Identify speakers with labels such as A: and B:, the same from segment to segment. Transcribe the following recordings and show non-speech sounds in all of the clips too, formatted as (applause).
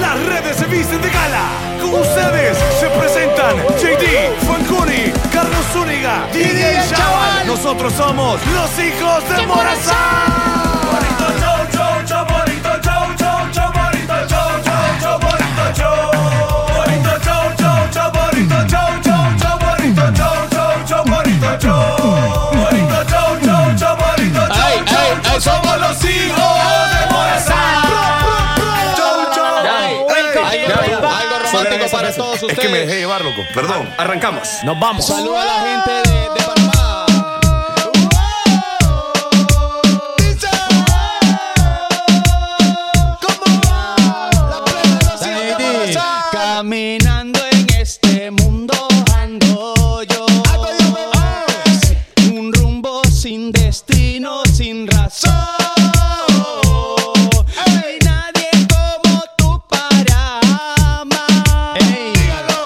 A: Las redes se visten de gala. Con ustedes se presentan JD, Fancuni, Carlos Zúñiga, DJ Chaval. Nosotros somos los hijos de Morazán.
B: Ay, ay, ay,
A: Somos los hijos de Morazán. Chau, chau.
B: Ay, ay,
A: Ya,
B: ay,
A: ya.
B: Algo romántico
A: Esa
B: para
A: frase.
B: todos ustedes.
A: Es que me dejé llevar, loco. Perdón. Arrancamos.
C: Nos vamos.
B: Saluda a la gente de, de Panamá. Daddy, Caminando en este mundo ando yo. Un rumbo sin destino, sin razón. No hay nadie como tú para amar. Teniendo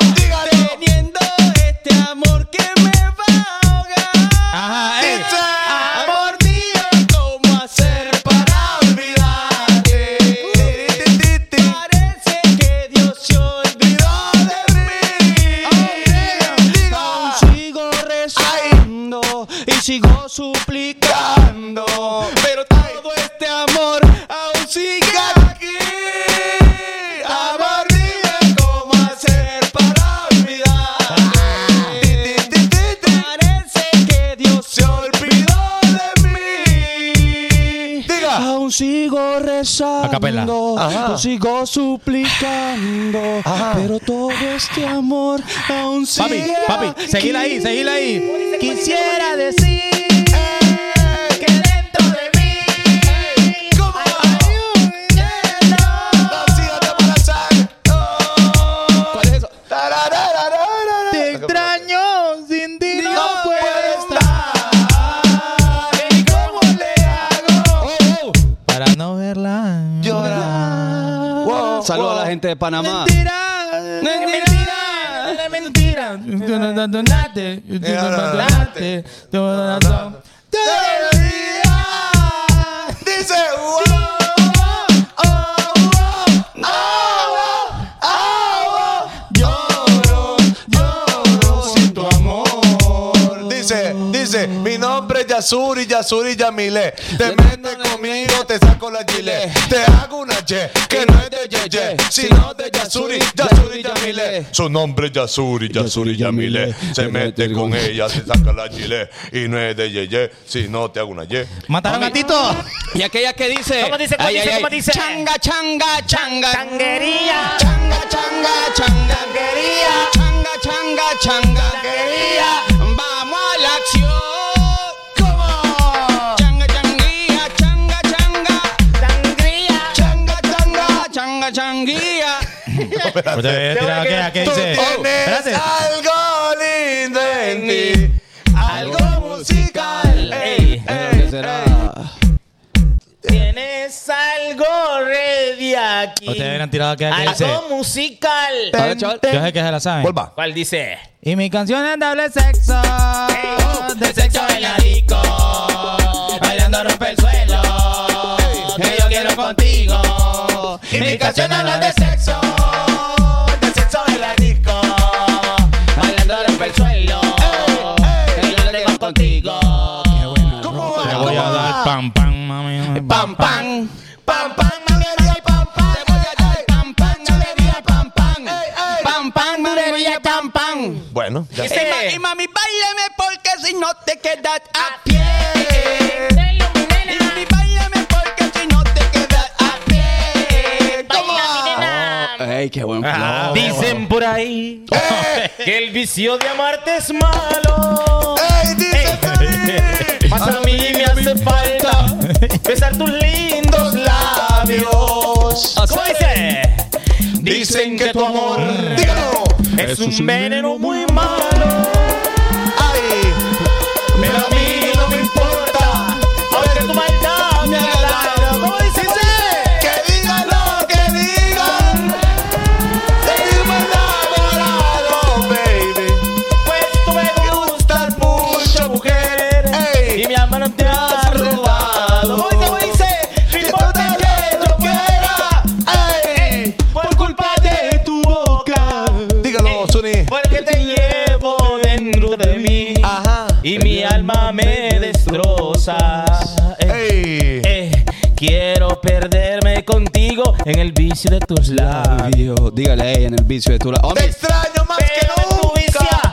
B: este amor que me va a ahogar. Amor mío, ¿cómo hacer para olvidarte? Parece que Dios se olvidó de mí. Aún sigo rezando y sigo suplicando, pero todo este amor aún sigue aquí. Amor, dime cómo hacer para olvidarte. Parece que Dios se olvidó de mí. Aún sigo rezando,
C: capela.
B: aún sigo suplicando, pero todo este amor aún
C: Papi,
B: sigue.
C: papi, seguila ahí,
B: aquí.
C: seguila ahí.
B: Quisiera decir que dentro de mí hay un hielo. ¿Cuál es eso? Te extraño sin ti no, puedo estar. ¿Y cómo le hago?
C: Para no verla.
B: Llorar. Saludos a la gente de Panamá.
C: Mentira.
B: Ah. Mentira.
C: Mentira. Donate.
A: Donate. Dice, Lloro, lloro sin tu amor. Dice, dice, mi nombre es Yasuri, Yasuri Yamile. Te metes conmigo, te saco la chile. Te hago una che, que no es de Ye Ye, sino de Yasuri, Yasuri Yamile. Su nombre es Yasuri, Yasuri Yamile. Se mete con ella, se saca la chile. Y no es de Ye Ye, sino te hago una ye.
C: Mataron a Tito.
B: Y aquella que dice.
D: ¿Cómo dice, cómo dice, cómo dice?
B: Changa, changa, changa.
D: Tanguería.
B: Changa, changa, changanguería. Changa, changa, changanguería. Vamos a la acción. ¿Cómo? Changa, changuía, changa, changa.
D: Sangría.
B: Changa, changa, changa, changuía.
C: Usted tira, ¿qué- ¿Qué
A: Tú
C: dice?
A: tienes
C: Espérate.
A: algo lindo en ti. Algo musical.
B: Ey, ¿dónde será?
D: Tienes algo ready aquí.
C: Ustedes hubieran tirado que que dice.
D: Algo musical.
C: A ver, chaval. Yo sé que se la saben.
A: Vuelva.
D: ¿Cuál dice?
C: Y mi canción es doble sexo.
D: de sexo en la disco. Bailando rompe el suelo. Que yo quiero contigo.
C: Y mi canción habla de
D: sexo. De sexo en la disco. Bailando rompe el suelo. Que yo tengo contigo.
C: Te voy a dar pam, pam, mami. (laughs)
B: Pam, pam. Pam, pam, alegría y pam, pam. Te voy a dar pam, pam, alegría y pam, pam. Pam, pam, alegría y pam, pam.
A: Bueno, ya.
B: Y, ma- y mami, báilame porque si no te quedas a pie. Y mami, báilame porque si no te quedas a pie.
D: Baila, mi nena.
B: Oh, ¡Ey, qué buen
C: Ah,
B: flow! Eh.
D: Dicen por ahí
A: (laughs) Eh,
D: que el vicio de amarte es malo.
A: ¡Ey, dice
D: (laughs)
A: Felipe!
D: Pasa a mí me hace falta besar tus lindos labios. ¿Cómo dice?
A: Dicen que tu amor. ¡Dígalo!
D: Es un veneno muy malo.
A: ¡Ay!
D: Pero a mí no me importa. Aunque tu maldad me haga daño. ¿Cómo dice?
A: ¡Que digan lo que digan! ¡Seguimos enamorados, baby!
D: Pues tú me
A: ¡Gustas mucho, mujer!
D: Y
A: ¡Ey!
D: mi alma no te ha robado.
B: ¿Cómo dice, cómo dice?
C: Eh, Quiero perderme contigo en el vicio de tus labios.
B: Dios, Ah, dígale a ella en el vicio de tu lado.
A: Te extraño más que nunca.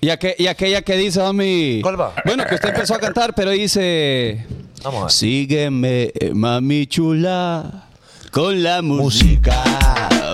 B: Y, aqu- y aquella que dice, mami.
A: ¿Cuál va?
B: Bueno, que usted empezó a cantar, pero dice.
A: Vamos a ver.
B: Sígueme, eh, mami chula, con la música.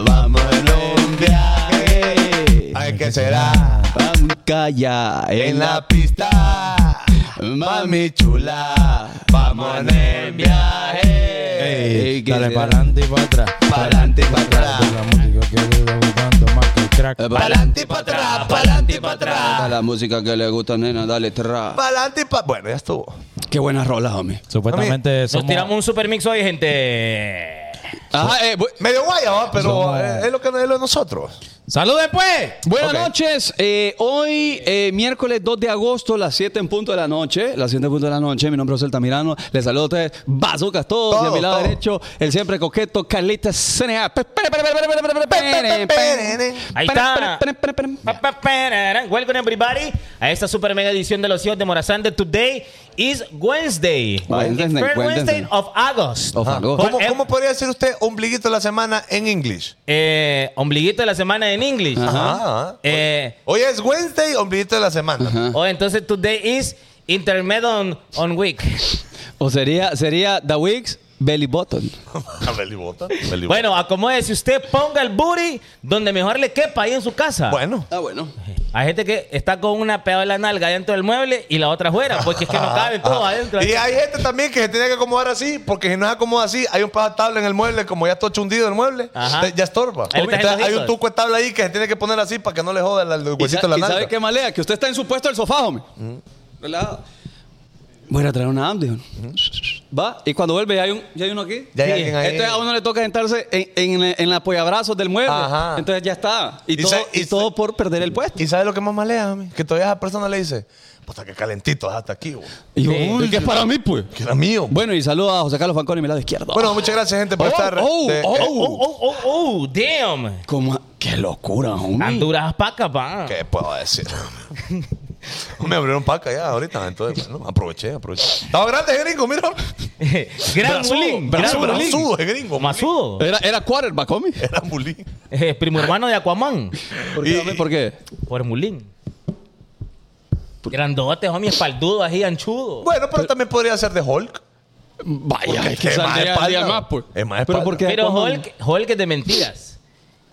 B: Vamos en un viaje.
A: Ay, ¿qué será?
B: Vamos calla
A: En la pista, mami chula, vamos en el viaje.
B: Ey,
D: Ey,
B: que
D: dale
B: se-
D: para adelante y para atrás.
A: Pa'lante y pa' atrás.
D: La música que dura gustando más que el crack.
B: Eh,
A: Pa'lante y pa' atrás, pa'lante y pa' atrás.
B: La música que le gusta, nena, dale, tra.
A: Pa'lante y pa' Bueno, ya estuvo.
B: Qué buenas rolas, homie.
D: Supuestamente
C: Nos
D: somos...
C: tiramos un supermix hoy, gente.
B: Ajá, eh, bu-
A: Medio guaya, ¿va? pero
D: Somos-
A: eh, es lo que no es lo de nosotros.
D: ¡Saluden, pues!
B: Buenas
A: Ok.
B: noches, Eh, hoy eh, miércoles 2 de agosto, las 7 en punto de la noche, las 7 en punto de la noche, mi nombre es Altamirano, les saludo a ustedes, bazookas todos, y a
A: Todos,
B: mi lado
A: todos.
B: derecho, el siempre coqueto, Carlita CNA.
C: Ahí está. Pa, pa, pararan. Welcome everybody a esta super mega edición de los hijos de Morazante. Today is Wednesday.
B: Wednesday,
C: It's
B: Wednesday.
C: first Wednesday of August.
B: Of
A: Ajá.
B: Agosto.
A: Ah, ¿Cómo,
C: Con-
A: ¿Cómo podría decir usted ombliguito de la semana en inglés?
C: Eh, ombliguito de la semana en English.
A: Ajá.
C: Eh,
A: Hoy es Wednesday, ombliguito de la semana. (laughs)
C: o entonces today is intermediate on week.
B: O sería, sería The Weeks Belly Button.
A: Belly button, belly button.
C: Bueno, acomódese usted, ponga el booty donde mejor le quepa ahí en su casa.
A: Bueno.
B: Ah, bueno.
C: Hay gente que está con una pegada en la nalga dentro del mueble y la otra afuera, porque es que no
B: (laughs)
C: caben todos
A: Ajá.
C: adentro.
A: Y hay gente también que se tiene que acomodar así, porque si no se acomoda así, hay un paja tabla en el mueble, como ya está chundido el mueble,
C: Ajá.
A: ya estorba.
C: Ahí le
A: Entonces,
C: traje los
A: hay un
C: hitos.
A: tuco de tabla ahí que se tiene que poner así para que no le joda el, el
B: ¿Y, sa-
A: huesito de la
B: y
A: nalga. Mm.
B: sabe qué malea? Que usted está en su puesto del sofá, homie. Relajado. Voy a ir a traer una Amdion. Va, y cuando vuelve ya hay, un, ya hay uno aquí.
A: Mm. Ya hay
B: Sí.
A: alguien ahí.
B: Entonces a uno le toca sentarse en, en, en la apoyabrazos del mueble.
A: Ajá.
B: Entonces ya está. Y,
A: Y
B: todo,
A: sa-
B: y
A: y sa-
B: todo por perder el puesto.
A: ¿Y Pues, sabe lo que más malea, mí? Que todavía esa persona le dice, puta, que calentito es hasta aquí, güey.
B: Y yo, uy, ¿qué es para mí, pues?
A: Que era mío. Bueno,
B: Bueno, y saludo a José Carlos Fanconi, mi lado izquierdo.
A: muchas gracias, gente, por
B: Oh,
A: estar.
B: oh,
A: de-
B: oh.
A: eh,
C: Oh, oh, oh, oh, damn.
B: ¿Cómo a- ¡Qué locura, homie!
C: Anduras pacas, pa.
A: ¿Qué puedo decir? (laughs) Me abrieron paca ya ahorita, entonces, bueno, aproveché, aproveché. Estaba grande, gringo, mira.
C: (laughs) gran mulín, gran
A: brazo,
C: mulín.
A: brazudo, es gringo.
C: Masudo.
B: Era, era quarterback, homie.
A: Era mulín.
C: Eh, primo hermano de Aquaman.
B: ¿Por qué,
A: Y-
B: homie? ¿Por qué?
C: Por mulín. Grandote, homie, espaldudo, así, anchudo.
A: Bueno, pero, también podría ser de Hulk.
B: Vaya,
A: Porque
B: es que
A: es más
B: saldría
A: espalda.
B: día más, pues.
A: Es más
B: Pero
A: espalda.
B: porque
C: Pero
B: Aquaman-
C: Hulk, Hulk es de mentiras.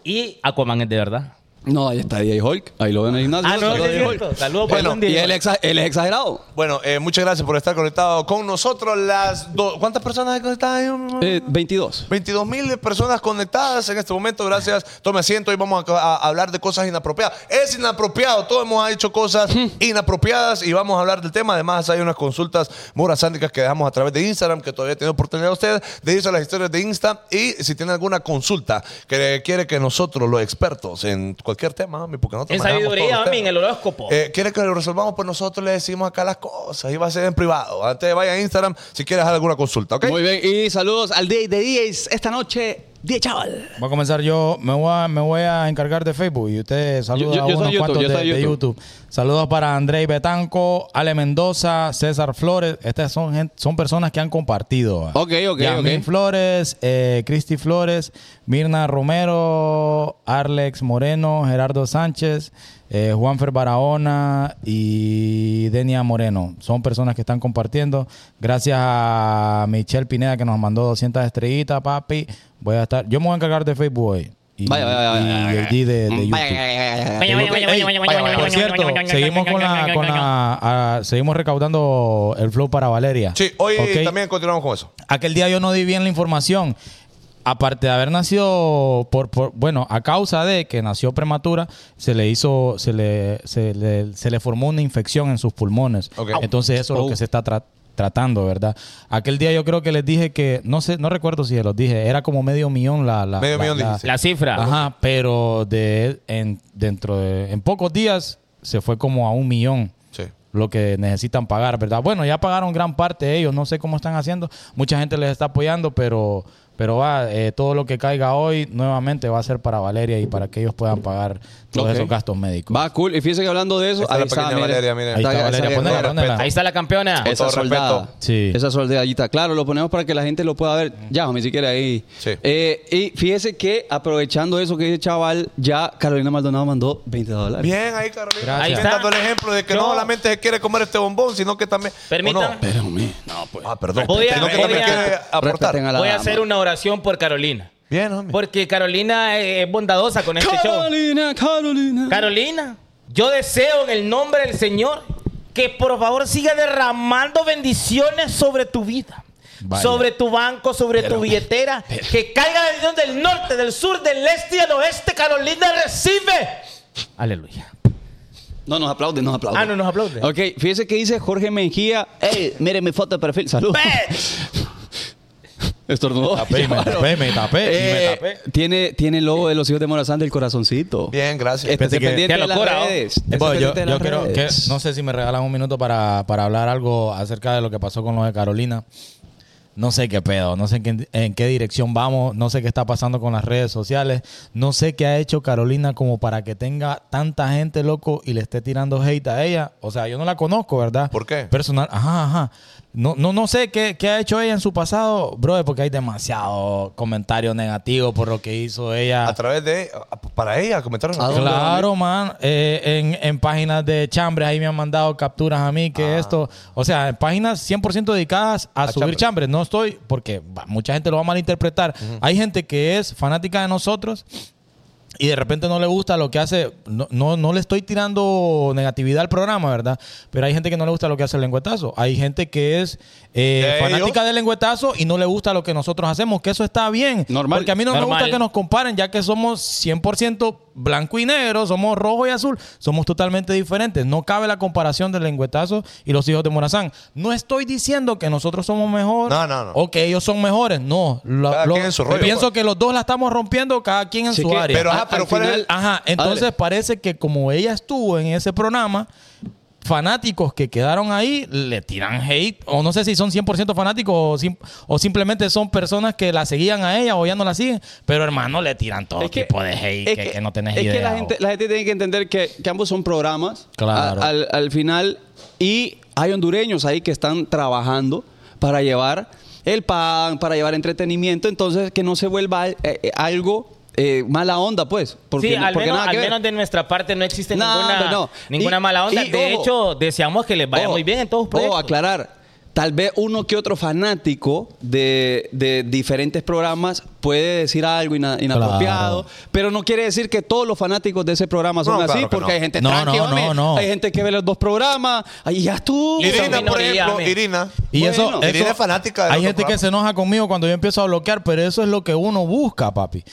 C: Y Aquaman es de verdad.
B: No, ahí está DJ Hulk. Ahí lo ven en el gimnasio.
C: Ah, no,
B: Saludos,
C: no es
B: DJ Hulk.
C: cierto. Saludos
A: Bueno,
C: por
B: Y él, exa- él es exagerado.
A: Bueno, eh, muchas gracias por estar conectado con nosotros. Las do- ¿Cuántas personas conectadas?
B: Eh, 22.
A: 22 mil personas conectadas en este momento. Gracias. Tome asiento y vamos a, a hablar de cosas inapropiadas. Es inapropiado. Todos hemos hecho cosas
C: Hmm.
A: inapropiadas y vamos a hablar del tema. Además, hay unas consultas morasánicas que dejamos a través de Instagram que todavía tiene oportunidad usted de irse a las historias de Insta. Y si tiene alguna consulta que quiere que nosotros, los expertos en cualquier tema, mami, porque nosotros
C: En
A: manejamos todos
C: sabiduría,
A: los
C: homie, en
A: temas.
C: el horóscopo.
A: Eh, quiere que lo resolvamos, pues nosotros le decimos acá las cosas y va a ser en privado. Antes vaya a Instagram si quieres hacer alguna consulta, ¿ok?
B: Muy bien. Y saludos al DJ de DJs esta noche. DJ Chaval.
D: Voy a comenzar yo. Me voy a, me voy a encargar de Facebook y usted saluda
B: Yo- yo- yo
D: a
B: soy
D: unos
B: YouTube,
D: cuantos
B: yo
D: de,
B: soy
D: de
B: YouTube.
D: YouTube. Saludos para Andrei Betanco, Ale Mendoza, César Flores. Estas son, gen- son personas que han compartido.
B: Ok, ok,
D: Yamín
B: ok.
D: Flores, eh, Cristi Flores, Mirna Romero, Arlex Moreno, Gerardo Sánchez, eh, Juanfer Barahona y Denia Moreno. Son personas que están compartiendo. Gracias a Michelle Pineda que nos mandó 200 estrellitas, papi. Voy a estar, yo me voy a encargar de Facebook hoy. Y,
B: Vaya, vaya, vaya,
D: y
B: vaya,
D: el D de, de YouTube.
B: Vaya, vaya, vaya.
D: Ey, Por cierto, seguimos con la, con la- a- seguimos recaudando el flow para Valeria.
A: Sí, hoy
D: Ok.
A: también continuamos con eso.
D: Aquel día yo no di bien la información. Aparte de haber nacido por, por- bueno, a causa de que nació prematura, se le hizo, se le, se le, se le formó una infección en sus pulmones.
A: Ok.
D: Entonces eso es lo
B: Oh.
D: que se está tra- tratando, ¿verdad? Aquel día yo creo que les dije que, no sé, no recuerdo si se los dije, era como medio millón la, la-
A: Medio
D: la-
A: millón
D: la-
A: dijiste.
C: La cifra.
D: Ajá, pero de en, dentro de en pocos días se fue como a un millón
A: Sí.
D: lo que necesitan pagar, ¿verdad? Bueno, ya pagaron gran parte de ellos, no sé cómo están haciendo, mucha gente les está apoyando, pero Pero va, eh, todo lo que caiga hoy nuevamente va a ser para Valeria y para que ellos puedan pagar todos
B: Ok.
D: esos gastos médicos.
B: Mm. Va, cool. Y fíjense que hablando de eso,
A: Está
B: ahí
A: la
B: está,
A: pequeña
B: mire.
A: Valeria, miren.
D: Ahí está
B: Está-
D: Valeria,
B: está-
D: ponela,
A: está-
D: ponela.
C: Ahí está la campeona.
A: Con
B: Ah. Esa
A: todo respeto.
B: soldada.
D: Sí.
B: Esa soldadita. Claro, lo ponemos para que la gente lo pueda ver. Ya, ni siquiera ahí.
A: Sí.
B: Eh, y fíjese que aprovechando eso que dice chaval, ya Carolina Maldonado mandó 20 dólares.
A: Bien, ahí Carolina.
D: Gracias.
A: Ahí
D: Ahí
A: está.
C: está.
A: dando el ejemplo de que
C: Yo-
A: no solamente se quiere comer este bombón, sino que también.
C: Permitan-
A: ¿o no?
B: Pero, mi, no, pues.
A: Ah, perdón.
C: Voy a-
A: Sino que
C: voy
A: también
C: a-
A: quiere aportar.
B: respeten a la
C: Voy a
B: dama.
C: hacer una oración por Carolina.
A: Bien, hombre.
C: Porque Carolina es bondadosa con este show.
B: Carolina, Carolina.
C: Carolina, yo deseo en el nombre del Señor que por favor siga derramando bendiciones sobre tu vida.
D: Vaya.
C: Sobre tu banco, sobre tu billetera. Que caiga bendición del norte, del sur, del este y del oeste. Carolina recibe. Aleluya.
B: No, nos aplauden, nos aplauden.
C: Ah, no nos aplaude.
B: Ok, fíjese que dice Jorge Mejía. Ey, mire mi foto de perfil. Salud. (laughs)
C: Oh,
B: Estornudó.
D: Tapé, me tapé, me tapé, y me
B: Eh,
D: tapé.
B: Tiene, tiene el logo de los hijos de Morazán del corazoncito.
A: Bien, gracias.
B: Estés
D: Fíjate que-
B: pendiente
C: qué
B: de las
C: locura, ¿oh?
B: redes. Estés
D: Bueno, yo,
B: pendiente de
D: yo
B: las
D: quiero que,
B: redes.
D: no sé si me regalan un minuto para, para hablar algo acerca de lo que pasó con lo de Carolina. No sé qué pedo, no sé en qué, en qué dirección vamos, no sé qué está pasando con las redes sociales, no sé qué ha hecho Carolina como para que tenga tanta gente loco y le esté tirando hate a ella. O sea, yo no la conozco, ¿verdad?
A: ¿Por qué?
D: Personal, ajá, ajá. No, no, no sé qué, qué ha hecho ella en su pasado, brother, porque hay demasiado comentario negativo por lo que hizo ella.
A: A través de. Para ella, comentaron.
B: ¿A dónde?
D: Claro, man. Eh, en, en páginas de chambres, ahí me han mandado capturas a mí, que
B: Ah.
D: esto. O sea, en páginas 100% dedicadas a,
A: A
D: subir
A: chambres.
D: chambres. No estoy, porque bah, mucha gente lo va a malinterpretar. Hay gente que es fanática de nosotros y de repente no le gusta lo que hace. No, no, no le estoy tirando negatividad al programa, ¿verdad? Pero hay gente que no le gusta lo que hace el lengüetazo. Hay gente que es eh,
A: ¿De
D: fanática
A: ellos?
D: del lengüetazo y no le gusta lo que nosotros hacemos, que eso está bien.
B: Normal.
D: Porque a mí no me
C: Normal.
D: gusta que nos comparen, ya que somos 100% blanco y negro, somos rojo y azul, somos totalmente diferentes. No cabe la comparación del lengüetazo y los hijos de Morazán. No estoy diciendo que nosotros somos mejores
A: No, no, no.
D: o que ellos son mejores. No, Lo-
A: Cada
D: lo-
A: quien en su
D: yo
A: rollo,
D: pienso
A: pues.
D: que los dos la estamos rompiendo, cada quien en
B: Sí
D: su
B: que-
D: área.
A: Pero,
B: Al-
A: ajá, pero
B: al
A: ¿cuál es
B: final-
A: el-
D: Ajá, entonces
B: Adelante.
D: parece que como ella estuvo en ese programa, fanáticos que quedaron ahí le tiran hate, o no sé si son 100% fanáticos o, sim- o simplemente son personas que la seguían a ella o ya no la siguen, pero hermano le tiran todo
B: Es que-
D: tipo de hate
B: es
D: que, que no tenés
B: es
D: idea.
B: que la
D: o-
B: gente, la gente tiene que entender que, que ambos son programas.
D: Claro.
B: A- al, al final. Y hay hondureños ahí que están trabajando para llevar el pan, para llevar entretenimiento. Entonces, que no se vuelva eh, eh, algo eh, mala onda, pues. Porque,
C: sí, al,
B: porque
C: menos,
B: nada que
C: al
B: ver.
C: menos de nuestra parte no existe
B: No,
C: ninguna,
B: hombre, no.
C: ninguna
B: Y-
C: mala onda.
B: y,
C: de
B: ojo.
C: hecho, deseamos que les vaya
B: Ojo,
C: muy bien en todos los proyectos.
B: Ojo, Oh, aclarar. Tal vez uno que otro fanático de, de diferentes programas puede decir algo ina- inapropiado, pero no quiere decir que todos los fanáticos de ese programa son
A: No,
B: así,
A: claro que
B: porque
A: no.
B: hay gente
D: No,
B: tranqui,
D: no,
B: hombre.
D: no, no.
B: hay gente que ve los dos programas, ahí ya tú.
C: Y
A: Irina,
C: son
A: por
C: minoría,
A: ejemplo,
C: amén.
A: Irina.
D: Y
B: Bueno,
D: eso,
A: Irina
D: eso-
A: es fanática del
D: Hay
A: otro
D: gente
A: programa.
D: que se enoja conmigo cuando yo empiezo a bloquear, pero eso es lo que uno busca, papi.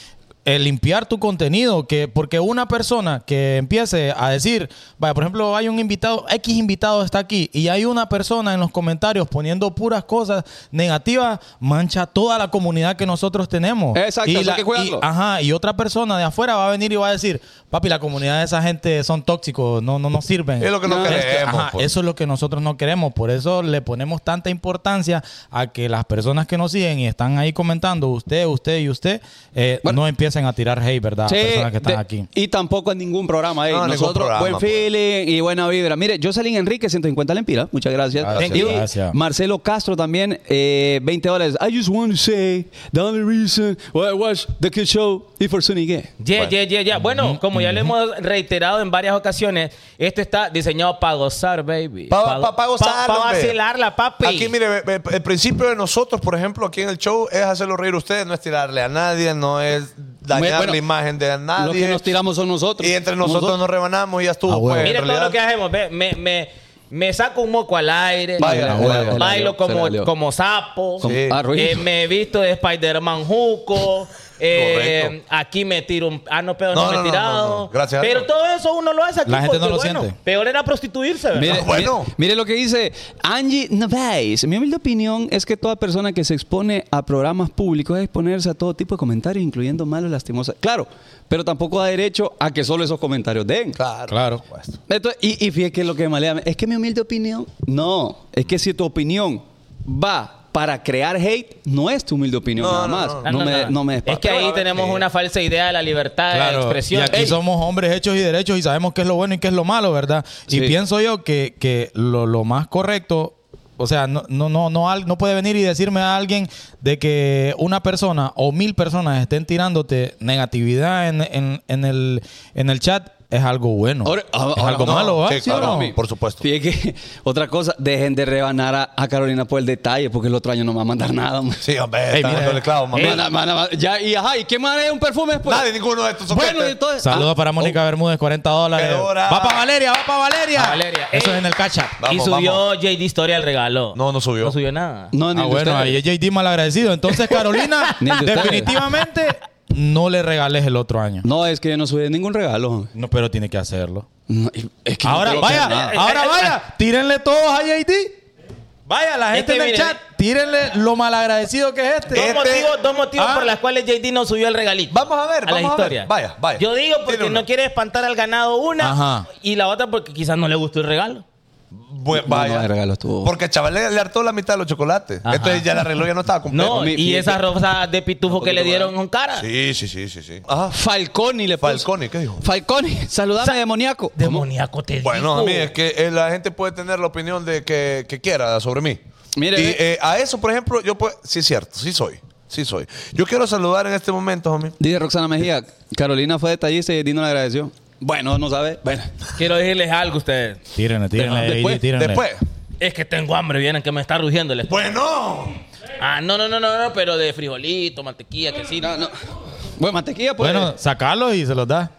D: El limpiar tu contenido, que porque una persona que empiece a decir, vaya, por ejemplo, hay un invitado, X invitado está aquí, y hay una persona en los comentarios poniendo puras cosas negativas, mancha toda la comunidad que nosotros tenemos.
B: Exacto,
D: y
B: eso hay
D: la-
B: que cuidarlo.
D: y- ajá, y otra persona de afuera va a venir y va a decir, papi, la comunidad de esa gente son tóxicos, no, no, no sirven.
A: Es lo que no,
B: No, es que-
A: queremos.
D: Ajá,
A: pues.
D: eso es lo que nosotros no queremos. Por eso le ponemos tanta importancia a que las personas que nos siguen y están ahí comentando, usted, usted y usted, eh,
B: Bueno.
D: no empiecen a tirar hate, ¿verdad?
B: Sí,
D: a Ah, personas que están
B: de-
D: aquí.
B: Y tampoco en ningún programa. eh.
A: No, ningún
B: Nosotros,
A: programa,
B: buen
A: pues.
B: feeling y buena vibra. Mire, Jocelyn Enrique, 150 Lempira. Muchas gracias.
D: Gracias,
B: Thank you.
D: gracias.
B: Marcelo Castro también, eh, 20 dólares. I just want to say the only reason why I watch the Kid Show is for Sunny Gay.
C: Yeah, yeah, yeah, yeah. Bueno, como ya lo hemos reiterado en varias ocasiones, este está diseñado para gozar, baby.
A: Pa- pa- pa- pa gozar,
C: Para
A: hombre.
C: vacilarla, papi.
A: Aquí, mire, ve- ve- el principio de nosotros, por ejemplo, aquí en el show, es hacerlo reír a ustedes, no es tirarle a nadie, no es dañar
B: Bueno,
A: la imagen de nadie.
B: Lo que nos tiramos son nosotros.
A: Ah, y entre nosotros, nos rebanamos y ya estuvo.
D: Ah, huevo.
A: pues, en
C: Mira todo
A: realidad.
C: lo que hacemos. ve, me, me, me saco un moco al aire.
A: Vaya,
C: me-
A: la huevo.
C: me Bailo
B: Se la
C: como,
B: lió.
C: como sapo.
B: Como-
A: Sí.
B: Ah, Ruiz.
C: Eh, me he visto de
A: (laughs)
C: Spider-Man Juco. eh,
A: Correcto.
C: aquí me tiro un. Ah, no, pero
A: No,
C: no, me
A: no,
C: he
A: no,
C: tirado.
A: no, no. Gracias a
C: Pero
A: Dios.
C: todo eso uno lo hace aquí.
D: La gente
C: porque,
D: no lo
C: bueno,
D: siente.
C: Peor era prostituirse,
B: (laughs)
C: ¿verdad?
B: Mire,
A: Ah, bueno.
B: mire- mire lo que dice Angie Nováez. Mi humilde opinión es que toda persona que se expone a programas públicos es exponerse a todo tipo de comentarios, incluyendo malos, lastimosos. Claro, pero tampoco da derecho a que solo esos comentarios den.
A: Claro.
D: Claro.
A: por
B: pues.
A: supuesto.
B: Entonces, y, y fíjate que lo que me malea, es que mi humilde opinión, no, es que si tu opinión va para crear hate no es tu humilde opinión nada
A: No, no,
B: más.
A: no.
B: No,
C: No, no,
B: me,
C: no.
B: no me
C: Es que ahí
A: Pero,
C: tenemos
A: eh,
C: una falsa idea de la libertad de
D: Y
C: eh, expresión.
D: aquí
C: Ey,
D: somos hombres hechos y derechos y sabemos qué es lo bueno y qué es lo malo, ¿verdad? Y
B: Sí.
D: pienso yo que, que lo, lo más correcto, o sea, no, no, no, no, al- no puede venir y decirme a alguien de que una persona o mil personas estén tirándote negatividad en, en, en el, en el chat es algo bueno.
B: Ahora- ahora-
D: es algo
B: no,
D: malo, ¿va?
A: sí,
D: ¿Sí o
A: claro,
D: no?
A: amigo. Por supuesto.
B: Fíjate que (laughs) otra cosa, dejen de rebanar a, a Carolina por el detalle, porque el otro año no me va a mandar nada. man.
A: Sí, hombre, está
D: mira.
A: dándole clavo, mami.
B: Van a- van a- ya, y ajá, ¿y qué más es un
D: pues.
B: perfume después?
A: Nadie, ninguno de estos son
B: Bueno,
A: gente.
B: y entonces. ah,
D: Saludos para Mónica Bermúdez, 40 dólares.
A: Qué hora.
D: Va para Valeria, va para Valeria.
C: A Valeria.
D: Eso
C: Ey.
D: es en el cacha.
C: y
A: Vamos,
C: subió
A: vamos.
C: JD Historia el regalo.
A: No, no subió.
C: No subió nada.
B: No, ni
D: Ah,
B: de
D: bueno,
B: ustedes.
D: ahí es JD malagradecido. Entonces, Carolina,
B: (laughs) Ni el de ustedes.
D: definitivamente no le regales el otro año.
B: No, es que yo no subí ningún regalo.
D: No, pero tiene que hacerlo.
B: No, es que no
D: Ahora
B: creo que
D: vaya,
C: Eh,
B: nada.
D: ahora vaya, tírenle todos a JD. Vaya, la gente
C: Este,
D: en el
C: mire.
D: chat, tírenle lo malagradecido que es este.
B: Eh,
C: Dos
A: Este-
C: motivos, dos motivos
D: Ah.
C: por los cuales JD no subió el regalito.
A: Vamos a ver,
C: a las
A: vamos a ver.
C: historias.
A: Vaya, vaya.
C: Yo digo porque
A: Tiene una.
C: no quiere espantar al ganado una
D: Ajá.
C: y la otra porque quizás no le gustó el regalo.
A: Bu-
B: No, no,
A: vaya.
B: de regalo estuvo.
A: Porque el chaval le, le hartó la mitad de los chocolates.
C: Ajá.
A: Entonces ya la reloj ya no estaba completo.
C: No,
B: mi-
C: y
B: mi-
C: esas rosas de pitufo que le dieron con cara.
A: Sí, sí, sí, sí, sí.
B: Ah, Falconi le puso.
A: Falcone, ¿qué dijo?
B: Falcone, (laughs) saludame demoníaco.
C: Demoníaco te
A: Bueno, a
C: digo.
A: mí es que eh, la gente puede tener la opinión de que, que quiera sobre mí.
B: Mire,
A: y
B: ve.
A: eh, a eso, por ejemplo, yo puedo... Sí, es cierto, sí soy. Sí soy. Yo quiero saludar en este momento, homie.
B: Dice Roxana Mejía, Carolina fue detallista y Dino le agradeció. Bueno, no sabe. Bueno,
C: Quiero decirles algo a ustedes.
D: Tírenle, tírenle, a
C: Después-
D: JD, tírenle.
A: Después.
C: Es que tengo hambre, vienen que me está rugiendo el estómago.
A: Bueno.
C: Ah, no, no, no, no, no, pero de frijolito, mantequilla, que sí.
B: no, no. Bueno, mantequilla, pues.
D: Bueno, sacalo y se los da.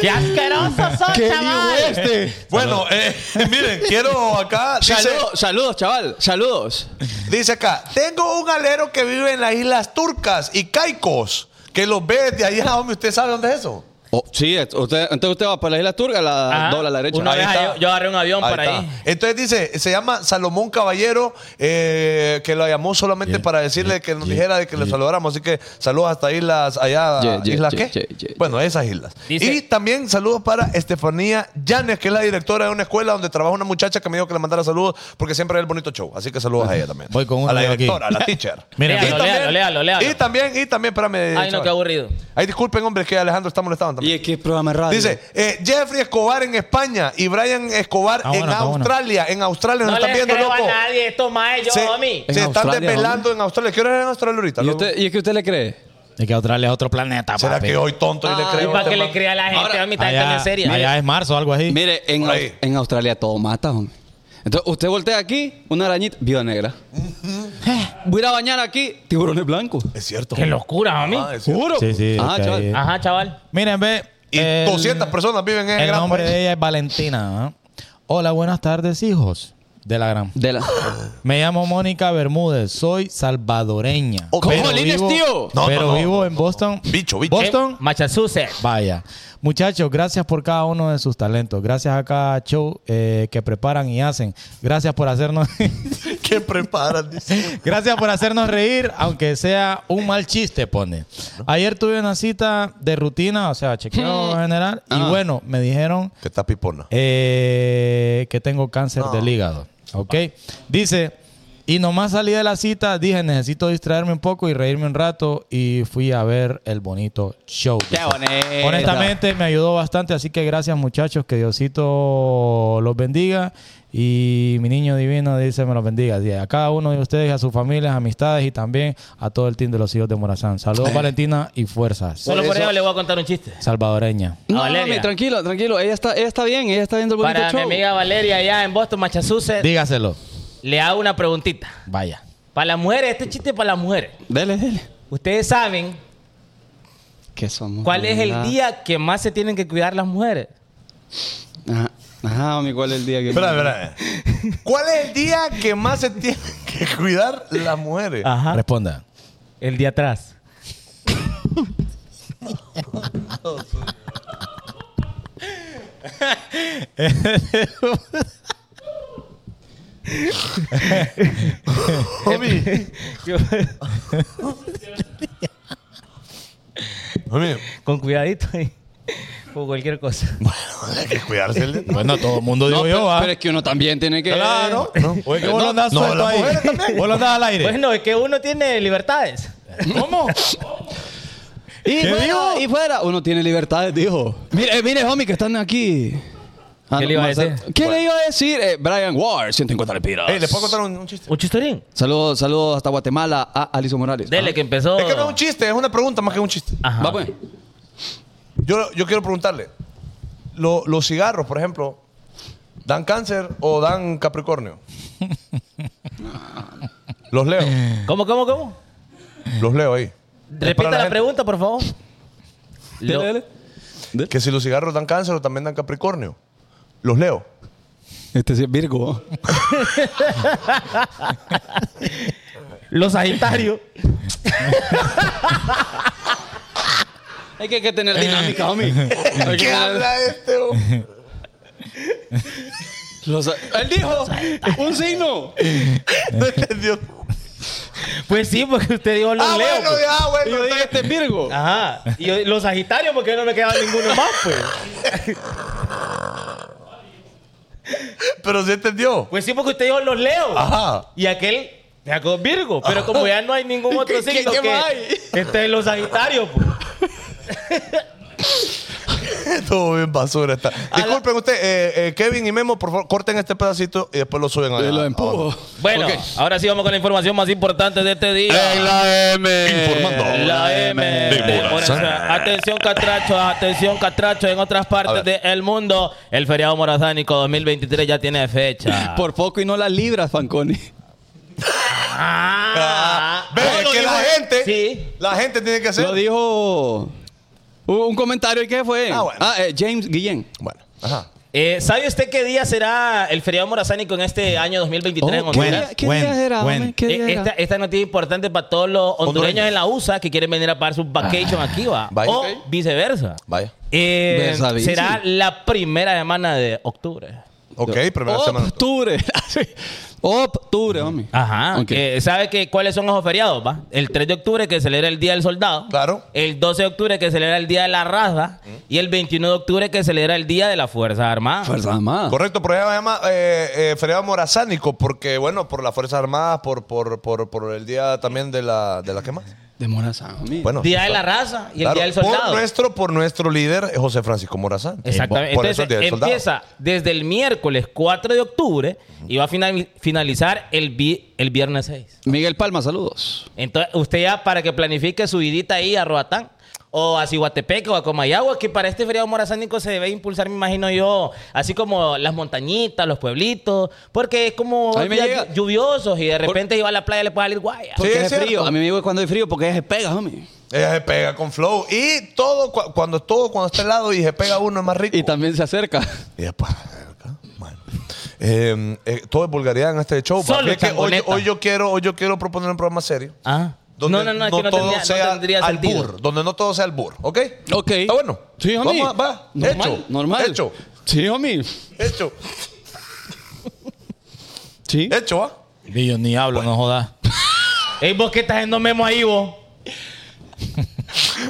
C: ¡Qué asqueroso sos, chaval!
D: este?
A: Bueno, eh, (laughs) miren, quiero
B: (laughs)
A: acá... Dice,
B: Saludos, saludos, chaval. Saludos.
A: dice acá, tengo un alero que vive en las Islas Turcas y Caicos, que los ve de allá, homie. ¿Usted sabe dónde es eso?
B: Oh, sí, es- usted, entonces usted va para la isla turca, la
A: Ah,
C: Ajá.
B: dobla a la derecha.
C: Ah, Una
A: Ahí
C: vez
A: está.
C: yo, yo agarré un avión
A: Ahí
C: para
A: está.
C: ahí.
A: Entonces dice, se llama Salomón Caballero, eh, que lo llamó solamente
D: Yeah,
A: para decirle
D: yeah,
A: que nos
D: yeah,
A: dijera de que le saludáramos. Así que saludos hasta islas allá.
B: Yeah, yeah,
A: ¿Islas
B: yeah,
A: qué?
B: yeah, yeah,
A: bueno, esas islas.
C: Dice-
A: y también saludos para Estefanía Llanes, que es la directora de una escuela donde trabaja una muchacha que me dijo que le mandara saludos porque siempre es el bonito show. Así que saludos a ella también.
D: Voy con uno
A: A la
D: yo aquí. (laughs)
A: directora, a la teacher.
D: Mira,
C: Léalo,
A: y, también,
C: léalo, léalo, léalo.
A: y también, y también, espérame.
C: Ay, no,
A: chaval.
C: qué aburrido.
A: Ay, disculpen, hombre, que Alejandro está molestado también.
B: Y es que es programa de radio.
A: Dice, eh, Jeffrey Escobar en España y Brian Escobar
D: Ah, bueno,
A: en
D: está bueno.
A: Australia. En Australia nos
C: No
A: están
C: le
A: viendo,
C: creo
A: loco.
C: a nadie, esto más yo,
A: Se,
C: mami.
B: En
A: se están
B: Australia,
A: desvelando en Australia. ¿Qué hora es en Australia ahorita?
B: ¿Y,
A: loco?
B: usted, ¿Y es que usted le cree?
D: Hay que traerle a otro planeta,
A: ¿Será
D: papi.
A: que hoy tonto y le
C: Y
A: creo? a
C: para
A: este
C: que le
A: man?
C: crea a la gente
B: Ahora,
C: a mitad
D: allá,
C: de seria.
D: allá es marzo, algo así.
B: Mire, en,
A: Por
B: Au-
A: ahí.
B: en Australia todo mata, hombre. Entonces, usted voltea aquí, una arañita, viva negra. Eh, Voy a ir a bañar aquí, tiburones blancos.
A: Es cierto.
C: Qué locura, mami.
A: Ah, este. es cierto.
D: Sí, sí.
B: Ajá,
D: es que
B: chaval.
D: ahí-
C: Ajá, chaval.
D: Miren, ve. eh,
A: Y
D: el-
A: 200 personas viven en el
D: El
A: gran
D: nombre
A: país.
D: de ella es Valentina. ¿ah? Hola, buenas tardes, hijos de la gran.
B: De la...
D: Me llamo Mónica Bermúdez, soy salvadoreña.
A: Oh,
D: Pero
B: ¡Cojolines,
D: vivo-
B: tío!
A: No,
D: pero
A: no, no,
D: vivo
A: no,
D: en Boston.
A: Bicho, bicho.
D: Boston,
C: Massachusetts.
D: Vaya. Muchachos, gracias por cada uno de sus talentos. Gracias a cada show eh, que preparan y hacen. Gracias por hacernos. (laughs)
A: (laughs) ¿Qué preparan? Dice.
D: Gracias por hacernos reír, aunque sea un mal chiste, pone. Ayer tuve una cita de rutina, o sea,
A: Mm.
D: chequeo general. Y
B: Ah.
D: bueno, me dijeron
A: Que está pipona.
D: eh, que tengo cáncer del hígado. ¿Ok? Dice, y nomás salí de la cita, dije, necesito distraerme un poco y reírme un rato y fui a ver el bonito show.
B: ¡Qué
D: Dice.
B: bonito!
D: Honestamente me ayudó bastante, así que gracias muchachos, que Diosito los bendiga y mi niño divino dice me los bendiga Dice, a cada uno de ustedes, a sus familias, amistades y también a todo el team de los hijos de Morazán. Saludos Valentina y fuerzas
C: Solo por eso le voy a contar un chiste.
D: salvadoreña.
B: No,
C: Valeria.
B: mami, tranquilo, tranquilo. Ella está, ella está bien, ella está viendo el bonito
C: Para
B: show.
C: mi amiga Valeria allá en Boston, Massachusetts,
D: Dígaselo.
C: le hago una preguntita.
D: Vaya.
C: Para las mujeres, este chiste es para las mujeres.
B: Dele, dele.
C: Ustedes saben
B: ¿Qué somos?
C: cuál es el
B: ¿verdad?
C: día que más se tienen que cuidar las mujeres.
B: Ajá, Ajá, mami, ¿cuál es el día que...
A: Espera, espera. ¿Cuál es el día que más se tienen que cuidar las mujeres?
C: Ajá.
D: Responda.
C: El día atrás.
A: Homie, homie,
C: Con cuidadito ahí. o cualquier cosa.
A: Bueno, hay que cuidarse.
C: (laughs)
A: el-
D: Bueno, todo el mundo digo
B: No,
D: yo, ¿ah?
B: pero,
D: ¿va?
B: pero es que uno también tiene que.
A: Claro. ¿no?
D: Oye, que
A: No,
D: vos lo andás
A: no,
D: suelto
A: las
D: ahí.
A: mujeres también.
D: Vos lo andás al aire.
C: Bueno, es que uno tiene libertades.
D: ¿Cómo?
B: Y
D: ¿Qué
B: fuera,
D: dijo?
B: y fuera. Uno tiene libertades, dijo. Mire, eh, mire, homie, que están aquí. Ah,
C: ¿Qué
B: no,
C: le iba a
B: Marcelo.
C: decir?
B: ¿Qué le iba a decir? Eh, Brian Ward, 150 lempiras.
A: Ey, ¿le puedo contar un, un chiste?
C: ¿Un chistorín?
B: Saludos, saludos hasta Guatemala a Alison Morales. Ah.
C: Dele, que empezó.
A: Es que no es un chiste, es una pregunta más que un chiste.
C: Ajá.
B: Va pues.
A: Yo, yo quiero preguntarle, ¿lo- ¿los cigarros, por ejemplo, dan cáncer o dan capricornio? Los leo,
C: ¿Cómo, cómo, cómo?
A: los leo ahí.
C: Repita
A: Para
C: la,
A: gente.
C: pregunta, por favor.
B: Dele,
C: Lo-
B: dele.
A: Que si los cigarros dan cáncer o también dan capricornio. Los leo.
B: Este sí es Virgo.
C: Los Sagitarios.
B: Hay que, hay que tener dinámica, homie. Hay que
A: Eh. (laughs) ¿Qué
B: tener-
A: habla este? bo?
B: Los- él dijo un signo.
A: No entendió.
C: Pues sí, porque usted dijo los
A: Ah,
C: Leo.
A: bueno,
C: pues.
A: ya,
B: Y yo
A: bueno.
B: dije,
A: está
B: este es Virgo.
C: Ajá. Y yo- los Sagitarios, porque no me quedaba ninguno más, pues.
A: bien. Pero sí entendió.
C: Pues sí, porque usted dijo los Leo.
A: Ajá.
C: Y aquel sacó Virgo. Pero como ya no hay ningún otro
B: ¿Qué- qué-
C: signo
B: qué
C: que
B: más hay?
C: este es los Sagitarios, pues.
A: Todo bien basura está. Disculpen usted, eh, eh, Kevin y Memo, por favor, corten este pedacito y después lo suben a
B: Y Eh, lo empujo.
C: Bueno,
B: Ah, Ok.
C: ahora sí vamos con la información más importante de este día.
A: la M. Informando.
C: La M.
A: de
C: Por
A: Morazán.
C: eso, Atención, catrachos, atención, catrachos. En otras partes
A: A ver.
C: del mundo, el feriado morazánico 2023 ya tiene fecha.
B: Por poco y no las libras, Fanconi.
C: Ah.
A: Ve,
C: No, lo
A: que la
C: digo-
A: gente,
C: Sí.
A: la gente tiene que hacer.
B: Lo dijo hubo un comentario. ¿y ¿Qué fue?
A: Ah, bueno.
B: eh, James Guillén.
A: Bueno, ajá.
C: Eh, ¿Sabe usted qué día será el feriado morazánico en este año 2023 en
B: Oh, ¿qué,
C: Honduras?
B: día, qué
D: Buen,
B: día era,
D: buen.
B: hombre? ¿Qué día
C: Eh,
B: era?
C: Esta, esta noticia importante para todos los hondureños
A: Hondureños.
C: en la USA que quieren venir a pagar sus vacation aquí, va.
A: Vaya.
C: O
A: Ok.
C: viceversa.
A: Vaya.
C: Eh,
B: Versabilísimo.
C: será la primera semana de octubre.
A: Ok, primera
C: Oh,
A: semana.
C: pues,
B: Octubre. (laughs) Octubre, hombre.
C: Ajá.
B: Ok.
C: Eh, ¿Sabe que, cuáles son los feriados, va? El 3 de octubre que celebra el Día del Soldado.
A: Claro.
C: El 12 de octubre que celebra el Día de la Raza. Y el 21 de octubre que celebra el Día de las Fuerzas Armadas.
B: Fuerzas Armadas.
A: Correcto, pero ella se llama eh, eh, feriado morazánico porque, bueno, por las Fuerzas Armadas, por, por, por, por el día también de la, de la quema.
B: De Morazán, hombre.
A: Bueno.
C: Día de la Raza y el
A: claro,
C: Día del Soldado.
A: Por nuestro, por nuestro líder, eh, José Francisco Morazán.
C: Exactamente.
A: Por eso el
C: Entonces
A: día del soldado.
C: empieza desde el miércoles 4 de octubre y va a final- finalizar el, vi- el viernes 6.
B: Miguel Palma, saludos.
C: Entonces, usted ya para que planifique su idita ahí a Roatán o a Cihuatepec o a Comayagua, que para este feriado morazánico se debe impulsar, me imagino yo, así como las montañitas, los pueblitos, porque es como
B: A mí me
C: días
B: llega-
C: llu- lluviosos y de repente iba a la playa le puede salir guaya.
A: Sí,
B: Porque
A: es
B: es frío.
A: cierto. Oh.
B: A mí me digo cuando hay frío porque ella se pega, hombre.
A: Ella se pega con flow. Y todo, cu- cuando todo, cuando está helado y se pega uno es más rico.
B: Y también se acerca.
A: Y después, acá, bueno. Eh, eh, todo es vulgaridad en este show.
C: Solo
A: papi. Es que hoy,
C: changoneta.
A: hoy yo quiero, hoy yo quiero proponer un programa serio.
C: Ah.
A: Donde
C: no, no, no, es que no
A: todo
C: tendría, no
A: sea
C: tendría
A: al
C: sentido.
A: burro, donde no todo sea al burro, (laughs) ¿ok?
B: Ok.
A: Está bueno.
B: Ah, Sí, homie.
A: Vamos, a- va.
B: Normal,
A: Hecho.
B: normal.
A: Hecho.
B: Sí, homie.
A: Hecho.
B: Sí.
A: Hecho, ¿ah? ¿va?
D: Dillo, ni hablo, no jodas.
C: Ey, vos qué estás haciendo memo ahí, vos.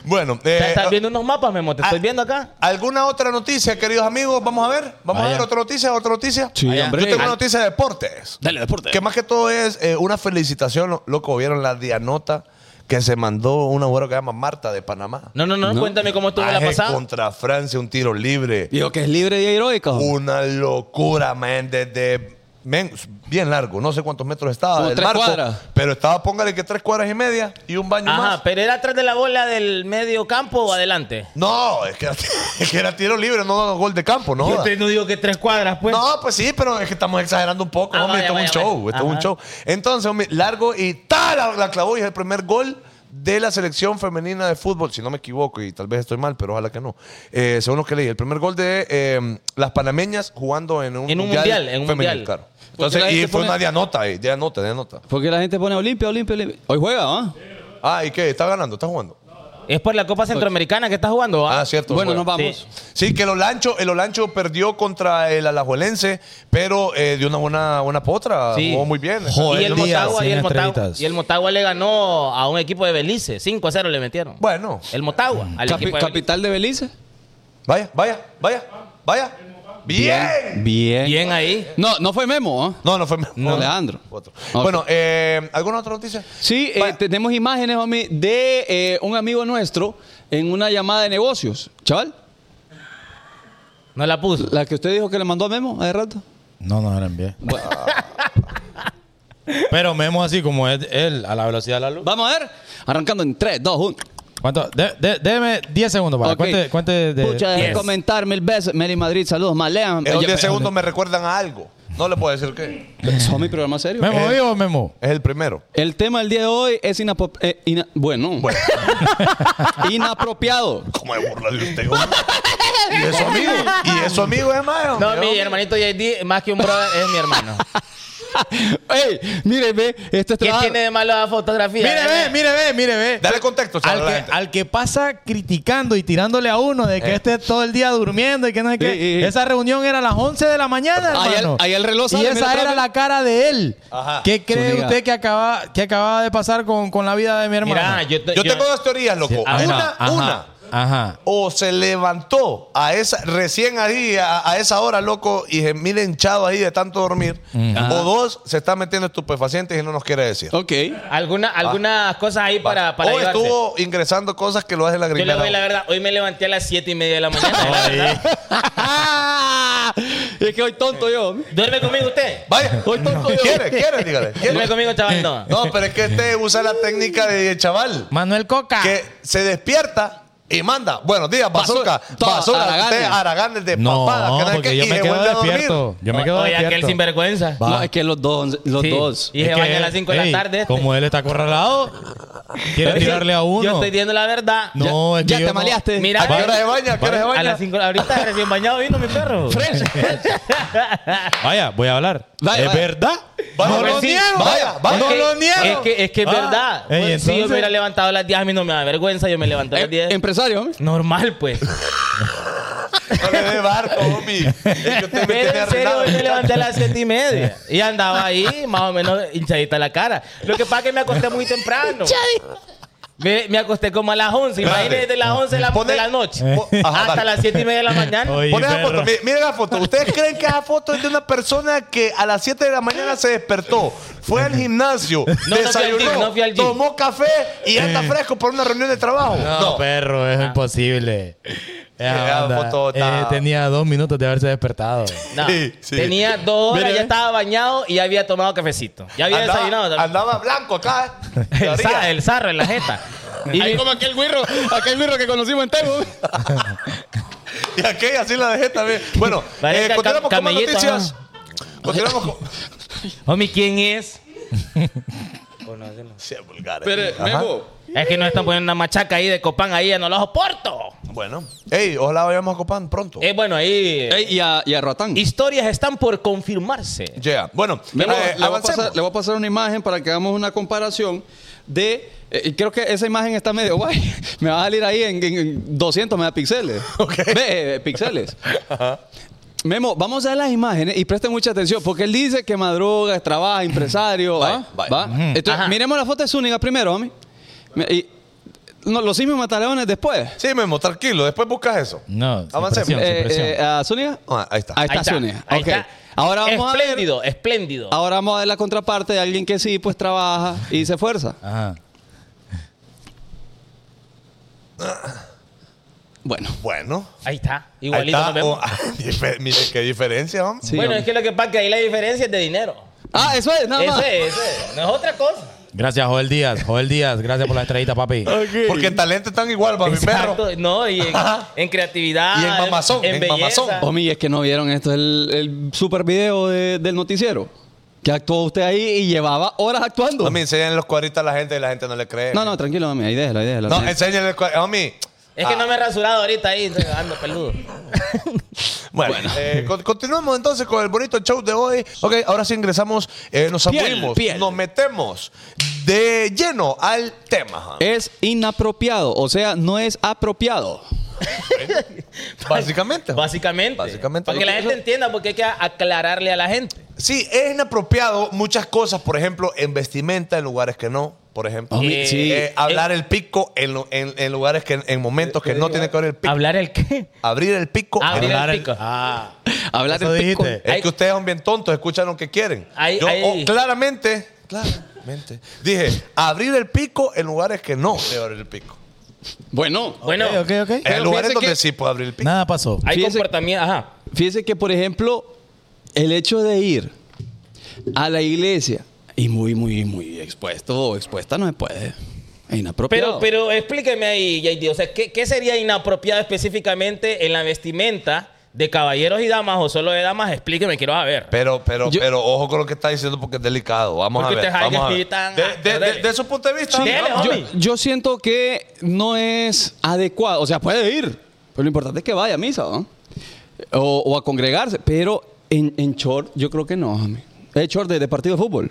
A: Bueno,
C: ¿Estás-
A: eh, ah,
C: ¿Estás viendo unos mapas, Memo? ¿Te estoy viendo acá?
A: ¿alguna otra noticia, queridos amigos? Vamos a ver. Vamos a
D: Vaya.
A: ver otra noticia, otra noticia.
B: Sí,
A: Vaya.
B: hombre.
A: Yo tengo
B: Al-
A: una noticia de deportes.
B: Dale, deporte.
A: Que más que todo es eh, una felicitación, lo- loco, vieron la dianota que se mandó una mujer que se llama Marta de Panamá.
C: No, no, no,
B: No.
C: cuéntame cómo estuvo la
A: Aje
C: pasada.
A: contra Francia, un tiro libre.
B: Digo que es libre y heroica. homie.
A: Una locura, man. Desde. men, bien largo, no sé cuántos metros estaba.
B: Como
A: del
B: tres
A: marco,
B: cuadras.
A: Pero estaba, póngale que tres cuadras y media y un baño más.
C: Ajá, pero era atrás de la bola del medio campo o adelante.
A: No, es que, era, (laughs) es que era tiro libre, no, no, gol de campo, ¿no?
C: Yo te no digo que tres cuadras, pues.
A: No, pues sí, pero es que estamos exagerando un poco,
C: Ah,
A: hombre.
C: vaya,
A: esto es un
C: vaya,
A: show, esto
C: vaya.
A: es
C: Ajá.
A: un show. Entonces, hombre, largo y tal, la, la clavó y es el primer gol de la selección femenina de fútbol, si no me equivoco, y tal vez estoy mal, pero ojalá que no. Eh, según lo que leí, el primer gol de eh, las panameñas jugando en un,
C: En un mundial, en un mundial.
A: claro.
B: Porque la
A: Entonces, y
B: gente
A: fue
B: pone-
A: una eh, dianota ahí, dianota, dianota.
B: Porque la gente pone Olimpia, Olimpia, Olimpia. Hoy juega, ¿ah?
A: Ah, ¿y qué? ¿Está ganando? ¿Está jugando?
C: Es por la Copa Centroamericana que está jugando. ¿va?
A: Ah, cierto.
B: Bueno,
A: juega.
B: nos vamos.
A: Sí, que el Olancho, el Olancho perdió contra el Alajuelense, pero eh, dio una buena, buena potra.
C: Sí.
A: Jugó muy bien.
C: Y
D: Joder,
C: el,
D: Díaz,
C: Motagua, y,
D: cien
C: el Motagua,
D: estrellitas.
C: y el Motagua le ganó a un equipo de Belice. 5 a 0 le metieron.
A: Bueno.
C: El Motagua. Al
B: Capi-
C: equipo de Belice.
B: capital de Belice.
A: Vaya, vaya, vaya, vaya. Bien.
B: Bien.
C: Bien ahí.
B: No, no fue Memo, ¿ah?
A: No, no fue
B: No, Leandro.
A: Otro.
B: Ok.
A: Bueno, eh, ¿alguna otra noticia?
B: Sí, eh,
A: Vaya.
B: tenemos imágenes, homie, de eh, un amigo nuestro en una llamada de negocios. Chaval,
C: No la puso.
B: la que usted dijo que le mandó a Memo hace rato.
D: No, no la envié. (laughs) Pero Memo así como es él, a la velocidad de la luz.
B: Vamos a ver. Arrancando en 3, 2, 1.
D: ¿Cuánto? De- de- Deme 10 segundos, para.
B: Ok.
D: Cuente, cuente de...
B: Pucha, deja de
C: Diez.
B: comentar mil veces. Meli Madrid, saludos. Malean.
A: Esos 10
B: Eh,
A: segundos me recuerdan a algo. No le puedo decir qué.
B: Son mi programa serio.
D: ¿Memo
A: Eh.
D: vivo o Memo?
A: Es el primero.
B: El tema del día de hoy es inapop- eh, ina- bueno,
A: Bueno. (laughs)
B: inapropiado.
A: ¿Cómo es burla de usted,
D: (laughs)
A: hombre? Y es su amigo. Y es su amigo, hermano.
C: No, mi hermanito JD, más que un brother, es mi hermano.
B: Ey, mire, ve, este es
C: ¿Qué
B: trabajo.
C: tiene de malo la fotografía? eh?
D: Mire, ve, mire, ve, mire, ve.
A: Dale contexto, chaval.
D: Al
A: a la
D: que,
A: gente.
D: al que pasa criticando y tirándole a uno de que esté todo el día durmiendo y que no sé qué.
B: Eh. Sí, sí, sí.
D: Esa reunión era a las 11 de la mañana,
B: Ahí el-
D: hermano.
B: ahí el reloj sale,
D: Y
B: mira,
D: esa era
B: espérame.
D: la cara de él.
A: Ajá.
D: ¿Qué cree
B: Zúñiga.
D: usted que acaba, que acababa de pasar con, con la vida de mi hermano?
C: Mira, yo, te-
A: Yo
C: yo-
A: tengo dos teorías, loco.
D: Ah, bueno,
A: Una,
D: ajá,
A: una.
D: Ajá.
A: O se levantó a esa, recién ahí, a, a esa hora, loco, y se mira hinchado ahí de tanto dormir. O dos, se está metiendo estupefacientes y no nos quiere decir.
B: Ok.
C: alguna- algunas cosas ahí para, para
A: o
C: ayudarte.
A: estuvo ingresando cosas que lo hacen la
C: Yo le
A: grimera.
C: doy la verdad, hoy me levanté a las 7 y media de la
D: (laughs)
C: mañana. la verdad.
B: (laughs) es que hoy tonto yo.
C: ¿Duerme conmigo usted?
A: Vaya.
B: Hoy tonto yo.
A: ¿Quiere? ¿Quiere? Dígale. ¿Quiere?
C: ¿Duerme conmigo, chaval? No.
A: No, pero es que este usa la técnica de chaval.
D: Manuel Coca.
A: Que se despierta y manda. Buenos días, bazooka.
B: Bazooka, todo,
A: Bazooka.
B: Araganes.
A: Usted, Araganes de
D: No,
A: papada. que no sé qué,
D: porque yo
A: y
D: me
A: se
D: quedo
A: vuelve a dormir.
D: despierto. Yo me quedo
C: Oye, aquel
D: despierto.
C: sinvergüenza.
D: Va.
B: No, es que los dos, los
C: Sí.
B: dos.
C: Y se
D: Es que
C: baña a
D: él-
C: las 5 de la
D: ey,
C: tarde. este.
D: Como él está acorralado, quiere tirarle a uno.
C: Yo estoy diciendo la verdad.
D: no, es que
B: ya
D: yo
B: te
D: no-
B: maleaste.
C: Mira,
A: ¿A qué hora se baña? ¿A qué hora se
C: a
A: baña?
C: las 5 ahorita recién bañado vino mi perro.
D: Vaya, voy a hablar.
B: Vaya,
D: es
B: vaya. pues
D: verdad.
A: Vaya,
D: no lo
A: sí.
D: niego.
A: Vaya, vaya.
D: No
C: Es que-
D: lo niego.
C: Es que es, que es
D: Ah.
C: verdad.
D: Ey,
C: Pues, si yo me
D: entonces- Eh,
C: hubiera levantado a las 10, a mí no me da vergüenza. Yo me levanté a las 10.
B: Em- empresario, hombre.
C: Normal, pues.
A: No le dé barco, homie. Es que usted me
C: Pero
A: tiene
C: en serio,
A: arruinado.
C: hoy me levanté a (laughs) las 7 y media. Y andaba ahí, más o menos hinchadita la cara. Lo que pasa es que me acosté muy temprano. Me, me acosté como a las 11. Imagínate, desde las 11 de la,
A: Pone-
C: de la noche
A: Po-
B: Eh.
A: Ajá,
B: Ah,
C: hasta
A: dale.
C: las 7 y media de la mañana.
D: Oye,
A: Pon esa
D: perro.
A: foto, mi- miren la foto. ¿Ustedes creen que esa foto es de una persona que a las 7 de la mañana se despertó, fue al gimnasio,
C: no fui al
A: desayunó,
C: gym, no fui al gym.
A: tomó café y ya está fresco por una reunión de trabajo?
D: No, perro, es imposible. Esa
A: Esa
D: banda,
A: foto está-
D: eh, tenía dos minutos de haberse despertado.
C: No,
A: Sí, sí.
C: Tenía dos horas,
B: Mire,
C: ya
B: ve.
C: estaba bañado y ya había tomado cafecito. Ya había desayunado
A: andaba,
C: también.
A: andaba blanco acá. ¿eh? Teoría.
C: (laughs) El, za- el zarro en la jeta. Y
B: Ahí como aquel güirro, aquel güirro que conocimos en Temo.
A: Y aquella así la dejé también.
C: (laughs)
A: Bueno,
C: Parece
A: eh,
C: ca-
A: continuamos con más
C: camellito,
A: noticias. Continuamos
C: (laughs)
A: con... (laughs)
C: Homie, ¿quién es?
A: Sí, es vulgar, eh.
B: Pero,
A: Ajá.
B: Memo.
C: Es que nos están poniendo una machaca ahí de Copán ahí, ya no lo soporto.
A: Bueno. Ey, ojalá vayamos a Copán pronto.
C: Eh, bueno, ahí eh,
B: Ey, y a, y a Roatán.
C: historias están por confirmarse.
A: Yeah. Bueno,
B: Memo,
A: eh,
B: le, voy a
A: avancemos.
B: pasar, le voy a pasar una imagen para que hagamos una comparación de... eh, y creo que esa imagen está medio guay. (laughs) Me va a salir ahí en, en- en 200 megapíxeles.
A: Ok.
B: Ve, eh, píxeles. Memo, vamos a ver las imágenes y presten mucha atención porque él dice que madruga, es trabaja, empresario. ¿va?
A: Bye, bye.
B: ¿Va? Entonces,
C: Ajá.
B: miremos la foto de Zúñiga primero, homie. Me- Y, no, los simios mataleones después.
A: Sí, Memo, tranquilo. Después buscas eso.
D: No, sin
A: Avancemos.
D: presión, sin
B: Eh,
D: presión.
B: eh, ¿A Zúñiga?
A: Ah, ahí está.
B: Ahí está,
C: Ahí está,
B: Zúñiga.
C: ahí
B: Ok.
C: está.
B: Ahora vamos a ver-
C: espléndido, espléndido.
B: Ahora vamos a ver la contraparte de alguien que sí, pues trabaja y se esfuerza.
D: Ajá.
B: Bueno.
A: Bueno.
C: Ahí está,
A: ahí
C: igualito
A: está.
C: nos vemos.
A: Oh, (laughs) ah, dife- mire qué diferencia, hombre.
B: sí,
C: bueno,
B: hombre.
C: es que lo que pasa es que ahí la diferencia es de dinero.
B: Ah, eso es, nada más.
C: Ese, ese, no es otra cosa.
D: Gracias, Joel Díaz. Joel Díaz, gracias por la estrellita, papi.
A: Porque en talento están igual, para mi perro.
C: Exacto, no, y en,
A: Ajá.
C: en creatividad.
A: Y en mamazón, en
C: belleza.
A: mamazón.
B: Homie, es que no vieron esto, el, el super video de- del noticiero. Que actuó usted ahí y llevaba horas actuando.
A: No me enseñan los cuadritos a la gente y la gente no le cree.
B: no, no, tranquilo, mami, ahí déjelo, ahí déjelo.
A: No,
B: Ahí.
A: enséñenle el cuadrito. Homie. Ah,
C: Es que no me he rasurado ahorita ahí, entonces ando peludo.
A: Bueno, eh, con- continuamos entonces con el bonito show de hoy. Ok, ahora sí ingresamos, eh, nos
B: Piel,
A: abrimos,
B: piel.
A: nos metemos de lleno al tema. ¿eh?
B: Es inapropiado, o sea, no es apropiado.
A: Básicamente.
C: Básicamente.
A: Básicamente.
C: Para que la gente entienda, porque hay que aclararle a la gente.
A: Sí, es inapropiado muchas cosas, por ejemplo, en vestimenta, en lugares que no. por ejemplo.
B: Homie,
A: Eh,
B: sí.
A: eh, hablar el pico en, lo- en- en lugares que en momentos que no tiene que abrir el pico.
C: ¿Hablar el qué?
A: Abrir el pico.
C: Abrir el
A: Hablar el-
C: pico.
D: Ah,
B: Hablar este
D: eso
B: el pico.
D: dijiste.
A: Es
C: Hay-
A: que ustedes son bien tontos, escuchan lo que quieren.
C: Hay-
A: Yo
C: hay-
A: oh, claramente, claramente, dije, abrir el pico en lugares que no se abre el pico.
B: Bueno,
C: Bueno,
D: Ok, ok, ok.
B: Pero
A: En lugares
B: fíjense
A: donde
B: que-
A: sí puedo abrir el pico.
D: Nada pasó.
C: hay
B: fíjese-
C: comportamiento. Ajá.
B: fíjese que, por ejemplo, el hecho de ir a la iglesia y muy, muy, muy expuesto o expuesta no se puede. Es inapropiado.
C: Pero, pero explíqueme ahí, JD. O sea, ¿qué, qué sería inapropiado específicamente en la vestimenta de caballeros y damas o solo de damas? Explíqueme, quiero saber.
A: Pero, pero,
B: Yo-
A: pero, ojo con lo que está diciendo porque es delicado. Vamos
C: Porque
A: a ver.
C: ustedes hay
A: vamos a
C: que
A: ver.
C: quitan-
A: De, de- de-
C: Dele.
A: de su punto de vista,
C: Sí,
A: vamos.
C: dele, homie.
B: yo, yo siento que no es adecuado. O sea, puede ir, pero lo importante es que vaya a misa, ¿no? O, o a congregarse. Pero en, en short, yo creo que no, homie. Es short de, de partido de fútbol.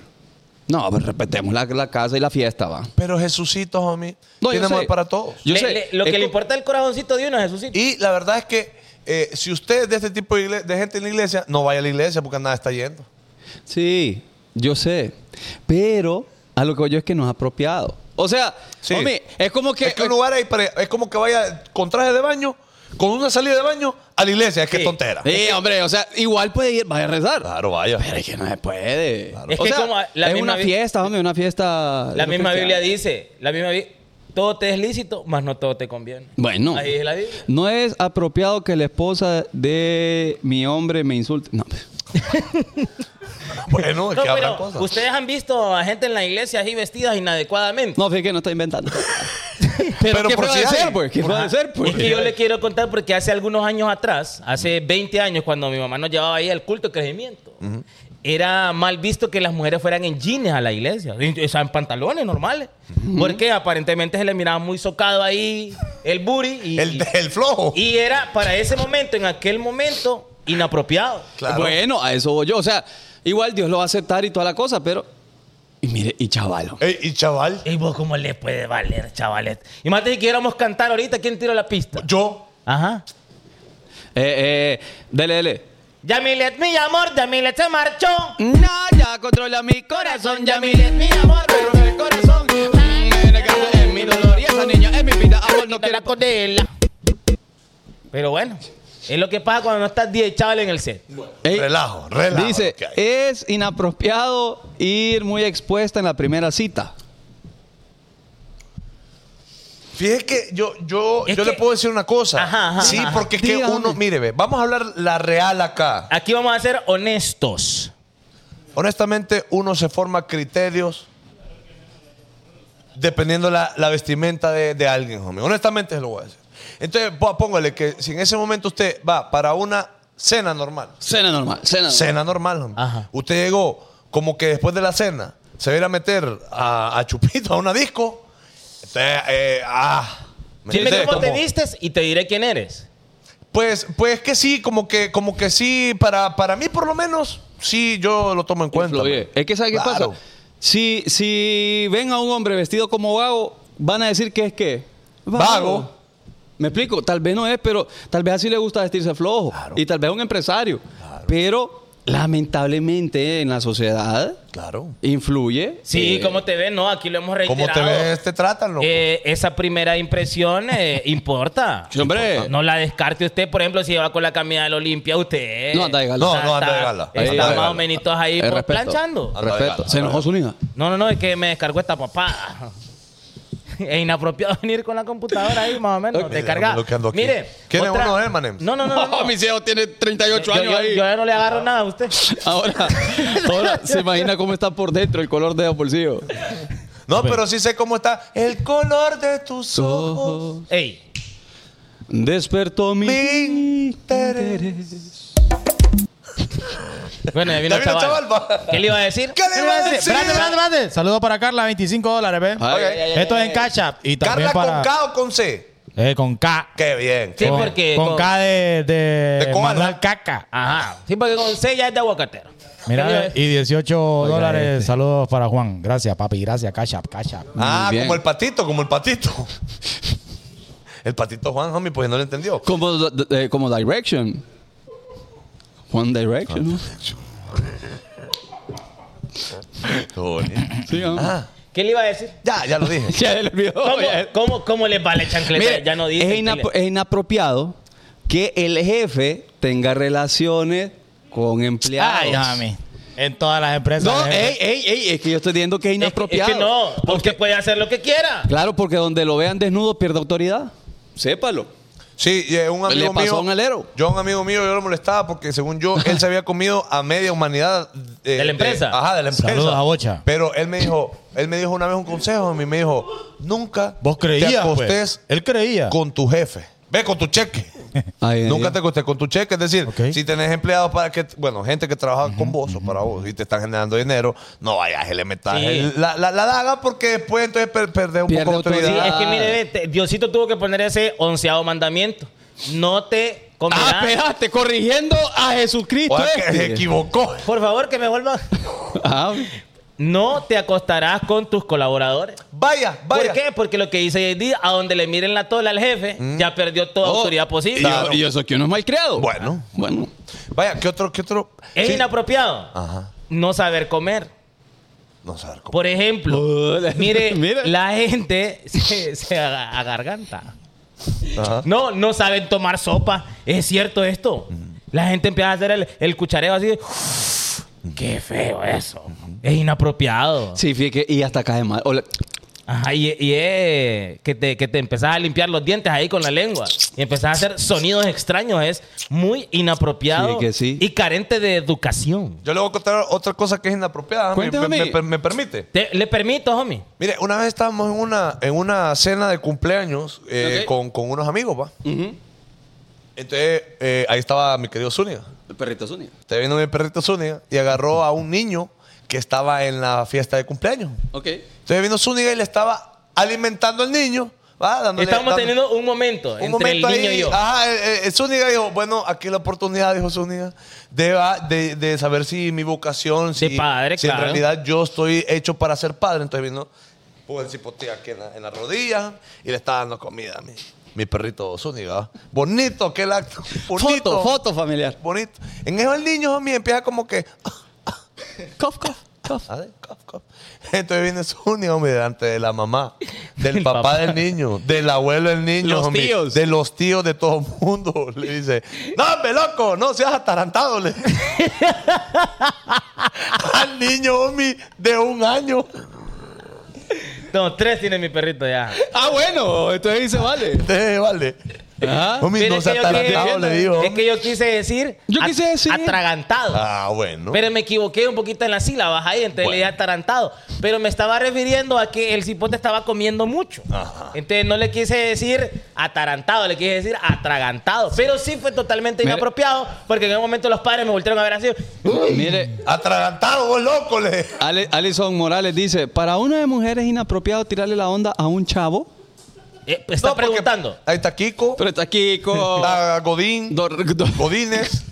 B: No, pues respetemos la, la casa y la fiesta, va.
A: pero Jesucito, homie,
B: No, yo
A: tenemos
B: sé.
A: para todos.
B: Yo
C: Le-
B: sé,
C: le- lo
B: es
C: que le
B: co-
C: importa el corazoncito de uno es Jesucito.
A: Y la verdad es que eh, si usted es de este tipo de, igle- de gente en la iglesia, no vaya a la iglesia porque nada está yendo.
B: Sí, yo sé. Pero a lo que voy yo es que no es apropiado. O sea,
A: Sí.
B: homie, es como que. eh,
A: es que un lugar ahí pare- es como que vaya con traje de baño, con una salida de baño a la iglesia. Es que
C: Sí.
A: es tontera.
B: Sí, hombre, o sea, igual puede ir, vaya a rezar.
A: Claro, vaya.
B: Pero es que no se puede.
C: Es
B: O
C: que
B: sea,
C: como la
B: es
C: misma
B: una
C: Bi-
B: fiesta, hombre, una fiesta.
C: la misma
B: cristiana.
C: Biblia dice, la misma Biblia, todo te es lícito, mas no todo te conviene.
B: Bueno,
C: Ahí es la Biblia.
B: no es apropiado que la esposa de mi hombre me insulte. No,
A: (laughs)
B: pues,
A: Bueno, es
C: No,
A: que habrá
C: pero
A: cosas.
C: ustedes han visto a gente en la iglesia así vestidas inadecuadamente.
B: no fíjate que no está inventando. Pero,
A: Pero
B: ¿qué
A: por
B: puede
A: si hay.
B: hacer, pues? ¿Qué puede hacer, pues?
C: Es que yo le quiero contar porque hace algunos años atrás, hace 20 años, cuando mi mamá nos llevaba ahí al culto de crecimiento, era mal visto que las mujeres fueran en jeans a la iglesia, o sea, en pantalones normales. Porque aparentemente se le miraba muy socado ahí el booty y,
A: El, el flojo.
C: y era para ese momento, en aquel momento, inapropiado.
A: Claro.
B: Bueno, a eso voy yo. O sea, igual Dios lo va a aceptar y toda la cosa, pero. Y mire, y chavalo.
A: Ey, y chaval,
C: Y vos, ¿cómo le puede valer, chavalet? Y más si quisiéramos cantar ahorita, ¿quién tiró la pista?
A: yo.
C: Ajá.
B: Eh, eh, dele, dele.
C: Yamilet, mi amor, Yamilet se marchó.
B: No, ya controla mi corazón, ya mire mi amor, pero el corazón. Es mi dolor y esa niña es mi vida, amor, no quiero.
C: con él. Pero bueno, es lo que pasa cuando no estás 10 chavales en el set.
B: Ey,
A: Relajo, relajo.
B: Dice,
A: lo que hay.
C: eh,
B: es inapropiado ir muy expuesta en la primera cita.
A: Fíjese que yo, yo,
C: Es
A: yo
C: que-
A: le puedo decir una cosa.
C: Ajá, ajá,
A: sí,
C: ajá.
A: porque es que
B: Dígame.
A: uno, mire, ve, vamos a hablar la real acá.
C: Aquí vamos a ser honestos.
A: Honestamente, uno se forma criterios dependiendo la, la vestimenta de, de alguien, homie. Honestamente, se lo voy a decir. Entonces, po- póngale que si en ese momento usted va para una cena normal,
B: Cena normal, cena normal.
A: cena normal, homie.
C: Ajá.
A: usted llegó como que después de la cena se va a ir a meter a, a Chupito a una disco. Entonces, eh, ah. ¿me
C: Dime
A: entiendes?
C: cómo te
A: Como-
C: vistes y te diré quién eres.
A: pues, pues que sí, como que, como que sí, para, para mí por lo menos, sí, yo lo tomo en cuenta.
B: Influye.
A: man.
B: Es que ¿sabe qué
A: Claro.
B: pasa? Si, si ven a un hombre vestido como vago, van a decir que es que
A: Vago.
B: Me explico, tal vez no es, pero tal vez así le gusta vestirse flojo.
A: Claro.
B: Y tal vez es un empresario. Pero lamentablemente en la sociedad
A: Claro.
B: influye.
C: Sí,
B: eh,
C: cómo te ves, no, aquí lo hemos
A: ¿Cómo
C: reiterado.
A: te ves? pues. Te tratan, loco.
C: Eh, esa primera impresión
A: (laughs)
C: eh, importa.
B: Sí, hombre.
C: No la descarte usted, por ejemplo, si va con la camisa del Olimpia, usted.
B: No anda de gala.
A: No,
C: está-
A: no anda de gala.
C: Está,
B: Ahí,
C: está
B: ahí.
C: más o menos ahí
B: Eh,
C: por-
B: respeto.
C: planchando.
A: Ah.
B: Respeto. Se enojó su niña.
C: No, no, no, es que me descargó esta papá. (laughs) Es inapropiado (laughs) venir con la computadora ahí, más o menos.
A: Mira,
C: Descarga.
A: lo que ando aquí.
C: Mire.
A: ¿Quién es
C: otra-
A: uno, eh, Manem?
C: No, no,
A: (laughs)
C: no. no,
B: (laughs)
C: no.
B: Mis hijos tienen 38
C: Yo, yo- yo ya no le agarro nada a usted.
B: Ahora, ahora se imagina cómo está por dentro el color de los bolsillos.
A: no, pero sí sé cómo está. El color de tus ojos.
C: Ey.
B: Despertó mi,
A: Mi interés.
B: interés.
C: Bueno, ya
A: Ya vino
C: vino,
A: el
C: chaval.
A: chaval, pa.
C: ¿Qué le iba a decir?
A: ¿Qué le iba a decir?
D: Eh, Espérate, espérate, espérate. Saludo para Carla, 25 dólares, ¿ves?
A: Ok.
B: eh,
D: Esto es en Cash App y también
A: ¿Carla
D: para...
A: con K o con C?
D: Eh, con K.
A: Qué bien.
C: Sí,
D: con,
C: porque
D: con
C: con-
D: K de, de,
A: De koala.
D: Manuel Caca.
C: Ajá. Sí, porque con C ya es de aguacatero. ¿Qué le iba a
D: Mira,
C: decir?
D: y 18 dólares.
B: este.
D: Saludos para Juan. Gracias, papi. Gracias, Cash App, Cash App.
A: ah,
B: bien.
A: como el patito, como el patito. (laughs) el patito Juan, homie, pues no lo entendió.
B: Como, d- d- eh, como Direction. One Direction. ¿no?
A: Qué bonito.
B: Sí, ¿no?
A: Ah,
C: ¿Qué le iba a decir?
A: Ya, ya lo dije.
B: (laughs) Ya se le olvidó.
C: ¿Cómo,
B: ya.
C: cómo, cómo les vale chancleta?
B: Mire,
C: ya no dice.
B: es, inap- es inapropiado que el jefe tenga relaciones con empleados.
D: Ay, mami. En todas las empresas.
B: No,
D: eh.
B: ey, ey, ey, es que yo estoy diciendo que es
C: Es que- es
B: inapropiado.
C: que no, porque puede hacer lo que quiera.
B: Claro, porque donde lo vean desnudo pierde autoridad. Sépalo.
A: Sí, y, eh, un
B: Le
A: amigo
B: pasó
A: mío.
B: a un alero.
A: Yo, a un amigo mío, yo lo molestaba porque según yo, él se había comido a media humanidad. eh,
C: ¿De la empresa?
A: ajá, de la empresa.
D: Saludos a Bocha.
A: Pero él me dijo, él me dijo una vez un consejo a mí, me dijo, nunca
D: Vos creías,
A: te
D: pues.
A: acostés
D: Él creía.
A: con tu jefe. Ve con tu
B: (laughs)
A: cheque.
B: Ay, ay,
A: Nunca
B: ay.
A: te acostés con tu cheque. Es decir,
D: Ok.
A: si tenés empleados para que, bueno, gente que trabaja con vos o para vos y te están generando dinero, no vayas y le metas
C: Sí.
A: el- la, la- la daga porque después entonces per- perdés un
B: Pierde
A: poco de
B: autoridad.
C: Sí,
A: autoridad.
C: es que mire, ve, te- Diosito tuvo que poner ese onceavo mandamiento. No te comerás.
B: Ah, espérate, corrigiendo a Jesucristo.
A: O sea, que se
B: este.
A: equivocó.
C: Por favor, que me vuelva.
A: (laughs)
B: Ah,
C: No te acostarás con tus colaboradores.
A: Vaya, vaya.
C: ¿Por qué? Porque lo que dice JD, a donde le miren la tola al jefe, ya perdió toda
B: Oh,
C: autoridad
B: y,
C: posible.
B: yo, y eso que uno es malcriado.
A: Bueno.
B: Bueno.
A: Vaya, ¿qué otro? ¿Qué otro?
C: Es
A: Sí.
C: inapropiado
B: Ah.
A: Ajá.
C: no saber comer.
A: No saber cómo.
C: Por ejemplo,
B: Hola. (laughs)
C: mire,
B: Mira.
C: la gente se, se aga- agarganta.
B: Pues, mm.
A: Ajá.
C: No, no saben tomar sopa. Es cierto esto. La gente empieza a hacer el, el cuchareo así. de, Qué feo eso. Es inapropiado.
B: Sí, fíjate, que- y hasta cae mal. Hola.
C: Ajá, y, y es que te, que te empezás a limpiar los dientes ahí con la lengua y empezás a hacer sonidos extraños. Es muy inapropiado
B: Sí, es que sí.
C: y carente de educación.
A: Yo le voy a contar otra cosa que es inapropiada. ¿Me,
B: Cuéntame.
A: me- me- me permite?
C: Te- le permito, homie.
A: Mire, una vez estábamos en una, en una cena de cumpleaños eh,
B: Ok.
A: con, con unos amigos, ¿va? Entonces, eh, ahí estaba mi querido Zúñiga.
B: El perrito Zúñiga.
A: Estaba viendo mi perrito Zúñiga y agarró a un niño que estaba en la fiesta de cumpleaños.
B: Ok.
A: Entonces vino Zúñiga y le estaba alimentando al niño, ¿va? Dándole-
C: Estamos
A: dando-
C: teniendo un momento entre el niño y yo.
A: Ajá, eh, eh, Zúñiga dijo, bueno, aquí la oportunidad, dijo Zúñiga, de, va- de, de saber si mi vocación, si,
C: De padre,
A: si
C: claro.
A: en realidad yo estoy hecho para ser padre. Entonces vino, puso el cipote aquí en la, en la rodilla y le estaba dando comida a mi, mi perrito Zúñiga. ¿va? Bonito, qué acto. Bonito.
B: Foto, foto familiar.
A: Bonito. En eso el niño, homie, empieza como que...
B: Cof, cof, cof.
A: A ver, cof, cof. Entonces viene Zúñiga, homie, delante de la mamá, del
C: El
A: papá,
C: papá.
A: del niño, del abuelo del niño,
B: Los
A: homie,
B: tíos.
A: de los tíos de todo el mundo. (laughs) Le dice, no, hombre, loco, no seas atarantado. Le...
C: (laughs)
A: Al niño, homie, de un año.
C: No, tres tiene mi perrito ya.
B: Ah, bueno, entonces dice vale.
A: Entonces, vale.
B: Ajá.
A: Homie,
C: Pero
A: no
C: es que
A: seas
C: yo
A: atarantado,
C: quise-
A: le digo.
C: Es que yo quise decir.
B: Yo
C: at-
B: quise decir-
C: Atragantado.
A: Ah, bueno.
C: Pero me equivoqué un poquito en las sílabas ahí, entonces le dije atarantado. Pero me estaba refiriendo a que el cipote estaba comiendo mucho. Entonces no le quise decir atarantado, le quise decir atragantado. Pero sí fue totalmente
B: Mira.
C: inapropiado, porque en un momento los padres me voltearon a ver así.
B: Mire,
A: Atragantado, vos loco, le.
B: Ale- Alison Morales dice, para una de mujeres es inapropiado tirarle la onda a un chavo.
C: Eh, está
A: No, porque
C: preguntando.
A: Ahí está Kiko,
B: Pero está Kiko.
A: está Ah, Godín,
B: Dor- Dor-
A: Godínez,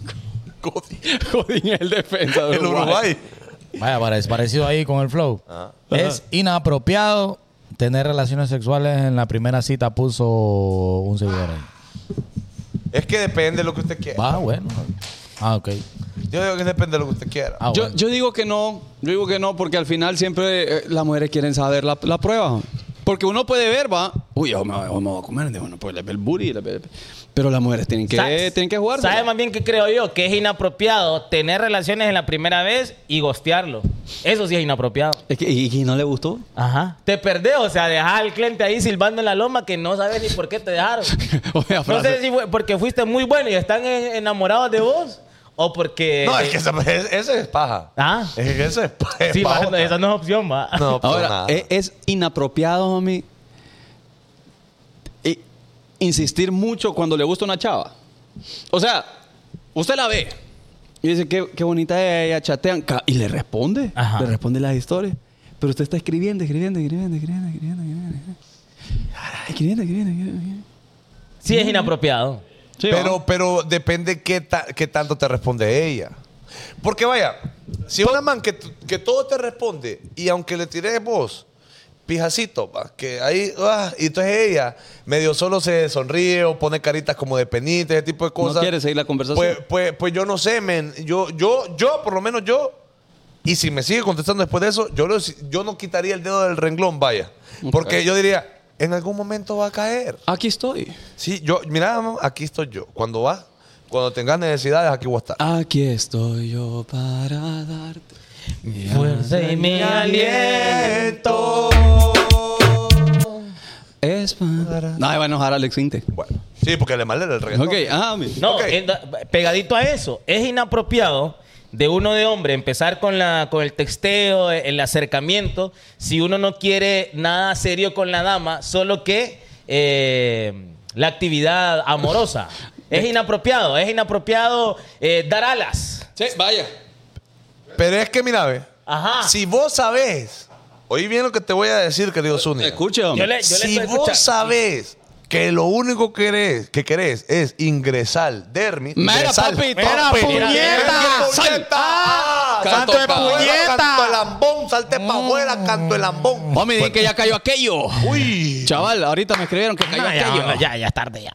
A: Godín,
B: (laughs) Godín es el defensa de
A: el Uruguay.
D: Vaya, pare- parecido ahí con el flow.
A: Ah.
D: Es inapropiado tener relaciones sexuales en la primera cita, puso un seguidor ahí.
A: Es que depende de lo que usted quiera.
D: Va, bueno. Ah, ok.
A: Yo digo que depende de lo que usted quiera.
D: Ah,
B: Yo,
D: bueno.
B: yo digo que no, yo digo que no, porque al final siempre eh, las mujeres quieren saber la, la prueba. Porque uno puede ver, va. Uy, yo me, yo me voy a comer. Bueno, pues le ve el booty. le ve- le ve- Pero las mujeres tienen que,
C: Sa-
B: tienen que jugar.
C: ¿Sabe más bien que creo yo? Que es inapropiado tener relaciones en la primera vez y gostearlo. Eso sí es inapropiado.
B: Es que, y, y no le gustó. (laughs)
C: Ajá. Te perdés, o sea, dejar al cliente ahí silbando en la loma que no sabes ni por qué
B: (laughs)
C: te dejaron.
B: O sea,
C: no
B: frase.
C: sé si fue porque fuiste muy bueno y están en- enamorados de vos o porque...
A: No, es que esa, es- esa es paja.
C: eh, Ah.
A: Es que eso es paja.
C: Sí, va, no,
A: pajota.
C: esa no es opción, va.
B: (laughs)
A: No, pues
B: Ahora, eh,
A: nada.
B: es, es inapropiado, homie, i- insistir mucho cuando le gusta una chava. O sea, usted la ve y dice, qué, qué bonita es, ella, chatean. ca- Y le responde,
C: Ajá.
B: le responde las historias. Pero usted está escribiendo, escribiendo, escribiendo, escribiendo, escribiendo, escribiendo. Escribiendo, escribiendo, escribiendo, escribiendo.
C: Sí es inapropiado.
B: Sí,
A: pero,
B: vamos.
A: pero depende qué, ta- qué tanto te responde ella. Porque vaya, si una man que, t- que todo te responde y aunque le tires vos, pijacito, pa, que ahí, ah, y entonces ella medio solo se sonríe o pone caritas como de penita, ese tipo de cosas.
B: quiere seguir la conversación.
A: Pues, pues, pues yo no sé, men. Yo, yo, yo, por lo menos yo, Y si me sigue contestando después de eso, yo, lo- yo no quitaría el dedo del renglón, vaya. Porque yo diría, en algún momento va a caer.
B: Aquí estoy.
A: Sí, yo, mira, mamá, aquí estoy yo. Cuando va, cuando tengas necesidades, aquí voy a estar.
B: Aquí estoy yo para darte. mi
C: Fuerza y mi aliento.
B: Es para. No, iba a enojar a Alex Inte.
A: Bueno, sí, porque le mal el reggaetón.
B: Ok, ah, mi-
C: No,
A: Ok.
C: en- pegadito a eso, es inapropiado de uno de hombre empezar con, la, con el texteo, el acercamiento, si uno no quiere nada serio con la dama, solo que eh, la actividad amorosa. es
A: Eh.
C: inapropiado, es inapropiado eh, dar alas.
B: Sí, vaya.
A: Pero es que, mira, ve,
C: Ajá.
A: si vos sabés, oí bien lo que te voy a decir, querido Zúñiga.
B: Escuche, hombre.
C: Yo le- yo le
A: si
C: estoy escuchando.
A: vos sabés que lo único que querés, que querés es ingresar, dermi.
B: Mira,
A: ingresar,
B: papi,
A: mira,
B: papi.
A: puñeta,
B: Mira, sal.
A: puñeta, ah,
B: Canto
A: canto
B: de
A: de puñeta, Mm.
E: puñeta.
A: canto el lambón, salte pa' afuera, canto el lambón. Pues,
B: Hombre, dije que ya cayó aquello.
A: Uy,
B: Chaval, ahorita me escribieron que cayó
C: No, Ah, ya,
B: aquello.
C: no, ya, ya es tarde ya.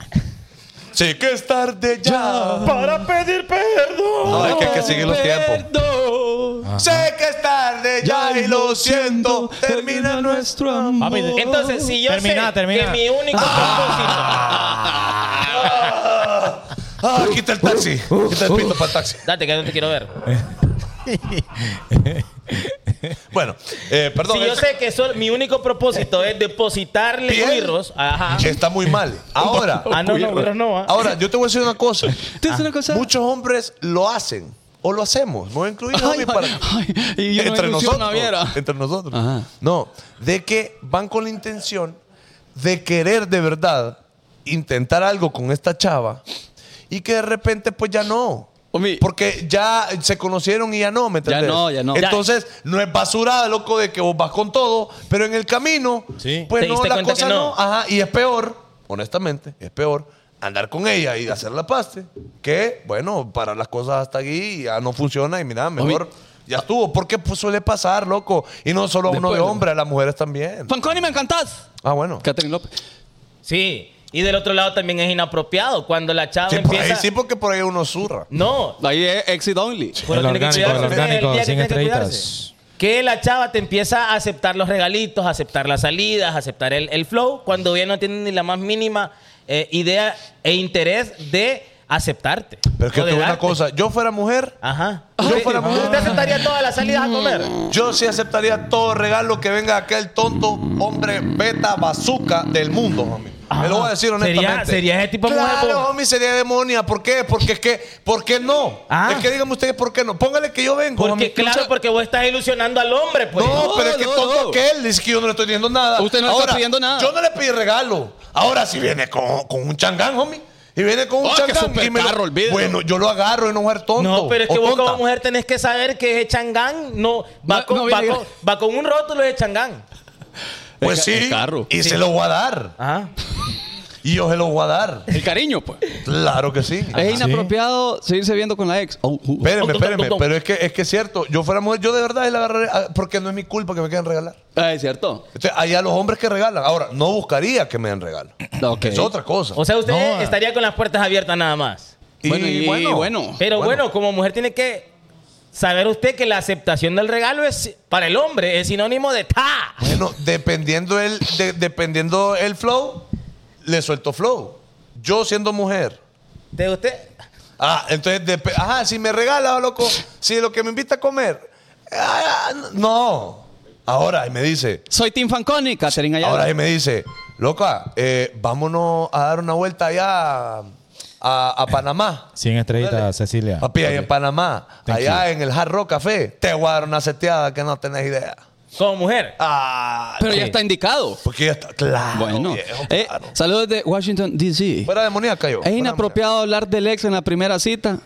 A: sí que es tarde ya.
C: Para pedir perdón.
A: No, es que hay que seguir los tiempos.
B: Perdón.
A: Sé que es tarde ya y lo siento, termina nuestro.
B: amor.
D: Papi,
C: Entonces, si yo
D: Termina,
C: sé
D: termina.
C: que mi único
A: Ah, quita el taxi, quita el pito para el taxi.
C: propósito... Date, que no te quiero ver.
A: Bueno, eh, perdón.
C: Si yo
A: es-
C: sé que sol- mi único propósito es depositarle
A: Piel.
C: birros, ajá.
A: Está muy mal.
C: (laughs)
A: Ahora,
C: Ah, no, no, birros no. ah.
A: ahora, yo te voy a decir una
B: (laughs)
A: cosa.
B: ¿Tú sabes una cosa?
A: Muchos hombres lo hacen o lo hacemos. No incluido
B: Ay,
A: homie, para-
B: ay, y yo no
A: entre,
B: inclusive
A: nosotros,
B: no viera.
A: entre nosotros.
B: Ajá.
A: No, de que van con la intención de querer de verdad intentar algo con esta chava y que de repente pues ya no.
B: Homie.
A: Porque ya se conocieron y ya no, ¿me
B: Ya
A: entendés?
B: no, ya no.
A: Entonces, no es basurada, loco, de que vos vas con todo, pero en el camino,
D: Sí.
A: pues
C: Te
A: no,
C: diste
A: la
C: cuenta
A: cosa
C: que
A: no.
C: no.
A: Ajá, y es peor, honestamente, es peor andar con ella y hacer la paste que, bueno, para las cosas hasta aquí ya no funciona y mira, mejor ya estuvo. Porque pues, suele pasar, loco. Y no solo a uno
B: ah. Después,
A: de
B: ¿no?
A: hombre, a las mujeres también.
B: Fanconi, me encantás.
A: Ah, bueno.
B: Catherine López.
C: Sí. Y del otro lado también es inapropiado cuando la chava
A: Sí, por ahí
C: empieza.
A: sí, porque por ahí uno zurra.
C: No.
B: Ahí es exit only.
C: uno
D: El
C: tiene que
D: orgánico, el
C: cuidarse,
D: orgánico,
C: día
D: sin
C: que tiene que
D: estrellitas.
C: cuidarse. Que la chava te empieza a aceptar los regalitos, a aceptar las salidas, a aceptar el, el flow, cuando ella no tiene ni la más mínima eh, idea e interés de aceptarte.
A: Pero es que
C: o
A: te
C: de
A: digo una
C: darte.
A: cosa. Yo fuera mujer,
C: Ajá.
A: Yo
C: ¿Usted-
A: fuera Mm. mujer.
C: ¿Usted aceptaría todas las salidas a comer?
A: yo sí aceptaría todo regalo que venga aquel tonto hombre beta bazooka del mundo, homie. Me lo voy a decir
C: Ah, Sería-
A: honestamente.
C: sería ese tipo de mujer, pues.
A: Claro,
C: po.
A: homie, sería demonia. ¿Por qué? Porque es que, ¿por qué no?
C: Ah.
A: Es que díganme ustedes por qué no. Póngale que yo vengo, homie.
C: Porque, claro, porque vos estás ilusionando al hombre, pues.
A: no, pero es que
B: no,
A: tonto
B: no.
A: aquel dice que yo no le estoy diciendo nada.
B: Usted no le está pidiendo nada.
A: Yo no le pedí regalo. Ahora, si viene con, con un changán, homie. Y viene con un
B: Oh, que
A: changán. y me lo-
B: supercarro, olvídelo.
A: bueno, yo lo agarro y no mujer tonto.
C: No, pero es que
A: o
C: vos
A: tonta.
C: como mujer tenés que saber que ese changán no va,
B: No,
C: con,
B: no
C: va,
B: viene-
C: con, va con un rótulo de changán.
A: Pues
B: El ca-
A: sí.
B: el carro.
A: Y se lo voy a dar.
C: Ajá.
A: Y yo se lo voy a dar.
B: El cariño, pues.
A: Claro que sí.
B: Es inapropiado seguirse viendo con la ex. Oh, uh, uh.
A: Espérenme,
C: Oh, tum, tum,
A: espérenme.
C: tum, tum.
A: Pero es que es que es cierto. Yo fuera mujer, yo de verdad la agarraré ah, porque no es mi culpa que me quieran regalar.
B: Ah, es cierto.
A: Entonces, hay a los hombres que regalan. Ahora, no buscaría que me den regalo.
B: Ok.
A: Es otra cosa.
C: O sea, usted
D: No, eh.
C: estaría con las puertas abiertas nada más.
B: Bueno, y bueno.
C: Pero
A: Bueno.
C: bueno. como mujer tiene que saber usted que la aceptación del regalo es para el hombre, es sinónimo de ta.
A: Bueno, dependiendo el, de- dependiendo el flow, le suelto flow. Yo siendo mujer.
C: De usted.
A: Ah, entonces, depe- ajá, si me regala, loco, si lo que me invita a comer. ah, no. Ahora, y me dice,
B: Soy Tim Fanconi, Catherine Ayala.
A: Ahora ahí me dice, loca, eh, vámonos a dar una vuelta allá a, a Panamá.
D: 100 estrellitas,
A: Dale.
D: Cecilia.
A: Papi, ahí en Panamá,
D: Thank
A: allá en el Hard Rock Café, te voy a dar una seteada que no tenés idea.
C: Como mujer.
A: Ah,
B: Pero ya está indicado.
A: porque ya está, claro.
B: Bueno.
A: viejo,
B: Eh,
A: claro.
B: saludos de Washington, D.C.
A: Fuera demoníaca yo.
B: Es
A: fuera Ah.
B: inapropiado hablar del ex en la primera cita.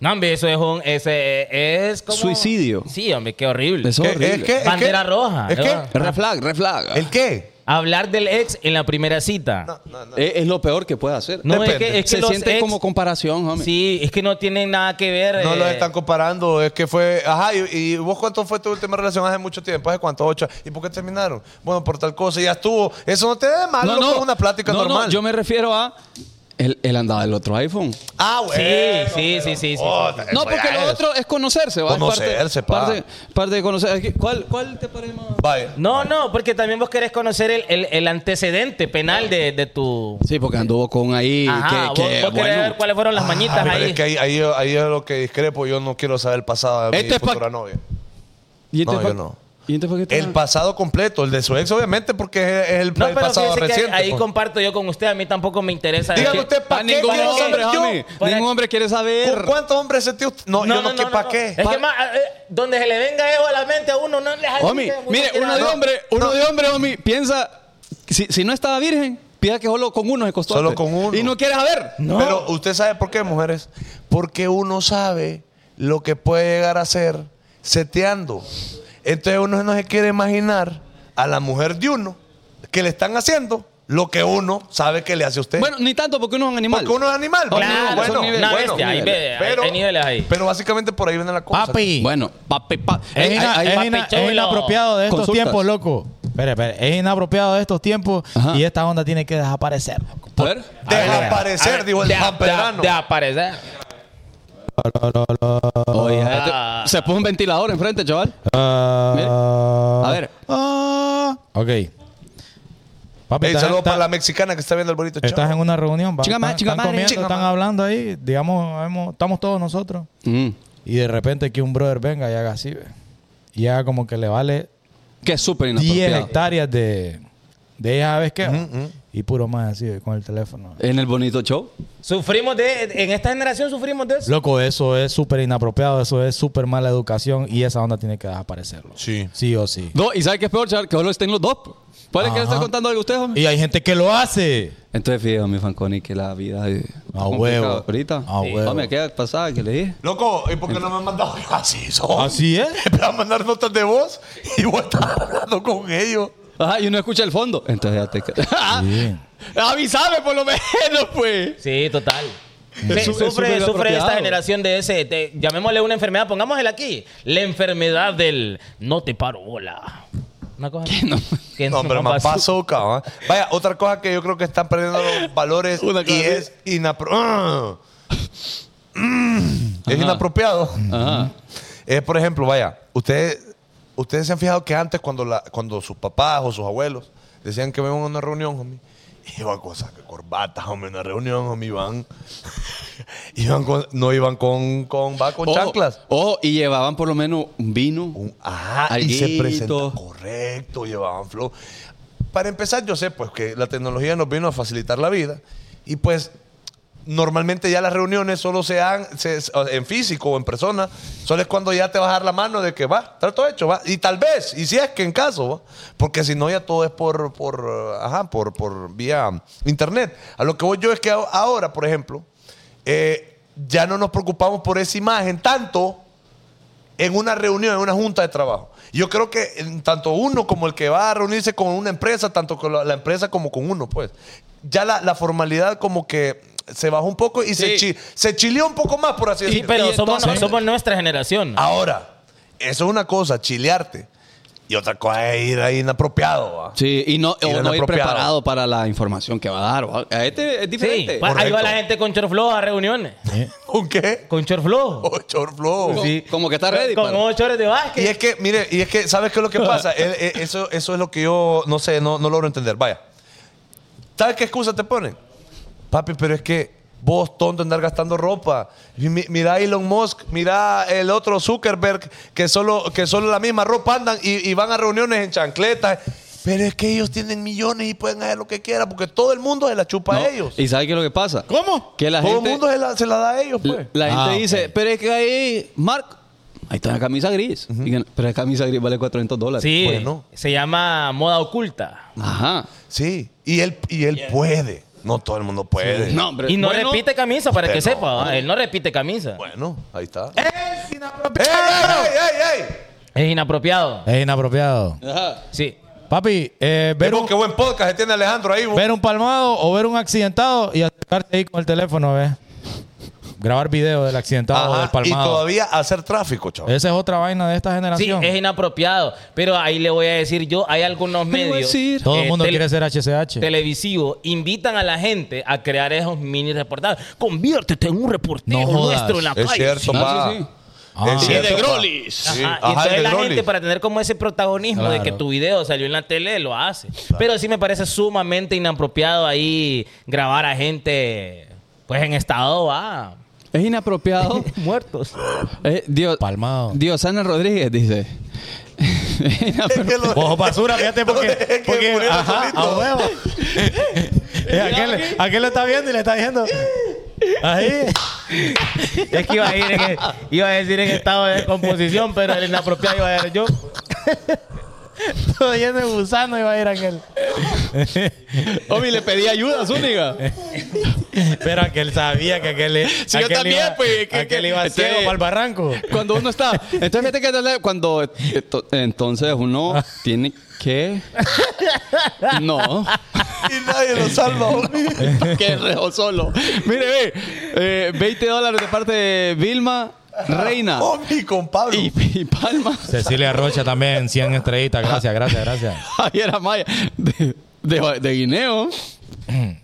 C: No, hombre, eso es un. Ese es como.
B: Suicidio.
C: Sí, hombre, qué horrible.
B: Es
A: ¿Qué-
B: horrible.
A: es que- es
C: Bandera
A: que-
C: roja.
A: ¿Es
C: ¿no?
A: que?
B: Red flag, red flag.
A: ¿El qué?
C: Hablar del ex en la primera cita.
A: No, no, no.
B: Eh, Es, es lo peor que puede hacer.
C: No, es
A: Depende.
C: que, es que
B: Se
C: los
B: siente
C: ex-
B: como comparación, hombre.
C: Sí, es que no tienen nada que ver.
A: No
C: eh,
A: los están comparando, es que fue. Ajá, y, y vos cuánto fue tu última relación hace mucho tiempo? ¿Hace cuánto? ¿Ocho? ¿Y por qué terminaron? Bueno, por tal cosa, y ya estuvo. Eso no te da de malo, loco, Ah, es una plática
B: No, no,
A: normal.
B: yo me refiero a Él, él andaba del otro iPhone.
A: Ah,
C: Sí,
A: bueno.
C: sí, sí, sí, sí.
A: Joder,
B: No,
A: eso ya
B: porque lo
A: es.
B: otro es conocerse, ¿va? Es parte-
A: Conocerse, pa.
B: Parte, parte de conocer. ¿Cuál, cuál te parece más?
A: Vaya.
C: No, no, porque también vos querés conocer el, el- el antecedente penal de, de tu...
B: Sí, porque anduvo con ahí.
C: Ajá,
B: que,
C: vos,
B: que,
C: vos querés
B: bueno.
C: ver cuáles fueron las
A: Ah,
C: mañitas
A: pero
C: ahí.
A: es que ahí, ahí, ahí es lo que discrepo. Yo no quiero saber el pasado de mi
B: Esto es pa-
A: futura novia.
B: ¿Y
A: No,
B: pa-
A: yo no.
B: ¿Y entonces por qué te-
A: El pasado completo, el de su ex, obviamente, porque es es el,
C: No,
A: el
C: pero
A: pasado
C: fíjese que
A: reciente.
C: ahí
A: pues.
C: comparto yo con usted. A mí tampoco me interesa...
A: Dígame
C: decir-
A: usted, ¿para
B: Ah,
A: qué
B: ningún
A: quiero
C: qué?
A: saber
B: hombre,
A: yo?
B: hombre,
C: ¿Para
B: Ningún
C: qué?
B: hombre quiere
A: ¿Con
B: saber.
A: cuántos hombres sentí usted? No, yo no, que para qué.
C: Es que más, eh, donde se le venga eso a la mente a uno, no le hace-
B: Homie,
C: uno
B: mire,
C: quiere
B: uno de
C: hablar.
B: hombre, uno de hombre, homie, piensa, si, si no estaba virgen, piensa que solo con uno se costó.
A: Solo
B: antes.
A: con uno.
B: Y no quieres saber.
A: Pero usted sabe por qué, mujeres. Porque uno sabe lo que puede llegar a ser seteando. Entonces uno no se quiere imaginar a la mujer de uno que le están haciendo lo que uno sabe que le hace a usted.
B: Bueno, ni tanto porque uno es un animal.
A: Porque uno es animal.
C: Claro,
A: bueno,
C: son niveles. No,
A: bueno,
C: bestia, hay ve- hay-
A: pero,
C: hay niveles ahí.
A: pero básicamente por ahí viene la cosa.
D: Papi.
B: Bueno, papi, pa- eh,
D: Es,
B: Ey,
D: ina-
B: ay, ay,
D: es
B: papi,
D: ina-
C: chulo.
D: es inapropiado de estos
B: Consultas.
D: tiempos, loco. Espere, espere. Es inapropiado de estos tiempos
B: Ajá.
D: y esta onda tiene que desaparecer. loco.
B: a ver.
A: Desaparecer, dijo el
C: de-
A: pamperano.
C: de- de aparecer.
B: Oye, este- se puso un ventilador enfrente, chaval.
D: Ah,
B: A ver.
D: ah. ok. Papi,
A: Ey,
D: estás,
A: saludo
D: estás-
A: para la mexicana que está viendo el bonito show.
D: estás en una reunión. va.
B: Chica
D: están,
B: madre, chica
D: están
B: madre,
D: comiendo,
B: chica
D: están
B: madre.
D: hablando ahí. Digamos, hemos- estamos todos nosotros.
B: Mm.
D: Y de repente que un brother venga y haga así. ve. Y haga como que le vale
B: Que es súper
D: 10
B: inapropiado.
D: hectáreas de, de ella, ¿sabes qué? Y puro más así, ve, con el teléfono.
B: En el bonito show.
C: Sufrimos de... En esta generación sufrimos de eso.
D: Loco, eso es súper inapropiado, eso es súper mala educación y esa onda tiene que desaparecerlo.
A: Sí.
D: Sí o sí.
B: No, y ¿sabes qué es peor, chaval? Que solo estén los dos. ¿Puede que
D: Ajá.
B: estar contando algo ustedes, homie?
D: Y hay gente que lo hace.
B: Entonces, fíjate, mi Fanconi, que la vida es
D: A
B: complicada
D: huevo.
B: ahorita.
D: A
B: Sí.
D: huevo.
B: Homie, ¿qué pasada que le dije?
A: Loco, ¿y por qué no me han mandado (laughs) así? Son.
D: Así es.
A: Me van a mandar notas de voz y voy a estar hablando con ellos.
B: Ajá, y uno escucha el fondo. Entonces ya te. (laughs)
D: Sí.
B: Avísame por lo menos, pues.
C: Sí, total.
B: Es
C: Sí,
B: su- es
C: sufre,
B: súper
C: sufre esta
B: apropiado.
C: generación de ese, de- llamémosle una enfermedad, pongámosle aquí, la enfermedad del no te paro bola. Una cosa
B: (laughs)
C: que
B: no-
C: que
A: No, pero
C: no
A: me
C: pasó.
A: pasó, cabrón. Vaya, otra cosa que yo creo que están perdiendo los valores
B: Una
A: y
B: cosa
A: es, inapro- ¡Ah! Mm.
B: Ajá.
A: es inapropiado.
B: Ajá.
A: Es, por ejemplo, vaya, ustedes, ustedes se han fijado que antes cuando, la, cuando sus papás o sus abuelos decían que vemos una reunión, homie, (laughs) iban con saca corbatas, homie, una reunión, homie, iban, (laughs) iban con- no iban con, con, va con
B: Ojo,
A: chanclas.
B: Ojo, y llevaban por lo menos un vino.
A: Un- ajá, y se
B: Alguito.
A: presentó. Correcto, llevaban flow. Para empezar, yo sé pues que la tecnología nos vino a facilitar la vida y pues normalmente ya las reuniones solo se dan se- en físico o en persona, solo es cuando ya te vas a dar la mano de que va, trato hecho, va. Y tal vez, y si es que en caso, va, porque si no ya todo es por, por, eh, ajá, por, por vía internet. A lo que voy yo es que a- ahora, por ejemplo, eh, ya no nos preocupamos por esa imagen tanto en una reunión, en una junta de trabajo. Yo creo que en tanto uno como el que va a reunirse con una empresa, tanto con la, la empresa como con uno, pues, ya la, la formalidad como que se bajó un poco y se,
B: Sí.
A: chi- se chileó un poco más, por así
C: Sí,
A: decirlo.
C: pero somos,
B: entonces-
C: somos nuestra generación.
A: Ah, Ahora, eso es una cosa, chilearte. Y otra cosa es ir ahí inapropiado. ¿va?
B: Sí, y no,
A: Y
B: o
A: era
B: no ir
A: inapropiado.
B: preparado para la información que va a dar. ¿va? A este es
C: sí,
B: diferente.
C: pa- ahí
A: Correcto.
C: va la gente con short flojo a reuniones.
A: ¿Con qué?
C: Con short flojo.
A: Oh, short flow.
B: Como- Como que está ready.
C: Con
B: para-
C: ocho shorts de básquet.
A: Y es que, mire, y es que, ¿sabes qué es lo que
B: (laughs)
A: pasa? El- e- eso, eso es lo que yo no sé, no, no logro entender. Vaya. ¿Sabes qué excusa te ponen? Papi, pero es que vos, tonto, andar gastando ropa. Mi- mi- Mira Elon Musk, mira el otro Zuckerberg, que solo, que solo la misma ropa andan y, y van a reuniones en chancletas. Pero es que ellos tienen millones y pueden hacer lo que quieran, porque todo el mundo se la chupa
B: No,
A: a ellos.
B: ¿Y sabes qué es lo que pasa?
D: ¿Cómo?
B: Que la
A: todo
B: gente,
A: el mundo se la, se la da a ellos, pues.
B: la, la gente
D: Ah, ok.
B: dice, pero es que ahí, Mark, ahí está la camisa gris. Y que- pero la camisa gris vale 400 dólares.
C: sí,
A: Bueno.
C: se llama moda oculta.
B: Ajá.
A: Sí, y él, y él puede. No todo el mundo puede.
B: No, hombre.
C: Y no
B: Bueno,
C: repite camisa, para
A: usted
C: que
A: no,
C: sepa. ¿va? Él no repite camisa.
A: Bueno, ahí está. ¡Ey, ey, ey, ey!
C: Es inapropiado.
D: Es inapropiado.
B: Ajá.
C: Sí.
D: Papi, eh, ver,
A: Vemos
D: un,
A: qué buen podcast que tiene Alejandro ahí. vos.
D: ver un palmado o ver un accidentado y acercarte ahí con el teléfono, ¿ves? grabar video del accidentado o del
A: Ajá, y
D: palmado.
A: todavía hacer tráfico, chaval.
D: Esa es otra vaina de esta
C: Sí,
D: generación.
C: es inapropiado. Pero ahí le voy a decir yo, hay algunos
B: voy a
C: medios
B: decir.
D: Todo el
C: eh,
D: mundo
C: tele-
D: quiere ser HCH.
C: televisivos invitan a la gente a crear esos mini reportajes. Conviértete en un reportero
D: No jodas.
C: nuestro en la
A: Es
C: calle.
A: cierto,
B: sí.
A: pa.
B: Ah, sí, sí.
D: Ah.
A: Es
D: Y
A: cierto,
F: de
A: pa.
F: Grolis.
A: Sí,
C: Ajá,
A: ajá,
C: y entonces
A: de
C: la
A: Grolis. (laughs)
C: gente para tener como ese protagonismo de que
D: Claro.
C: tu video salió en la tele lo hace. Pero sí me parece sumamente inapropiado ahí grabar a gente pues en estado ah. va
B: Es inapropiado.
C: (laughs) muertos.
B: Eh, Dios,
D: Palmado.
B: Diosana Rodríguez dice. Es
A: Es
B: inapropiado.
A: que lo-
D: Ojo basura, fíjate
A: No,
D: (laughs)
A: es
D: porque,
A: que
D: porque
A: murieron
D: ajá,
A: solitos.
D: a (laughs) huevo. Eh, aquel, aquel lo está viendo y le está diciendo. Ahí. (laughs)
C: Es que iba a, ir en- e-, iba a decir en estado de descomposición, pero el inapropiado iba a decir yo.
D: Todo lleno de gusano iba a ir aquel.
B: Omi, le pedí ayuda a Zúñiga.
D: Pero aquel sabía que aquel,
B: Sí, yo
D: aquel
B: también,
D: iba,
B: pues, que-
D: aquel
B: que-
D: iba
B: este-
D: ciego para el barranco.
B: Cuando uno está. Entonces, fíjate que entonces, cuando. ento- Entonces uno tiene que. No.
A: (laughs) Y nadie lo salva, homie.
B: (laughs) que reo solo. Mire, ve. eh, 20 dólares de parte de Vilma, Reina
A: (laughs) Homie, con Pablo.
B: y, y Palma, (laughs)
D: Cecilia Rocha también, 100 estrellitas. (laughs) Gracias, gracias, gracias.
B: Javier Amaya. De, de, de Guineo.
A: Ay,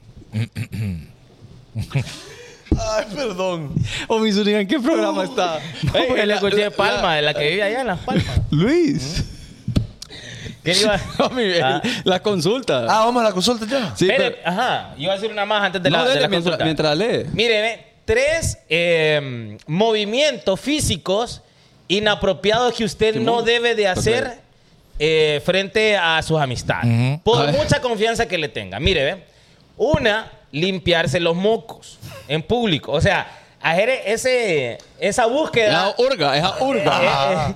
A: perdón. Oh.
B: Omi Oh, Zúñiga, ¿en qué programa
C: (laughs)
B: está? Ey,
C: Porque le
B: la-
C: escuché
B: la-
C: de Palma, de la que vive allá en Las
B: (laughs)
C: Palmas.
B: Luis. (laughs)
C: ¿Qué le iba a-
B: Omi, el-
C: Ah.
B: la consulta.
A: Ah, vamos a la consulta ya.
B: Sí,
C: Espere,
B: pero-
C: ajá, iba a decir una más antes de
B: No,
C: la, de
B: dele
C: la
B: mientras,
C: consulta.
B: mientras lee.
C: Mire, ve, tres eh, movimientos físicos inapropiados que usted no debe de hacer
B: Ok.
C: eh, frente a sus amistades.
D: Ujú.
C: Por
B: A ver.
C: mucha confianza que le tenga. Mire, ve. Una, limpiarse los mocos en público. O sea, hacer ese, esa búsqueda.
B: La urga, es la
C: eh, eh,
B: urga.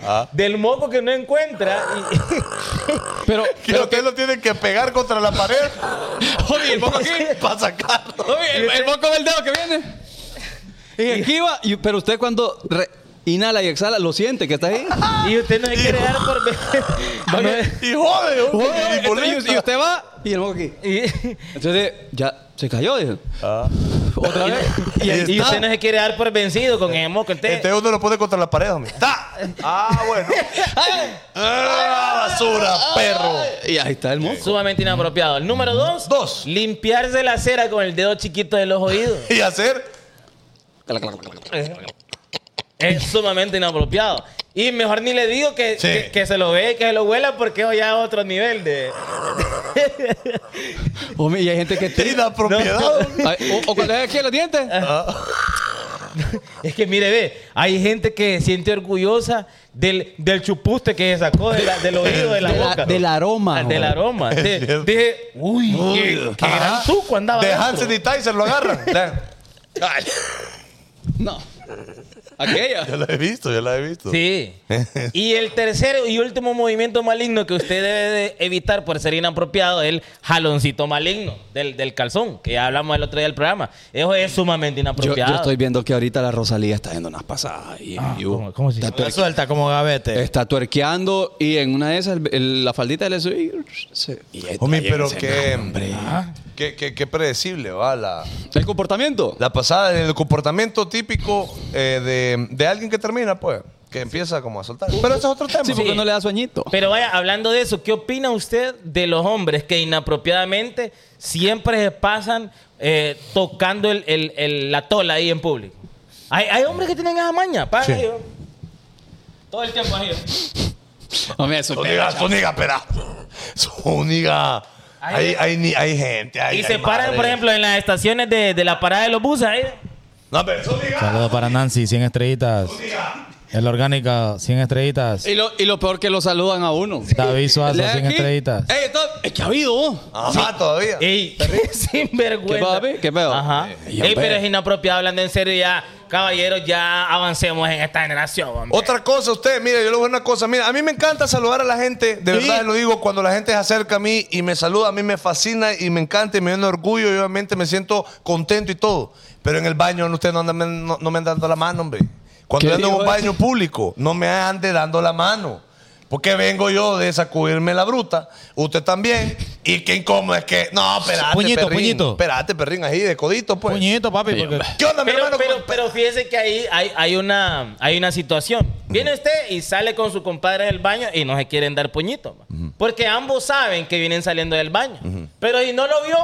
A: ah.
C: Del moco que no encuentra.
B: (laughs)
C: y-
A: (laughs)
B: Pero,
A: Que usted lo tiene que pegar contra la pared.
C: (laughs)
B: Omi, el moco aquí.
A: (laughs) Para sacarlo.
B: Omi, el, el moco del dedo que viene. Y esquiva. y- pero usted cuando re- inhala y exhala, lo siente que está (laughs) ahí.
C: y, usted no se quiere dar por.
B: (laughs)
C: no-
A: Y jode, homie,
B: Oye,
A: y
B: entonces,
A: boleta.
B: y, y usted va y el moco aquí.
C: (laughs) y-
B: Entonces ya se cayó. dije.
A: Ah.
B: Otra vez. Y ahí
C: Y
B: está.
C: usted no se quiere dar por vencido con el moco. Entonces,
A: Este uno lo pone contra la pared, homie. ¡Ta! Ah,
C: (laughs)
A: bueno. Ah, basura, perro.
B: Y ahí está el moco.
C: sumamente inapropiado. Número dos.
A: Dos.
C: Limpiarse la cera con el dedo chiquito de los oídos.
A: Y hacer.
C: es sumamente inapropiado. Y mejor ni le digo que,
A: Eh. Sí.
C: que, que se lo ve, que se lo huela, porque eso ya es otro nivel de...
B: Hombre, y hay gente (laughs) que
A: Te
B: tira.
A: da propiedad. homie.
B: Ay, O, o cuando es aquí los dientes.
C: Es que mire, ve, hay gente que se siente orgullosa del, del chupuste que se sacó de la- del oído de la
B: De la-
C: boca.
B: del aroma,
C: Ah, Del
B: hombre.
C: aroma. De-
A: cierto.
C: dije, uy, qué, qué gran
A: Ajá.
C: tuco andaba
A: De
C: dentro.
A: Hansen y Tyson lo
C: (laughs)
A: agarran. Ya. Ay,
B: No. Aquella.
A: yo la he visto, yo la he visto.
C: Sí. y el tercero y último movimiento maligno que usted debe de evitar por ser inapropiado es el jaloncito maligno del, del calzón, que ya hablamos el otro día del programa. Eso es sumamente
B: Yo,
C: inapropiado.
B: yo estoy viendo que ahorita la Rosalía está yendo unas pasadas. ahí en vivo.
C: Ah, ¿cómo- cómo se
B: está,
C: llama?
B: tuer-
D: La suelta como gavete.
B: está tuerqueando y en una de esas el- el- la faldita le sube. se- y ahí está,
A: Homie,
B: llega
A: pero
B: ese
A: qué-
B: nombre.
C: Ah.
A: Qué, qué- qué predecible, va, la,
B: El comportamiento.
A: la pasada, el comportamiento típico eh, de, de alguien que termina, pues, que empieza como a soltar. Pero ese es otro tema.
B: sí, porque
C: Sí.
B: no le da sueñito.
C: Pero vaya, hablando de eso, ¿qué opina usted de los hombres que inapropiadamente siempre se pasan eh, tocando el, el- el- la tola ahí en público? Hay, hay hombres que tienen esa maña. pa, ahí, oh. Todo el tiempo ahí. oh.
B: Hombre, eso
A: Zúñiga,
B: pega,
A: Zúñiga, espera. Zúñiga. Hay, hay, ni- hay gente. Hay,
C: Y se
A: hay
C: paran,
A: madre.
C: por ejemplo, en las estaciones de, de la parada de los buses. ahí.
A: No, pero Zúñiga.
D: Saludos para Nancy, 100 estrellitas. El orgánica, 100 estrellitas.
B: Y lo, y lo peor que lo saludan a uno.
D: David
B: Le
D: Suazo,
B: da
D: 100
B: aquí.
D: estrellitas.
B: Ey, esto- es que ha habido.
A: Ajá, todavía.
C: Ey, sin vergüenza.
B: ¿Qué papi? ¿Qué pedo?
C: Ajá.
B: Ey,
C: Ey, pero
B: hombre.
C: es inapropiado hablando en serio ya. Caballeros, ya avancemos en esta generación. hombre.
A: Otra cosa, usted, mire, yo le voy a decir una cosa. Mira, a mí me encanta saludar a la gente. De verdad lo digo, cuando la gente se acerca a mí y me saluda, a mí me fascina y me encanta y me llena de orgullo y obviamente me siento contento y todo. Pero en el baño usted no, anda- no- no me anda dando la mano, hombre. Cuando
B: ¿Qué
A: yo ando en un
B: dijo
A: baño público, no me ande dando la mano. Porque vengo yo de sacudirme la bruta, usted también. Y qué incómodo es que. No, espérate,
F: Puñito,
A: perrín.
F: puñito.
A: Espérate, perrín, ahí de codito, pues.
F: Puñito, papi.
B: Sí,
F: porque-
A: ¿Qué onda, mi
C: Pero,
A: hermano?
C: pero, pero fíjese que ahí hay, hay, una, hay una situación. Viene usted y sale con su compadre del baño y no se quieren dar puñito. ma. Porque ambos saben que vienen saliendo del baño. Pero si no lo vio,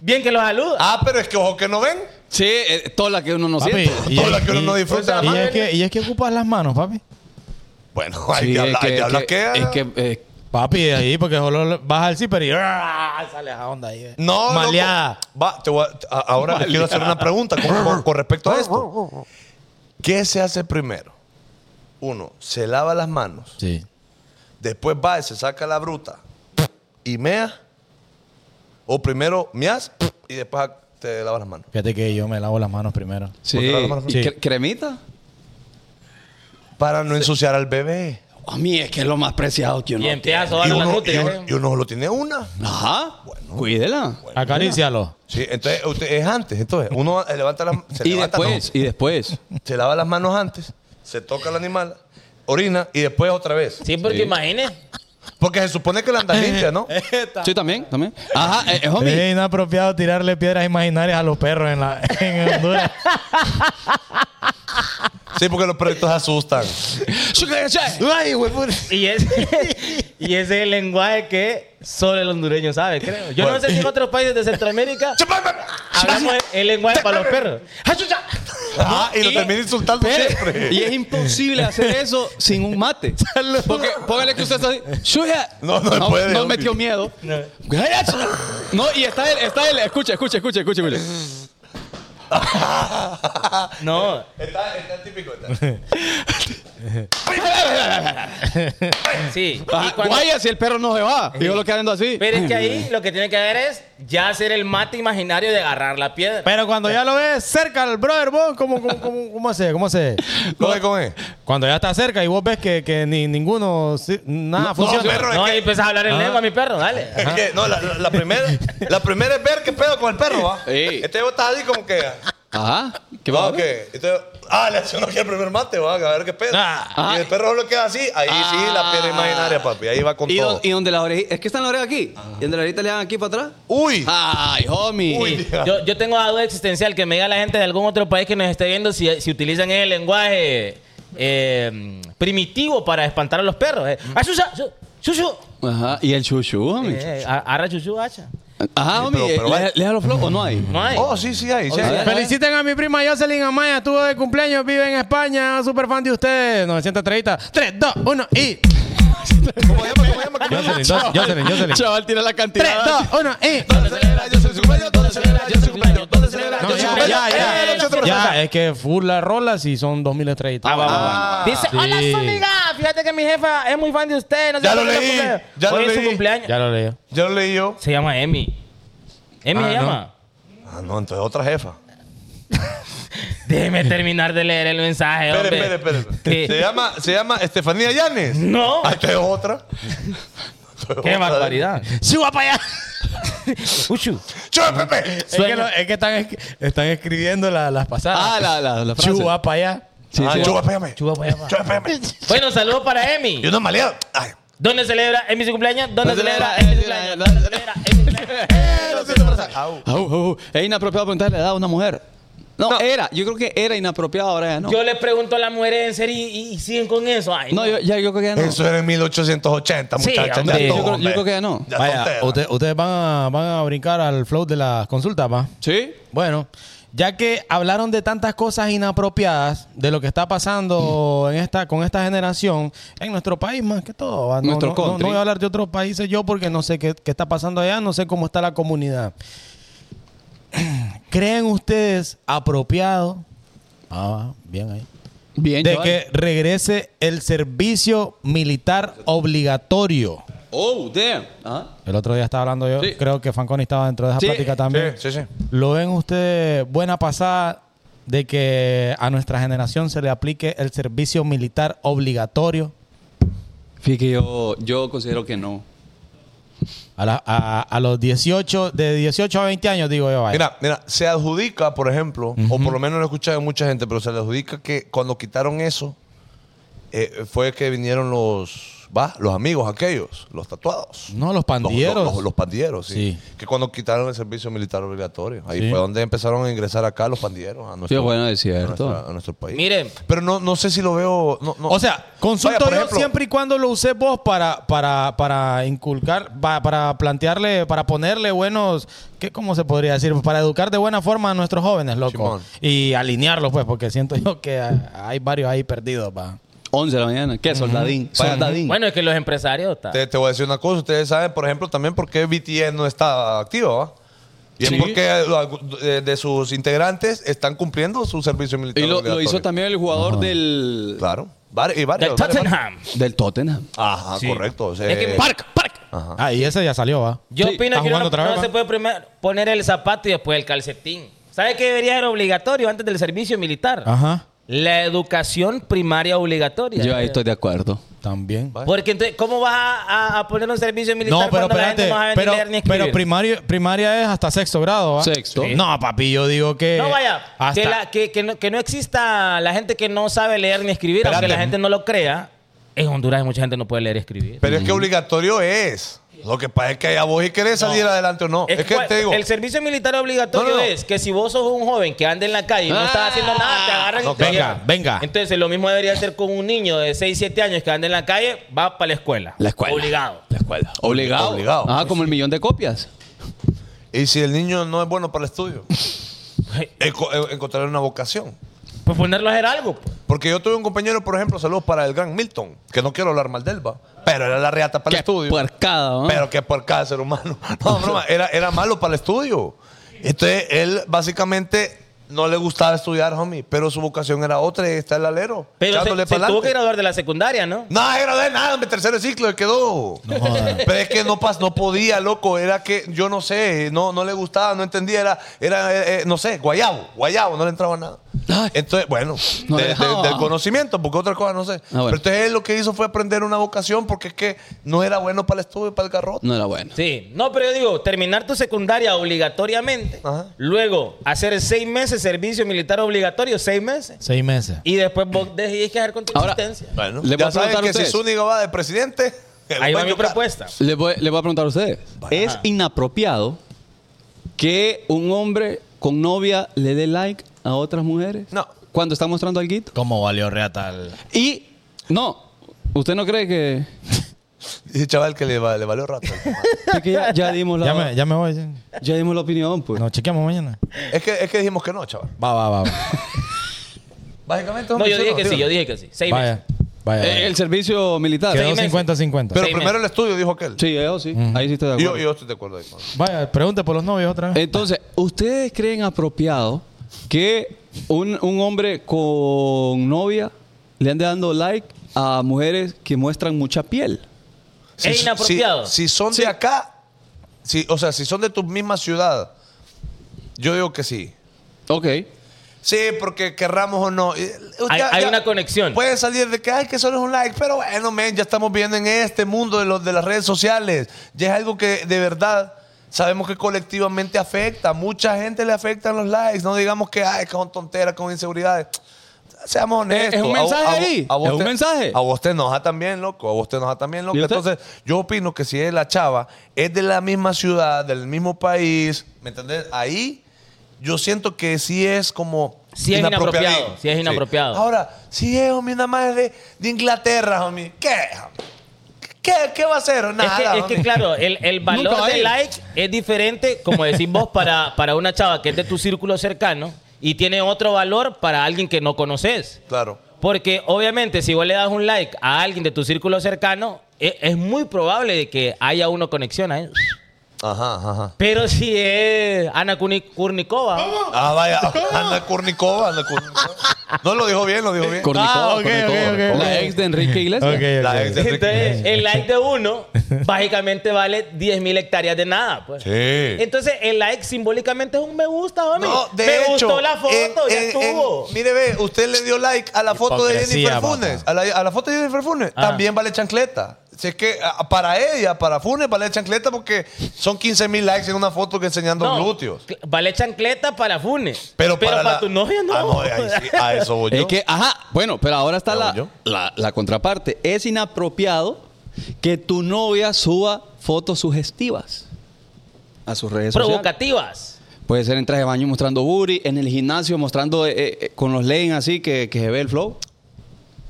C: bien que lo saluda.
A: Ah, pero es que ojo que no ven.
B: Sí, eh, toda la que uno no
D: Papi,
B: siente.
D: (laughs)
A: y- Todas las que uno no disfruta,
D: y
A: la
D: es que, y es que ocupas las manos, papi.
A: Bueno, (laughs) hay
B: Sí,
A: que
B: es
A: hablar, hay que hablar que.
B: es que, eh,
D: Papi, ahí, porque solo le- vas al zipper y ¡ah! sale a onda ahí. eh.
A: No, loco.
D: Maleada.
A: Va, te voy a- a- ahora le quiero hacer una pregunta con, con- con respecto a esto. ¿Qué se hace primero? Uno, se lava las manos.
D: Sí.
A: Después va y se saca la bruta. Y mea. O primero meas y después te lavas las manos.
D: Fíjate que yo me lavo las manos primero.
B: sí.
A: Porque la mano-
B: ¿Y
D: Sí.
B: cre- ¿Cremita?
A: Para no ensuciar al bebé.
B: A mí es que es lo más preciado que uno.
C: y empieza a
B: tiene.
A: Y
C: sobar la eh.
A: uno,
C: nutria.
A: y uno- y uno solo tiene una.
B: Ajá. Cuídela.
D: Acarícialo.
A: Sí, entonces usted- es antes. Entonces uno eh, levanta la, se
B: Y
A: levanta, no.
B: después, y
A: (laughs)
B: después.
A: se lava las manos antes, se toca al animal, orina y después otra vez.
C: Sí, porque imagínese.
A: Porque se supone que la andas limpia, (laughs) ¿no?
B: Sí, también, también. Ajá, eh, eh, homie.
D: Es inapropiado tirarle piedras imaginarias a los perros en, la, (laughs) en Honduras.
A: Sí, porque los proyectos (laughs) asustan.
D: Ay, güey, puta.
C: Y ese, (laughs) y ese es el lenguaje que solo el hondureño sabe, creo. Yo
A: Bueno.
C: no sé si en otros países de
A: (laughs)
C: Centroamérica hablamos el, el lenguaje para los perros.
A: Ah, y lo termina insultando siempre.
B: Y es imposible hacer eso sin un
A: (laughs)
B: mate. Porque póngale que usted está así. "Shuya".
A: No, no puede,
B: Nos
A: homie.
B: metió miedo. No, y está él, está él. Escucha, escucha, escucha, escucha, escucha.
C: No.
A: Está, está típico. está.
C: (laughs) Sí. Y
B: Ajá,
C: cuando-
B: Guaya si el perro no se va. Y yo lo que ando así.
C: pero es que ahí lo que tiene que haber es ya hacer el mate imaginario de agarrar la piedra.
D: Pero cuando ya lo ves cerca al brother, vos, ¿cómo, cómo, cómo, cómo hace? ¿Cómo hace?
A: ¿Lo de comer?
D: Cuando ya está cerca y vos ves que, que ni, ninguno, si- nada funciona.
A: no, perro, es
C: no,
A: que-
C: ahí empiezas a hablar el lengua a mi perro, dale.
A: Es que, no, la, la- la primera, la primera es ver qué pedo con el perro, ¿va?
B: Sí.
A: Este vos estás así como que.
B: Ajá. ¿Qué
A: va,
B: va?
A: ok. Entonces, ah, le accionó aquí el primer mate, va, a ver qué pedo.
B: Ah.
A: y el perro lo queda así, ahí sí, la piedra imaginaria, papi, ahí va con
B: ¿Y,
A: todo.
B: don- y donde la oreja. Es que están la oreja aquí. Y donde la orejita le dan aquí para atrás.
A: Uy,
B: Ay, homie.
A: uy, Dios.
C: Yo, yo tengo la duda existencial que me diga la gente de algún otro país que nos esté viendo si, si utilizan el lenguaje eh, primitivo para espantar a los perros. eh. Ah, chucha, chu- chuchu.
B: Ajá. Y el chuchu, homie.
C: Eh, a- arra chuchu, hacha.
B: Ajá, homie.
A: pero- pero
B: ¿Le,
A: hay-
B: le da los flojos o no hay?
C: No hay.
A: Oh, sí, sí, ahí, sí.
C: O sea,
A: ahí.
D: Feliciten a mi prima Jocelyn Amaya, estuvo de cumpleaños, vive en España, super fan de ustedes. 930. 3, 2, 1 y.
A: ¿Cómo llama? ¿Cómo llama? ¿Cómo llama?
D: Jocelyn, Jocelyn, Jocelyn, Jocelyn.
B: Chaval, tira la
D: 3,
B: cantidad.
D: 2, 1 y.
A: ¿Dónde celebra? Yo soy su cumpleaños. ¿Dónde celebra? Yo soy su cumpleaños. ¿Dónde celebra?
D: No,
A: Yo soy su
D: ya,
A: cumpleaños.
D: ya, ya.
A: Eh,
D: ya,
A: ochenta personas.
D: es que full las rolas y son 2000
C: Ah,
D: estrellitas.
A: Ah.
C: Dice, hola,
D: Sí.
C: su amiga. Fíjate que mi jefa es muy fan de usted. No sé
A: Ya
C: por
A: lo
C: qué
A: leí,
C: cumpleaños.
A: ya lo
C: Hoy es su
A: leí.
C: cumpleaños.
D: Ah. Ya lo leí.
A: Yo lo leí yo.
C: Se llama Emi. Emi
D: Ah,
C: se
D: no.
C: llama.
A: Ah, no, entonces otra jefa.
C: Déjeme terminar de leer el mensaje,
A: Espere,
C: hombre.
A: espere,
C: ¿Qué?
A: espere. Se llama, se llama Estefanía Llanes.
C: (laughs) No.
A: Ah, esta es otra.
C: Qué barbaridad.
D: ¡Suba para allá!
C: Uchu.
A: ¡Chupa, Pepe!
D: Es que, lo- es que están, es- están escribiendo la- las pasadas.
B: Ah, la, la, la frase.
D: Chuba para allá.
B: Sí,
A: Ah,
B: sí.
A: chupa, pégame.
C: Chupa, pégame.
A: Chupa, pégame.
C: Bueno, saludos para Emi.
A: Y uno maleado. Ay.
C: ¿Dónde celebra Emi su cumpleaños? ¿Dónde
B: ¿Dónde
C: celebra
B: celebra
C: Emi su
B: Emi su
C: cumpleaños? ¿Dónde celebra Emi su cumpleaños?
A: Au.
B: Au, au, au. Es inapropiado preguntarle la edad a una mujer. No, era. Yo creo que era inapropiado, ahora ya no.
C: Yo le pregunto a las mujeres en serio y, y- y siguen con eso. Ay,
B: no, yo, ya, yo creo que ya no.
A: Eso era en 1880,
C: Sí,
A: muchachos.
C: hombre.
A: Ya
C: Yo
A: todo,
B: creo- yo
A: hombre.
B: creo que ya no.
A: Ya
D: Vaya,
A: tontera.
D: usted- ustedes van a, van a brincar al flow de las consultas, ¿va?
B: ¿Sí?
D: Bueno, ya que hablaron de tantas cosas inapropiadas, de lo que está pasando en esta, con esta generación, en nuestro país más que todo. ¿va? No,
B: Nuestro
D: no- no-
B: country.
D: no voy a hablar de otros países yo porque no sé qué, qué está pasando allá, no sé cómo está la comunidad. (clears throat) ¿Creen ustedes apropiado? Ah, bien ahí.
B: Bien,
D: De
B: chaval.
D: que regrese el servicio militar obligatorio.
B: Oh, damn. Ajá.
D: El otro día estaba hablando yo,
B: Sí.
D: creo que Fanconi estaba dentro de esa
B: Sí,
D: plática también.
A: Sí, sí, sí.
D: ¿Lo ven ustedes buena pasada de que a nuestra generación se le aplique el servicio militar obligatorio
B: Fíjate que yo, yo considero que no.
D: a, la- a- a los 18, de 18 a 20 años, digo yo, vaya.
A: Mira, mira, se adjudica, por ejemplo, o por lo menos lo he escuchado de mucha gente, pero se le adjudica que cuando quitaron eso, eh, fue que vinieron los ¿va? Los amigos aquellos, los tatuados.
D: No, los pandilleros.
A: Los, los- los pandilleros, sí.
D: Sí.
A: Que cuando quitaron el servicio militar obligatorio. Ahí
D: Sí.
A: fue donde empezaron a ingresar acá los pandilleros a nuestro,
B: bueno, es
A: a
B: cierto.
A: nuestra- a nuestro país.
C: Miren.
A: Pero no, no sé si lo veo... no- no.
D: O sea, consulto
A: Vaya, por
D: yo
A: ejemplo,
D: siempre y cuando lo uses vos para, para, para inculcar, pa- para plantearle, para ponerle buenos, ¿qué, ¿cómo se podría decir? Para educar de buena forma a nuestros jóvenes, loco.
A: Simón.
D: Y alinearlos, pues, porque siento yo que ah, hay varios ahí perdidos, va.
B: 11 de la mañana. ¿Qué? Soldadín. Soldadín.
C: Bueno, es que los empresarios. ta-
A: Te, te voy a decir una cosa. Ustedes saben, por ejemplo, también por qué BTS no está activo, ¿va? Y es porque lo- de, de sus integrantes están cumpliendo su servicio militar
B: y lo, lo hizo
A: obligatorio.
B: también el jugador del,
A: Claro. Vari- y varios,
C: Del
A: varios, varios.
C: Tottenham.
B: del Tottenham.
A: Ajá,
C: Sí.
A: correcto. o sea, eh,
C: Es que-
B: Park, Park.
D: Ah, y ese ya salió, va.
C: Yo
B: Sí,
D: está
C: opino que uno
D: jugando
C: no,
D: otra vez,
C: no
D: ¿va?
C: se puede primer- poner el zapato y después el calcetín. ¿Sabe qué debería ser obligatorio antes del servicio militar?
D: Ajá.
C: La educación primaria obligatoria.
B: Yo ahí estoy de acuerdo.
D: También.
C: Porque entonces, ¿cómo vas a, a- a poner un servicio militar
D: No, pero
C: cuando la gente
D: espérate,
C: no sabe
D: pero,
C: ni leer ni escribir?
D: pero primario, primaria es hasta sexto grado, ¿va?
B: Sexto. Sí.
D: No, papi, yo digo
A: Eh,
D: que...
C: no vaya,
D: hasta-
C: que, la- que- que no, que no exista la gente que no sabe leer ni escribir,
D: Espérate.
C: aunque la gente no lo crea. En Honduras mucha gente no puede leer y escribir.
A: Pero es que obligatorio es. Lo que pasa es que a vos y querés salir adelante o no. Es, que
C: cua-
A: te digo.
C: el servicio militar obligatorio
A: No, no, no.
C: es que si vos sos un joven que anda en la calle y no
B: Ah.
C: estás haciendo nada, te agarran
A: No,
C: y te
A: venga,
C: llevan.
D: venga.
C: Entonces, lo mismo debería ser con un niño de 6, 7 años que anda en la calle, va para la escuela.
B: La escuela.
C: Obligado. (laughs)
B: La escuela. Obligado.
A: Obligado.
B: Ah, como el millón de copias.
A: y si el niño no es bueno para el
C: (laughs)
A: estudio, Enco- en- encontrar una vocación.
C: Pues ponerlo a hacer algo. pues.
A: Porque yo tuve un compañero, por ejemplo, saludos para el gran Milton, que no quiero hablar mal de él, va, pero era la reata para
B: Qué
A: el estudio.
B: puercada, ¿no?
A: Pero que por cada ser humano. (laughs) No, broma, era, era malo para el estudio. Entonces, él básicamente no le gustaba estudiar, homie, pero su vocación era otra y está el alero.
C: Pero se,
A: echándole
C: se
A: pa'lante.
C: tuvo que graduar de la secundaria, ¿no?
A: No, era de nada, mi tercer ciclo y quedó. Pero es que no pas, no podía, loco. Era que yo no sé, no, no le gustaba, no entendía, era, era eh, eh, no sé, guayabo, guayabo, no le entraba nada.
B: Ay.
A: Entonces, bueno,
B: No le
A: de- de-
B: dejaba. Ah,
A: del conocimiento, porque otra cosa no sé.
B: bueno.
A: Pero entonces él lo que hizo fue aprender una vocación porque es que no era bueno para el estudio y para el garrote.
B: No era bueno.
C: Sí, no, pero yo digo, terminar tu secundaria obligatoriamente,
A: Ajá.
C: luego hacer seis meses servicio militar obligatorio, seis meses,
D: Seis meses.
C: y después vos decidís qué hacer con tu
B: Ahora,
C: existencia.
A: Bueno,
B: Le voy
A: ya
B: a
A: saben
B: preguntar a
A: que si
B: ustedes.
A: Zúñiga va de presidente,
C: (laughs) Ahí va mi
A: propuesta.
C: propuesta.
B: Les voy, les voy a preguntar a ustedes. ¿Es inapropiado que un hombre con novia le dé like a otras mujeres?
A: No.
B: Cuando está mostrando algo.
D: ¿Cómo valió reata el-
B: Y, no, ¿usted no cree que,
A: Dice chaval que le, va- le valió rato.
B: (laughs) de que ya,
A: (laughs)
B: ya dimos la,
D: Ya
B: ya
D: me, ya me voy. sí.
B: dimos la opinión? Pues.
D: Nos chequeamos mañana.
A: es, que, es que dijimos que no, chaval.
D: Va, va, (laughs) va. va.
A: Básicamente
C: No, yo dije que sí, yo dije que sí. Seis meses.
D: Vaya, vaya.
B: Eh,
D: vaya.
B: el servicio militar.
D: Quedó
C: meses.
D: 50-50.
A: Pero
C: Seis
A: primero el estudio, dijo aquel.
B: Sí, eso sí. Ahí sí estoy de acuerdo.
A: Yo, yo estoy de acuerdo ahí con-
D: Vaya, pregunte por los novios otra vez.
B: Entonces, ¿ustedes creen apropiado que un, un hombre con novia le ande dando like a mujeres que muestran mucha piel?
C: Es inapropiado.
A: Si, si son
B: Sí.
A: de acá, si, o sea, si son de tu misma ciudad, yo digo que sí.
B: Ok.
A: Sí, porque querramos o no. eh,
C: Hay- hay una conexión.
A: Puede salir de que, ay, que solo es un like. Pero bueno, men, ya estamos viendo en este mundo de, los, de las redes sociales. Ya es algo que de verdad sabemos que colectivamente afecta. Mucha gente le afectan los likes. No digamos que, ay, que son tonteras, con inseguridades. Seamos honestos.
B: Es un
A: A vos-
B: mensaje
A: a vos-
B: ahí.
A: a vos
B: Es un
A: te-
B: mensaje.
A: A vos te enoja también, loco. A vos te enoja también, loco.
B: ¿Y usted?
A: Entonces, yo opino que si es la chava, es de la misma ciudad, del mismo país, ¿me entendés? Ahí yo siento que sí es como.
C: Sí es inapropiado,
A: inapropiadín.
C: sí es inapropiado.
A: Ahora, si es, homie, nada más es de, de Inglaterra, homie. ¿Qué? ¿Qué, qué va a hacer?
C: Es
A: Nada.
C: que, es que,
A: homie.
C: claro, el, el valor
B: Nunca va a
C: del
B: ir.
C: like es diferente, como decís vos, para, para una chava que es de tu círculo cercano y tiene otro valor para alguien que no conoces.
A: Claro.
C: Porque obviamente si vos le das un like a alguien de tu círculo cercano, e- es, muy probable de que haya una conexión ahí.
A: Ajá, ajá, ajá.
C: Pero si es Ana Kuni- Kurnikova,
A: Ah, vaya. Anda Kurnikova, anda Kurnikova. No lo dijo bien, lo dijo bien.
B: Cornicova,
D: Ah, ok,
B: Cornicova.
D: ok, ok.
B: La ex de Enrique Iglesias.
D: Ok,
A: La
D: ok.
A: ex de-
C: entonces el like de uno básicamente vale 10 mil hectáreas de nada. Pues.
A: Sí.
C: Entonces el like simbólicamente es un me gusta, homie.
A: No, de
C: me
A: hecho,
C: gustó la foto,
A: en-
C: ya
A: en-
C: estuvo.
A: en- mire, ve, usted le dio like a la foto de
D: Hipocresía,
A: Jennifer
D: papá. Ah.
A: Funes. A la, a la foto de Jennifer Funes.
C: Ajá.
A: También vale chancleta. Si es que a- para ella, para Funes, vale chancleta porque son 15 mil likes en una foto que enseñando
C: No,
A: glúteos.
C: cl- Vale chancleta para Funes.
A: Pero, para, la-
C: tu novia no.
A: Ah,
C: (laughs)
A: ahí sí,
D: (laughs)
A: a eso voy yo.
B: Es que, ajá, bueno, pero ahora está
A: ¿La
B: la,
A: voy yo?
B: la, la contraparte. Es inapropiado que tu novia suba fotos sugestivas a sus redes sociales.
C: Provocativas.
B: Puede ser en traje de baño mostrando booty, en el gimnasio mostrando eh, eh, con los leggings así que, que se ve el flow.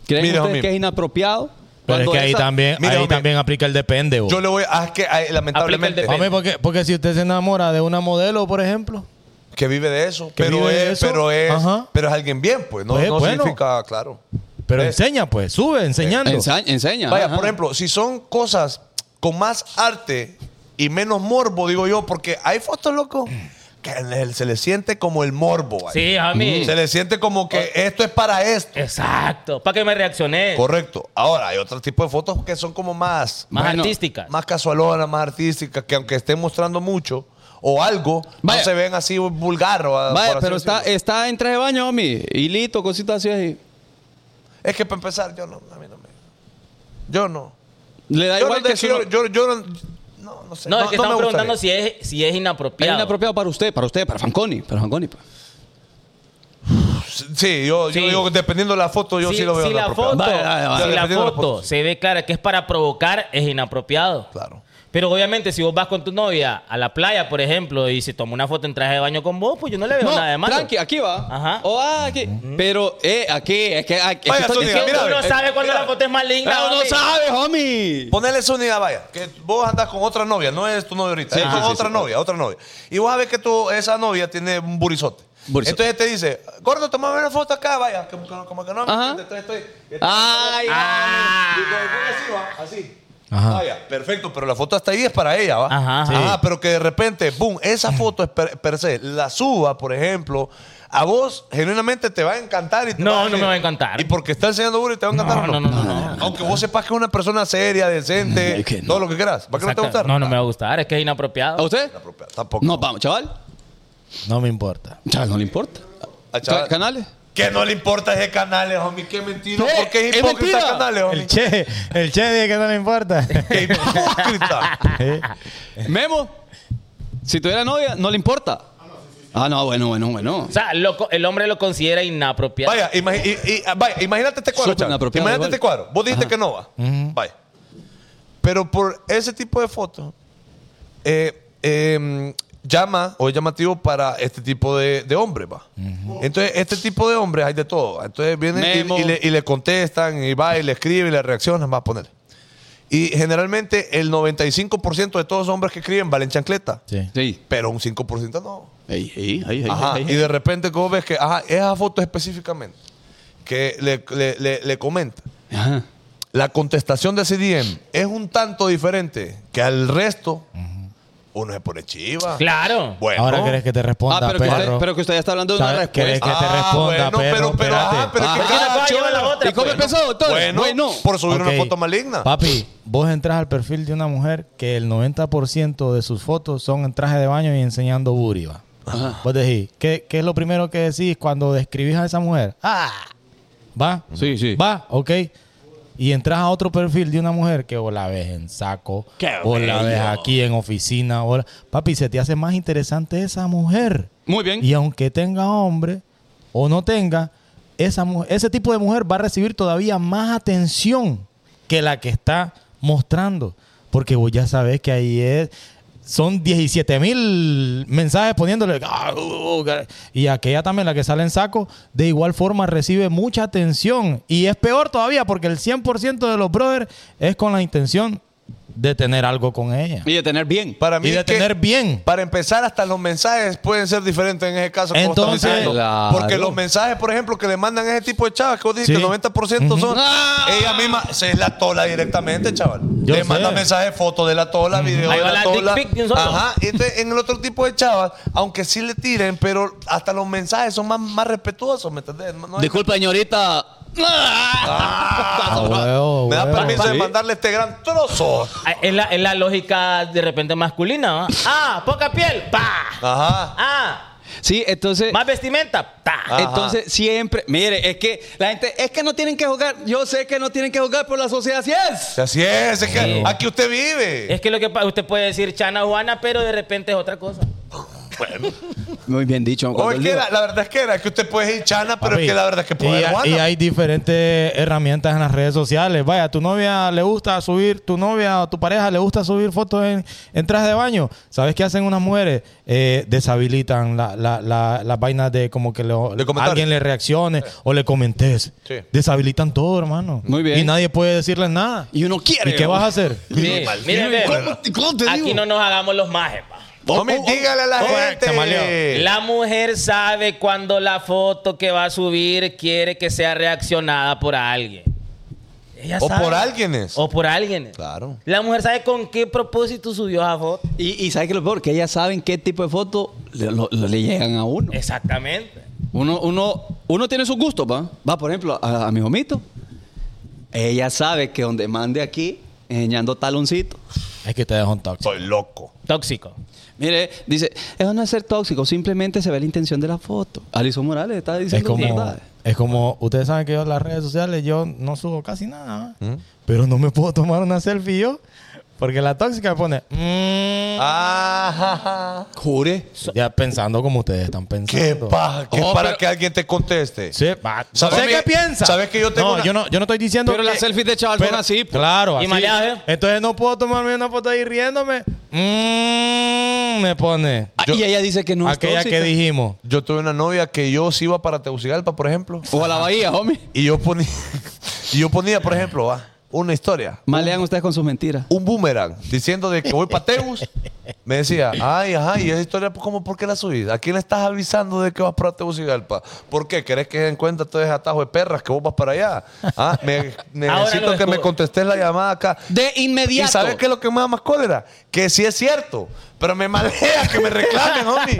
B: ¿Creen
A: Mira,
B: ustedes
A: homie.
B: que es inapropiado?
D: Pero es
B: Cuando
D: que ahí
B: esa-
D: también,
A: Mira,
D: ahí
A: hombre.
D: también aplica el depende. vos.
A: Yo le voy a... Es que, ay, lamentablemente...
C: defecto.
D: Hombre, porque, porque si usted se enamora de una modelo, por ejemplo,
A: que vive de eso,
D: Que
A: pero
D: vive de
A: es,
D: eso.
A: pero es,
D: Ajá.
A: pero es alguien bien, pues, no,
D: Pues,
A: no
D: bueno.
A: significa, claro.
D: pero
A: Eh,
D: enseña, pues, sube enseñando.
B: Ensa- enseña.
A: Vaya,
B: ajá.
A: por ejemplo, si son cosas con más arte y menos morbo, digo yo, porque hay fotos, loco, que le- se le siente como el morbo. ahí.
C: Sí, homie.
A: Mm. Se le siente como que esto es para esto.
C: Exacto. Para que me reaccioné.
A: Correcto. Ahora, hay otro tipo de fotos que son como más,
C: Más
B: Bueno,
C: artísticas.
A: más casualonas, más artísticas, que aunque estén mostrando mucho o algo,
B: Vaya.
A: no se ven así vulgar. o, por
B: Vaya,
A: así
B: pero está,
A: decirlo.
B: está en traje de baño, homie. Hilito, cositas así, así.
A: Es que para empezar, yo no, a mí no me. Yo no.
B: Le da
A: yo,
B: igual
A: no
B: que
A: decido-
B: si uno-
A: yo, yo no. No, no sé.
C: No, es que
A: me gustaría.
C: estamos preguntando si es, si es
B: Es
C: inapropiado.
B: inapropiado para usted, para usted, para Fanconi, para Fanconi. pues.
A: Sí, yo,
C: Sí.
A: yo digo que dependiendo de la foto, yo sí,
C: si,
A: lo veo.
C: si la
A: inapropiado.
C: foto,
B: Vale, vale, vale.
C: si la
A: Dependiendo de la
C: foto
A: foto.
C: se ve clara que es para provocar, es inapropiado.
A: Claro.
C: Pero obviamente, si vos vas con tu novia a la playa, por ejemplo, y se toma una foto en traje de baño con vos, pues yo no le veo
B: No,
C: nada de malo.
B: tranqui, aquí va.
C: Ajá.
B: O va aquí. Pero, eh, aquí, es que aquí. es
A: Vaya,
B: que estoy
A: Zúñiga,
B: diciendo-
A: mira,
C: uno
A: eh,
C: sabe cuando
A: mira.
C: la foto es maligna.
B: Pero no
C: hombre.
B: sabes, homie.
A: Ponele esa unidad, vaya. Que vos andás con otra novia, no es tu novia ahorita,
B: Sí,
A: es
B: sí,
A: con
B: sí,
A: otra
B: sí.
A: novia, otra novia. Y vos sabés que tú, esa novia tiene un burizote.
B: Burizote.
A: Entonces te dice, gordo, tomame una foto acá, vaya. Como, que- como que no,
B: Ajá.
A: entonces estoy. estoy-
B: Ay,
C: Ah.
A: Y con el güey así va, así.
D: Ajá.
A: Vaya, perfecto, pero la foto hasta ahí es para ella, ¿va?
C: Ajá, ajá.
A: Ah, pero que de repente, boom, esa foto es per, per se, la suba, por ejemplo, a vos genuinamente te va a encantar y te
C: No,
A: va
C: no
A: decir-
C: me va a encantar.
A: Y porque está enseñando burro y te va a encantar.
C: No, no, no, no, no,
A: Aunque vos sepas que es una persona seria, decente,
B: Es que no.
A: todo lo que quieras. ¿Va que no te va a
C: Exacto.
A: gustar?
C: No, no me va a gustar, es que es inapropiado.
B: ¿A usted?
A: Inapropiado, Tampoco.
B: No, vamos, chaval.
D: No me importa.
B: Chaval, no le importa.
A: A Ah, chaval.
B: Ca- ¿Canales?
A: Que no le importa ese canales, homie. Qué mentira.
B: ¿Qué?
A: Porque es
B: ¿Es
A: hipócrita
B: mentira?
A: canales, homie.
D: El che, el che dice que no le importa.
B: (laughs)
A: Qué hipócrita.
D: Eh,
B: Memo, si tuviera novia, no le importa. Ah, no, bueno, bueno, bueno.
C: O sea, lo co- el hombre lo considera inapropiado.
A: Vaya, imagi- y- y- vaya, imagínate este cuadro,
B: Súper
A: Charlie.
B: inapropiado, igual.
A: Imagínate este cuadro. Vos dijiste
B: Ajá.
A: que no va. Vaya. Pero por ese tipo de fotos, eh, eh, llama o es llamativo para este tipo de, de hombre, va. Entonces, este tipo de hombres hay de todo. Entonces vienen y-
B: Memo.
A: y, le, y le contestan, y va, y le escribe, y le reaccionan, va a poner. Y generalmente el 95% de todos los hombres que escriben valen chancleta.
D: sí.
B: Sí.
A: Pero un 5% no.
B: Ey, ey, ey, ey,
A: Ajá,
B: ey,
A: y
B: ey.
A: de repente como ves que, ajá, esa foto específicamente que le, le- le- le comenta.
B: Ajá.
A: La contestación de ese DM es un tanto diferente que al resto. Uno se pone chiva.
C: Claro.
A: Bueno.
D: Ahora querés que te
B: Ah,
D: responda,
B: pero que,
D: perro.
B: usted, pero que usted ya está hablando de una
D: ¿Sabes? ¿Querés
B: respuesta.
D: que te responda,
A: Ah, bueno,
D: perro?
A: pero, pero, ajá,
D: Espérate.
A: pero es
B: Ah,
A: que
C: es que
A: cada
C: una cosa lleva a la
A: chola-
C: otra,
B: ¿Y cómo
C: pues, ¿no?
B: empezó, doctor?
A: Bueno,
B: bueno.
A: por subir
D: Ok.
A: una foto maligna.
D: Papi, vos entras al perfil de una mujer que el 90% de sus fotos son en traje de baño y enseñando booty, va. Vos decís, ¿qué, qué es lo primero que decís cuando describís a esa mujer? Ah, va.
B: Sí, sí.
D: Va, ok. Y entras a otro perfil de una mujer que o la ves en saco, o la ves aquí en oficina. O la- Papi, se te hace más interesante esa mujer.
B: Muy bien.
D: Y aunque tenga hombre o no tenga, esa mu- ese tipo de mujer va a recibir todavía más atención que la que está mostrando. Porque vos ya sabés que ahí es. Son 17 mil mensajes poniéndole. "Ah, uh, uh", Y aquella también, la que sale en saco, de igual forma recibe mucha atención. Y es peor todavía porque el 100% de los brothers es con la intención de tener algo con ella.
B: Y de tener bien.
A: Para mí
D: Y de
A: es que-
D: tener bien.
A: Para empezar, hasta los mensajes pueden ser diferentes en ese caso. como
D: Entonces-
A: estás diciendo.
B: Claro.
A: porque los mensajes, por ejemplo, que le mandan a ese tipo de chavas, que vos dijiste,
D: Sí.
A: 90% son.
B: Ah.
A: Ella misma se es la tola directamente, chaval.
D: Yo
A: le
D: sé.
A: manda mensajes, fotos de la tola, videos
C: Ahí
A: de
C: va
A: la,
C: la
A: tola.
C: dick pic de un solo.
A: Ajá. Y entonces, en el otro tipo de chavas, aunque sí le tiren, pero hasta los mensajes son más, más respetuosos, ¿me entendés? No hay-
B: Disculpa, señorita.
D: Ah, huevo,
A: Me da
D: huevo.
A: permiso de
B: Sí.
A: mandarle este gran trozo.
C: Ah, Es la, es la lógica de repente masculina. ¿va? Ah, poca piel, pa.
A: Ajá.
C: Ah,
B: Sí, entonces.
C: más vestimenta, pa.
A: Ajá.
B: Entonces siempre, mire, es que la gente, es que no tienen que jugar. Yo sé que no tienen que jugar por la sociedad, así es.
A: Así es, es que
C: Sí.
A: aquí usted vive.
C: Es que lo que pa- usted puede decir chana Juana, pero de repente es otra cosa.
A: Bueno.
B: Muy bien dicho.
A: O
B: cuando
A: Oh, es
B: él
A: que
B: diga-
A: la, la verdad es que era, es que usted puede ir chana, pero
D: Papi,
A: es que la verdad es que puede
D: y,
A: ir
D: ha- y hay diferentes herramientas en las redes sociales. Vaya, a tu novia le gusta subir, tu novia o tu pareja le gusta subir fotos en, en traje de baño. ¿Sabes qué hacen unas mujeres? Eh, deshabilitan la- la- la- las vainas de como que lo-
A: De comentarios.
D: alguien le reaccione o le comentes.
A: Sí.
D: Deshabilitan todo, hermano.
B: Muy bien.
D: Y nadie puede decirles nada.
B: Y uno quiere.
D: ¿Y qué
B: ¿no?
D: vas a hacer?
B: (laughs)
C: Mire, mire, ve,
B: ¿Cómo te- cómo te
C: aquí
B: digo?
C: no nos hagamos los majes, pa.
A: Homie, dígale a la
D: oh, se
A: gente.
D: maleó.
C: La mujer sabe cuando la foto que va a subir quiere que sea reaccionada por alguien. Ella
A: O
C: sabe.
A: por alguienes.
C: O por alguien.
A: Claro.
C: La mujer sabe con qué propósito subió esa foto.
B: Y, y sabes que lo peor, que ellas saben qué tipo de foto le, lo- lo- le llegan a uno.
C: Exactamente.
B: Uno, uno, uno tiene sus gustos, va. Va, por ejemplo, a, a mi jomito. Ella sabe que donde mande aquí, enseñando taloncito.
D: Es que te dejo un tóxico.
A: Soy loco.
C: Tóxico.
B: Mire, dice, eso no es ser tóxico, simplemente se ve la intención de la foto. Alison Morales está
D: Es
B: diciendo
D: como,
B: verdad.
D: es como, ustedes saben que yo en las redes sociales yo no subo casi nada, ¿va?
A: ¿Mm?
D: pero no me puedo tomar una selfie yo, porque la tóxica me pone, mm,
A: Ajá.
B: Jure.
D: ya pensando como ustedes están
A: Qué
D: pensando.
A: paja. Que
B: Oh,
A: para
B: pero-
A: que alguien te conteste.
D: Sí, va.
A: ¿Sabes
D: sé
A: qué?
D: qué piensa.
A: ¿Sabes que yo tengo
D: No,
A: una-
D: yo no, yo no estoy diciendo
B: Pero las
D: que-
B: selfies de chaval
D: pero-
B: son así, pues.
D: Claro,
C: Y
D: así.
C: maleadas, ¿eh?
D: Entonces no puedo tomarme una foto ahí riéndome. Mm, me pone.
B: Ah, y ella dice que no
D: Aquella
B: es tóxica.
D: que dijimos.
A: Yo tuve una novia que yo sí iba para Tegucigalpa, por ejemplo.
B: O a la bahía, homie.
A: Y yo ponía, (laughs) y yo ponía por ejemplo, va, una historia.
B: Malean ustedes con sus mentiras.
A: Un boomerang diciendo de que voy para Teus. Me decía, ay, ajá, y esa historia, pues, ¿cómo, ¿por qué la subís? ¿A quién le estás avisando de que vas para Tegucigalpa? ¿Por qué? ¿Querés que den cuenta todo ese atajo de perras que vos vas para allá? Ah, me-
C: (laughs) Ahora lo
A: necesito que me
C: descubro.
A: contestes la llamada acá.
B: De
A: ¿Y
B: inmediato.
A: sabes qué es lo que me da más cólera? Que sí es cierto, pero me malea que me reclamen, homie.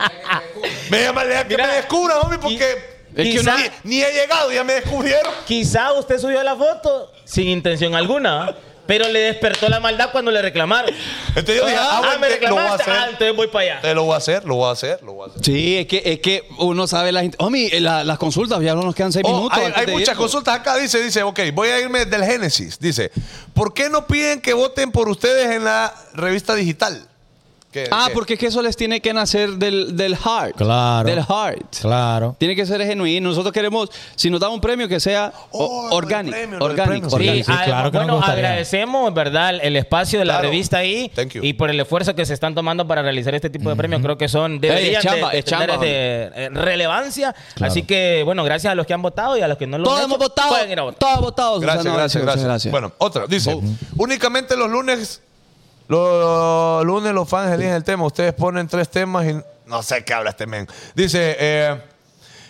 C: (laughs)
A: me malea que
C: Mira,
A: me descubran, homie, porque
C: y- Es que uno-
A: ni, ni he llegado, ya me descubrieron.
C: Quizá usted subió la foto sin intención alguna, ¿ah? pero le despertó la maldad cuando le reclamaron.
A: Entonces yo dije, ah, bueno,
C: me
A: te- lo voy a
C: reclamaste.
A: hacer.
C: Ah, entonces voy para allá.
A: Te lo voy a hacer, lo voy a hacer, lo voy a hacer.
B: Sí, es que, es que uno sabe la gente. Homie, eh, la- las consultas ya no nos quedan seis
A: Oh,
B: minutos.
A: hay
B: antes
A: hay
B: de
A: muchas
B: irnos.
A: consultas acá, dice, dice, ok, voy a irme del Génesis. Dice, ¿por qué no piden que voten por ustedes en la revista digital? ¿Qué-
B: Ah,
A: qué?
B: porque es que eso les tiene que nacer del, del heart.
D: Claro.
B: Del heart.
D: Claro.
B: Tiene que ser genuino. Nosotros queremos, si nos da un premio, que sea
A: Oh, lo
B: o-
A: del
B: orgánico.
A: premio, lo del
B: Orgánico.
A: premio, sí. ah,
B: orgánico.
C: Sí,
D: sí,
C: además,
D: claro que nos
C: bueno,
D: gustaría.
C: agradecemos, ¿verdad? El espacio de la
A: Claro.
C: revista ahí
A: Thank you.
C: y por el esfuerzo que se están tomando para realizar este tipo de premios. Creo que son deberían de-
B: chamba,
C: de,
B: es chamba,
C: tener, este, eh, relevancia. Así que, bueno, gracias a los que han votado y a los que no lo
B: Todos
C: han
B: hemos
C: hecho,
B: votado.
C: pueden ir a votar.
B: Todos votados.
A: Gracias,
B: Susana,
A: gracias,
B: muchas
A: gracias, Bueno, otra. Dice, únicamente los lunes, los lunes los fans eligen el tema. Ustedes ponen tres temas y no sé qué habla este men. Dice, eh,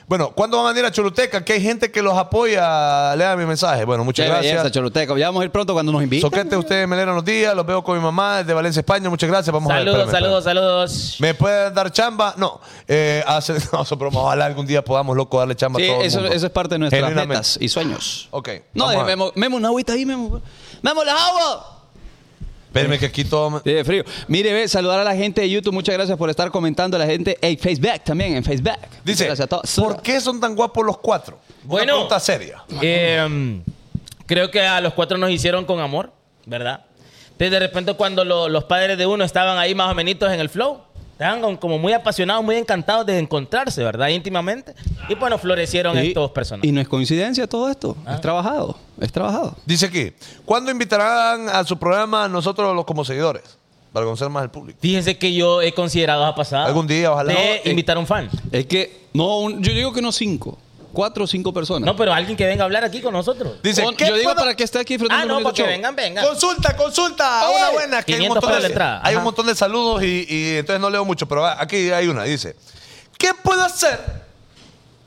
A: bueno, ¿cuándo van a venir a Choluteca? Que hay gente que los apoya. Lea mi mensaje. Bueno,
B: Qué
A: muchas
B: belleza,
A: gracias.
B: Choluteco. Ya vamos a ir pronto cuando nos inviten.
A: Soquete, ustedes me leen los días. Los veo con mi mamá desde Valencia, España. Muchas gracias. Vamos a ver.
C: Saludos,
A: espérame, espérame.
C: saludos, saludos.
A: ¿Me pueden dar chamba? No. Eh, hace, (laughs) no, eso, pero ojalá algún día podamos, loco, darle chamba a
B: Sí,
A: todo el
B: eso,
A: mundo.
B: eso es parte de nuestras
A: Genuinamente.
B: metas y sueños.
A: Ok,
B: No,
A: vamos
B: deje,
A: a ver.
B: Memo, Memo, una agüita ahí, Memo. ¡Memo, las aguas!
A: Espérenme que aquí todo...
B: Sí, de frío. Mire, ve, saludar a la gente de YouTube. Muchas gracias por estar comentando. A la gente en Facebook también, en Facebook. Muchas
A: Dice,
B: gracias a todos.
A: ¿por qué son tan guapos los cuatro? Una
C: Bueno.
A: pregunta seria.
C: Eh, creo que a los cuatro nos hicieron con amor, ¿verdad? Entonces, de repente, cuando lo- los padres de uno estaban ahí más o menos en el flow, estaban con- como muy apasionados, muy encantados de encontrarse, ¿verdad? Íntimamente. Y bueno, florecieron
B: Y-
C: estos personajes.
B: Y no es coincidencia todo esto. Es trabajado. Es trabajado.
A: Dice aquí, ¿cuándo invitarán a su programa a nosotros los como seguidores? Para conocer más al público.
C: Fíjense que yo he considerado a pasada.
A: Algún día, ojalá. No,
C: De
A: eh,
C: invitar a un fan.
B: Es que, no, un- yo digo que no cinco. Cuatro o cinco personas.
C: No, pero alguien que venga a hablar aquí con nosotros.
A: Dice,
B: Con-
A: ¿qué
B: yo digo
A: puedo-
B: para que esté aquí
C: Ah,
B: frente
C: no,
B: para
C: para que vengan, vengan.
A: Consulta, consulta, una buena. Que hay un
C: 500
A: montón
C: para la
A: de,
C: entrada,
A: Ah, hay un
C: ajá.
A: montón de saludos y, y entonces no leo mucho, pero va, aquí hay una. Dice, ¿qué puedo hacer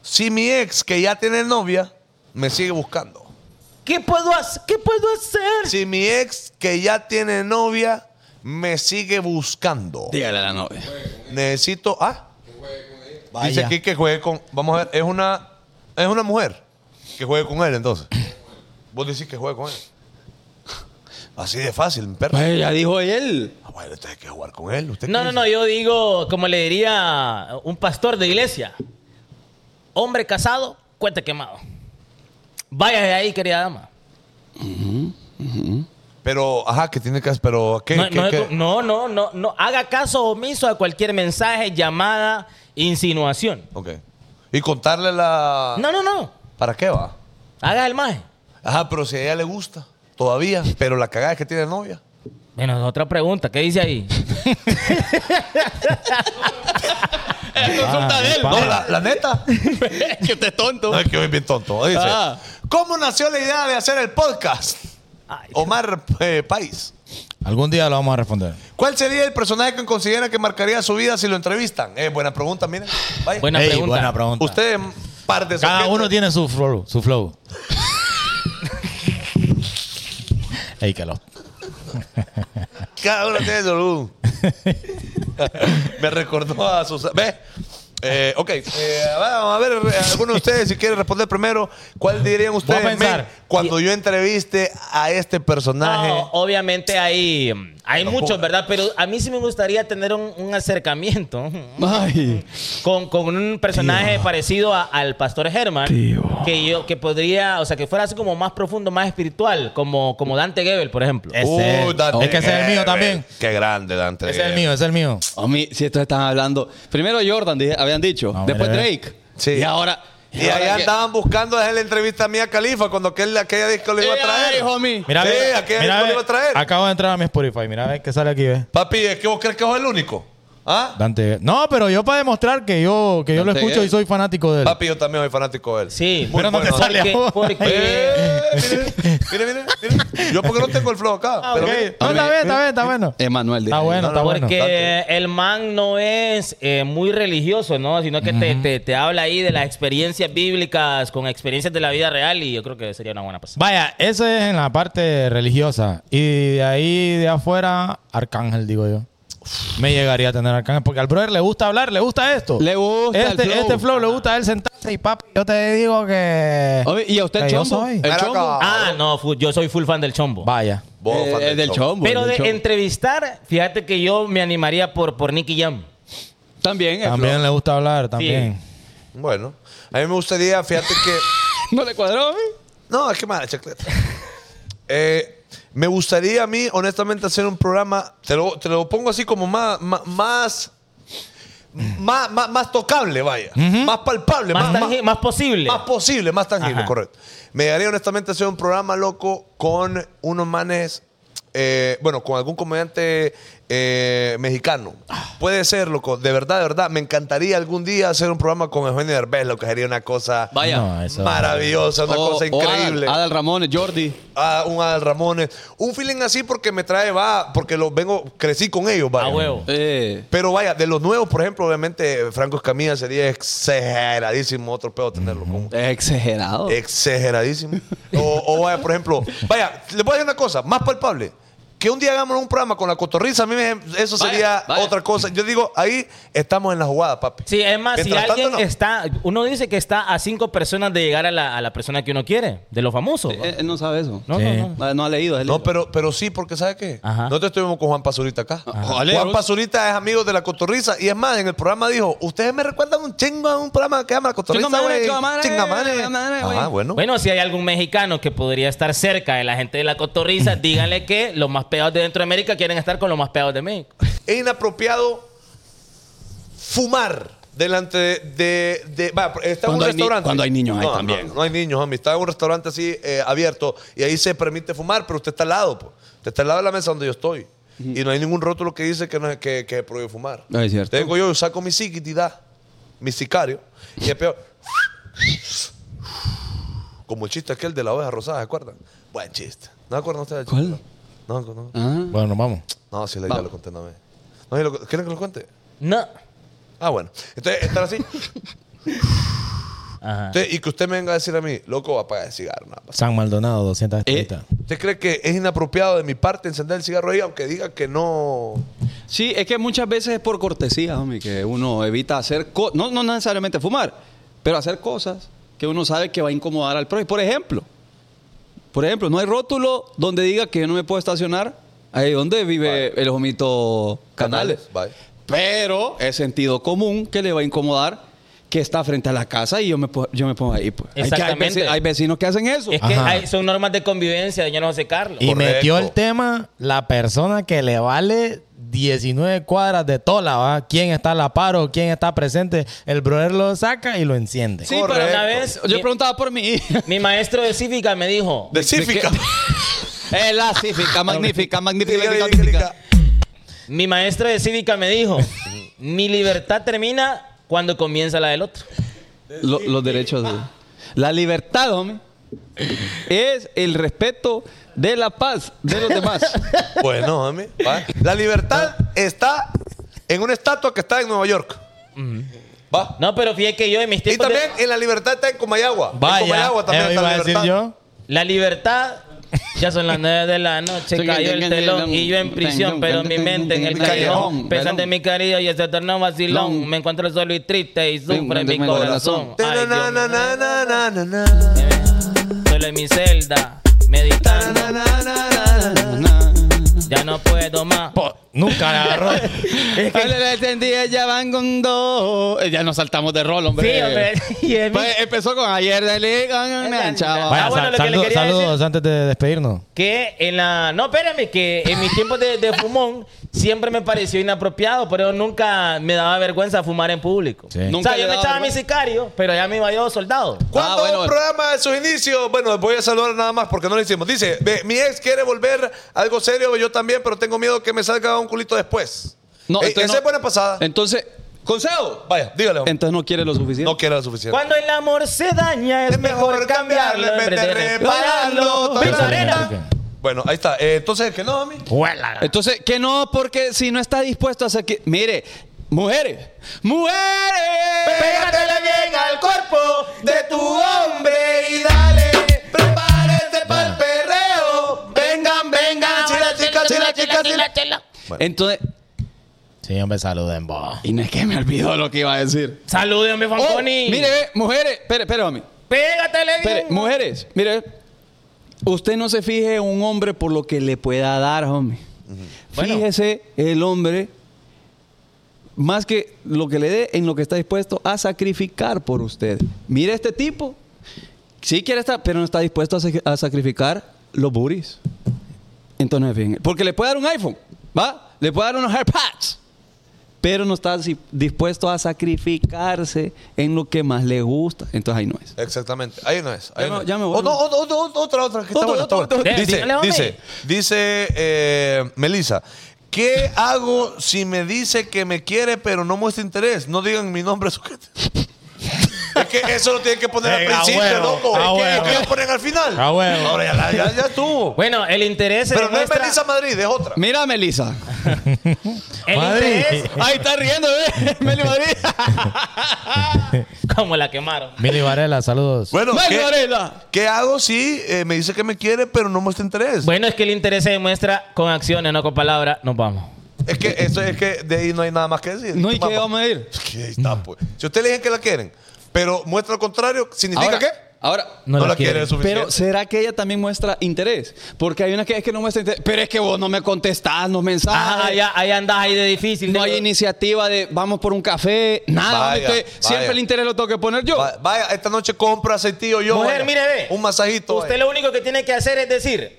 A: si mi ex que ya tiene novia me sigue buscando?
C: ¿Qué puedo, hacer? ¿Qué puedo hacer?
A: Si mi ex que ya tiene novia me sigue buscando.
B: Dígale a la novia.
A: Necesito. Ah. Dice
D: Vaya.
A: aquí que juegue con. Vamos a ver, es una. Es una mujer que juegue con él, entonces. Vos decís que juegue con él. Así de fácil, mi perro.
B: Pues ya dijo él.
A: Ah, bueno, entonces hay que jugar con él. ¿Usted
C: No,
A: qué
C: no,
A: dice?
C: no, yo digo, como le diría un pastor de iglesia, hombre casado, cuente quemado. Vaya de ahí, querida dama.
A: Pero, ajá, que tiene que. Pero, ¿qué?
C: No,
A: qué,
C: no,
A: qué?
C: no, no, no, no. Haga caso omiso a cualquier mensaje, llamada, insinuación.
A: Ok. Y contarle la.
C: No, no, no.
A: ¿Para qué va?
C: Haga el maje.
A: Ajá, pero si a ella le gusta, todavía. Pero la cagada es que tiene novia.
C: Menos otra pregunta. ¿Qué dice
B: (laughs)
C: ahí?
B: Consulta de él.
A: No, la, la neta.
B: que usted (laughs) es tonto.
A: No, es que hoy es bien tonto. Dice:
B: Ah.
A: ¿Cómo nació la idea de hacer el podcast? Omar eh, País.
D: Algún día lo vamos a responder.
A: ¿Cuál sería el personaje que consideran que marcaría su vida si lo entrevistan? Eh, buena pregunta, miren. Vaya.
C: Buena
D: Ey,
C: pregunta.
D: buena pregunta.
A: Ustedes, par de
D: Cada
A: soquetes.
D: uno tiene su flow. Su
A: (laughs)
D: flow. Ey, que lo-
A: Cada uno tiene
D: (laughs)
A: su luz. Me recordó a Susana. ¿Ves? Eh, ok, eh, vamos a ver, eh, alguno de ustedes, si quiere responder primero, ¿cuál dirían ustedes
D: Voy a pensar.
A: men, cuando yo entreviste a este personaje?
C: No, Oh, obviamente hay, mm, hay muchos, ¿verdad? Pero a mí sí me gustaría tener un, un acercamiento (laughs)
B: Ay.
C: con, con un personaje parecido a- al pastor Herman.
B: Tío.
C: Que yo, que podría, o sea, que fuera así como más profundo, más espiritual, como, como Dante Gebel, por ejemplo.
D: Ese-
A: Uh, Dante
D: es que ese es el mío
A: Gebel.
D: también.
A: Qué grande, Dante.
D: Ese es el
A: Gebel.
D: mío, ese es el mío.
B: Homie, si estos están hablando. Primero Jordan, dije- habían dicho.
D: No,
B: después
D: mira,
B: Drake.
A: Sí.
B: Y ahora.
A: Y allá
B: que-
A: andaban buscando desde la entrevista a Mía Califa cuando aquel, aquella disco le iba a
B: Ey,
A: traer.
B: ay, homie.
D: Mira,
A: Sí,
D: ve,
A: ¿a qué
D: mira,
A: disco
D: ve,
A: le iba a traer?
D: Acabo de entrar a mi Spotify. Mira, a ver qué sale aquí, ve.
A: Papi, ¿es que vos crees que sos el único? ¿Ah?
D: Dante. No, pero yo para demostrar que yo, que yo lo
B: Dante
D: escucho
B: Gebel.
D: y soy fanático de él.
A: eh, Papi, yo también soy fanático de él.
C: Sí,
A: Muy
D: Pero no
A: bueno.
D: te sale
C: porque,
D: ahora.
C: (laughs) porque
A: Eh, mire, mire, mire, mire. Yo porque no tengo el flow acá.
C: Ah,
A: pero
C: ok.
A: mire.
D: No, está bien, está bien, está bueno.
B: Emanuel, dije.
D: Está Ah, bueno,
A: eh, No, no,
D: está bueno.
C: Porque el man no es eh, muy religioso, ¿no? Sino que te, te- te habla ahí de las experiencias bíblicas con experiencias de la vida real y yo creo que sería una buena pasada.
D: Vaya, eso es en la parte religiosa. Y de ahí de afuera, Arcángel, digo yo. Me llegaría a tener Arcángel. Porque al brother le gusta hablar, le gusta esto.
B: Le gusta el
D: Este
B: flow.
D: este flow le gusta a él sentarse y papi, yo te digo que.
B: Homie, y a usted el
D: que yo
B: chombo. Eh,
D: soy.
B: El
A: Mira
B: chombo.
A: acá.
C: Ah, no, fu- yo soy full fan del chombo.
D: Vaya.
A: Vos,
B: Eh,
A: fan
B: el del chombo.
C: Pero
B: el del
C: de
B: chombo.
C: entrevistar, fíjate que yo me animaría por, por Nicky Jam.
B: También, eh, el
D: También
B: flow.
D: le gusta hablar, también.
A: Bueno, a mí me gustaría, fíjate que.
B: (laughs) ¿No le cuadró, homie?
A: No, es que mala chacleta. Eh, me gustaría a mí, honestamente, hacer un programa. Te lo, te lo pongo así como más. más, más más, más- más tocable, vaya. Más palpable.
C: Más,
A: más-
C: tangi- más posible.
A: Más posible, más tangible,
C: Ajá.
A: correcto. Me daría honestamente hacer un programa loco con unos manes, eh, bueno, con algún comediante eh, mexicano. Puede ser, loco, de verdad, de verdad. Me encantaría algún día hacer un programa con Eugenio Derbez, lo que sería una cosa
B: Vaya.
D: No, eh. eso-
A: maravillosa, una
B: O-
A: cosa
B: o Adal-
A: increíble.
B: Adal, Ramones, Jordi.
A: Ah, un Adal Ramones. Un feeling así porque me trae, va, porque los vengo, crecí con ellos, vaya.
C: a huevo.
B: Eh,
A: Pero vaya, de los nuevos, por ejemplo, obviamente Franco Escamilla sería exageradísimo otro pedo tenerlo. con-
B: es
C: Oh.
B: exagerado.
A: Exageradísimo. O, o vaya, por ejemplo, vaya, le voy a decir una cosa, más palpable. Que un día hagamos un programa con la cotorriza, a mí me- eso
B: Vaya,
A: sería
B: vaya.
A: otra cosa. Yo digo, ahí estamos en la jugada, papi.
C: Sí, es más, si
A: Mientras tanto, no.
C: alguien está, uno dice que está a cinco personas de llegar a la, a la persona que uno quiere, de los famosos.
B: Eh, él no sabe eso.
C: No,
D: Sí.
C: no, no.
B: No, no ha leído. él-
A: No, pero, pero sí, porque ¿sabe qué?
C: Ajá.
A: Nosotros estuvimos con Juan Pazurita acá.
B: Ojalá,
A: Juan
B: vos-
A: Pazurita es amigo de la cotorriza y es más, en el programa dijo, ustedes me recuerdan un chingo a un programa que llama la cotorriza,
B: Chingamane,
A: güey.
B: chingamane,
A: Chingamane.
B: chingamane, güey.
A: Ah, bueno.
C: Bueno, si hay algún mexicano que podría estar cerca de la gente de
A: (laughs)
C: la cotorriza, díganle que los más pegados de Centroamérica quieren estar con los más pegados de México.
A: es e inapropiado fumar delante de... de, de- va, está en
B: Cuando
A: un
B: hay ni-
A: restaurante.
B: cuando hay niños ahí
A: No,
B: también.
A: No, no hay niños, homie. Está en un restaurante así eh, abierto y ahí se permite fumar, pero usted está al lado. po. Usted está al lado de la mesa donde yo estoy. Y no hay ningún rótulo que dice que, no, es- que, que se prohíbe fumar.
B: No, es cierto.
A: Tengo yo, yo saco mi psiquitidad, mi sicario, y es peor. Como el chiste aquel de la oveja rosada, ¿se acuerdan? Buen chiste. ¿No se acuerdan ustedes del
B: ¿Cuál?
A: chiste? No, no, no.
B: Ah.
D: Bueno, vamos.
A: No, sí, la ya
B: Vamos.
A: lo conté una vez. No, sí, lo- ¿Quieren que lo cuente?
C: No.
A: Ah, bueno. Entonces, estar así.
C: Ajá.
A: Usted- y que usted me venga a decir a mí, loco, apaga el cigarro. nada más.
D: San Maldonado,
B: Eh,
D: 200 estrellitas.
A: ¿Usted cree que es inapropiado de mi parte encender el cigarro ahí, aunque diga que no?
B: Sí, es que muchas veces es por cortesía, homie, que uno evita hacer cosas, no, no necesariamente fumar, pero hacer cosas que uno sabe que va a incomodar al prójimo. Por ejemplo, por ejemplo, no hay rótulo donde diga que yo no me puedo estacionar ahí donde vive el homito Canales.
A: Vale.
B: Pero es sentido común que le va a incomodar que está frente a la casa y yo me, po- yo me pongo ahí. Pues. Hay que-
C: Exactamente.
B: Hay, veci- hay vecinos que hacen eso.
C: Es que
D: Ajá.
C: hay- son normas de convivencia, yo no sé, Carlos.
D: Y
A: Correcto.
D: metió el tema la persona que le vale 19 cuadras de tola, ¿va? ¿Quién está a la paro? ¿Quién está presente? El brother lo saca y lo enciende.
B: Sí, pero
A: Correcto.
C: una vez,
B: yo
C: mi,
B: preguntaba por mí.
C: (laughs) mi maestro de cívica me dijo,
A: De Cífica.
B: Es la cífica, magnífica,
A: (laughs)
B: magnífica, magnífica.
C: mi maestro de cívica me dijo, mi libertad termina cuando comienza la del otro.
B: Lo- los derechos de... Ah. La libertad, hombre, es el respeto de la paz de los demás.
A: Bueno, homie, va. La libertad está en una estatua que está en Nueva York. Va.
C: No, pero fíjate que yo en mis
A: Y
C: tiempos de-
A: también en la libertad está en Comayagua. en
D: Vaya,
A: Comayagua también
D: eso iba
A: está la
D: a decir
A: libertad.
D: yo.
C: la libertad... Ya son las nueve de la noche,
B: Sí,
C: cayó el
B: que-
C: telón y yo en prisión, pero mi mente en el callejón, pensando en mi cariño y ese torneo vacilón, me encuentro solo y triste y sufre mi corazón. Ay, Dios mío.
A: Ta-na-na-na-na-na-na.
C: Solo en mi celda, meditando, ya no puedo más.
D: Po- nunca la agarró. Es que-
B: Háblale al sentido, ya van con dos. Eh, Ya nos saltamos de rol, hombre.
C: Sí, hombre. (laughs) Y es mi-
B: Pues empezó con ayer dale, con una chava.
D: Vaya,
C: Ah, bueno,
D: sal-
C: lo que le
D: saludo-
C: quería
D: saludos antes de despedirnos.
C: que en la. No, espérame, que en mis tiempos de, de fumón siempre me pareció inapropiado, pero nunca me daba vergüenza fumar en público.
D: Sí.
C: O
B: Nunca
C: sea,
B: le
C: yo me
B: daba
C: echaba mi
B: vergüenza.
C: sicario, pero ya me iba yo soldado.
A: ¿Cuándo
B: Ah, bueno.
A: un programa de sus inicios? Bueno, voy a saludar nada más porque no lo hicimos. Dice, "Ve, mi ex quiere volver algo serio, yo también, pero tengo miedo que me salga un culito después.
B: No,
A: Eh,
B: entonces
A: esa
B: no.
A: es buena pasada.
B: Entonces, consejo.
A: Vaya, dígale. hombre.
B: Entonces no quiere lo suficiente.
A: No quiere lo suficiente.
C: Cuando el amor se daña, es,
A: Es mejor
C: mejor, cambiarlo en vez de repararlo.
A: repararlo.
C: Piso arena.
D: Ok.
A: Bueno, ahí está. Eh, entonces, ¿qué no, mami?
B: Entonces, que no, porque si no está dispuesto a hacer que. Mire, mujeres, mujeres.
A: Pégatele bien al cuerpo de tu hombre y dale. Prepárate para el perreo. Vengan, vengan. Chila, chica, chila, chica, chila.
B: Entonces,
D: Sí, hombre, saluden vos.
B: y no es que me olvidó lo que iba a decir.
C: Saludos, mi
B: Oh,
C: Fanconi.
B: mire, ve, mujeres, espere, espere, mami.
C: pégatele
B: Espere,
C: bien.
B: mujeres, mire, usted no se fije en un hombre por lo que le pueda dar, hombre.
C: Bueno.
B: Fíjese el hombre más que lo que le dé en lo que está dispuesto a sacrificar por usted. Mire este tipo, sí quiere estar, pero no está dispuesto a, sac- a sacrificar los buris. Entonces, fíjense, porque le puede dar un iPhone, ¿va? Le puede dar unos AirPods. Pero no está si- dispuesto a sacrificarse en lo que más le gusta. Entonces ahí no es.
A: Exactamente, ahí no es. Ahí
B: Ya
A: no
B: me-
A: es.
B: ya me voy.
A: Otro- otro- otro- otro- otra, otra, que está
B: Otro,
A: buena, está
B: otro,
A: buena.
C: otro.
A: Dice,
C: Dígale, hombre.
A: dice, dice eh, Melissa, ¿qué hago si me dice que me quiere pero no muestra interés? No digan mi nombre, (laughs) sujete. Es que eso lo tienen que poner al
D: Venga,
A: principio,
D: Eh, huevo,
A: loco.
D: a
A: Es que- es
D: huevo.
A: que lo ponen al final.
D: A huevo.
A: Ahora ya, la- ya, ya estuvo.
C: Bueno, el interés se
A: Pero no es
C: demuestra-
A: Melissa Madrid, es otra.
B: Mira, Melissa.
C: El
D: Madrid.
C: interés,
B: Ahí está riendo, ¿eh? (laughs) Meli Madrid.
C: (laughs) como la quemaron.
D: Mili Varela, saludos.
A: Bueno,
B: Meli
A: ¿qué,
B: Varela.
A: qué hago si eh, me dice que me quiere pero no muestra interés?
C: Bueno, es que el interés se demuestra con acciones, no con palabras. Nos vamos.
A: Es que eso es que de ahí no hay nada más que decir.
B: No, ¿y qué
A: Vamos.
B: vamos a ir?
A: Es que ahí está, pues. Si ustedes le dicen que la quieren, pero muestra lo contrario, ¿significa
B: Ahora,
A: qué?
B: Ahora.
A: No,
C: No
A: la
C: la
A: quieren
C: quieren.
A: suficiente.
B: Pero ¿será que ella también muestra interés? Porque hay una que es que no muestra interés. Pero es que vos no me contestás los
C: Ah,
B: mensajes.
C: allá, allá andas ahí de difícil.
B: no
C: de-
B: hay iniciativa de vamos por un café. Nada.
A: Vaya,
B: hombre,
A: vaya.
B: usted- Siempre el interés lo tengo que poner yo.
A: Va- vaya, esta noche compra tío yo.
C: Mujer,
A: vaya.
C: mire, ve.
A: Un masajito.
C: Usted
A: vaya.
C: lo único que tiene que hacer es decir,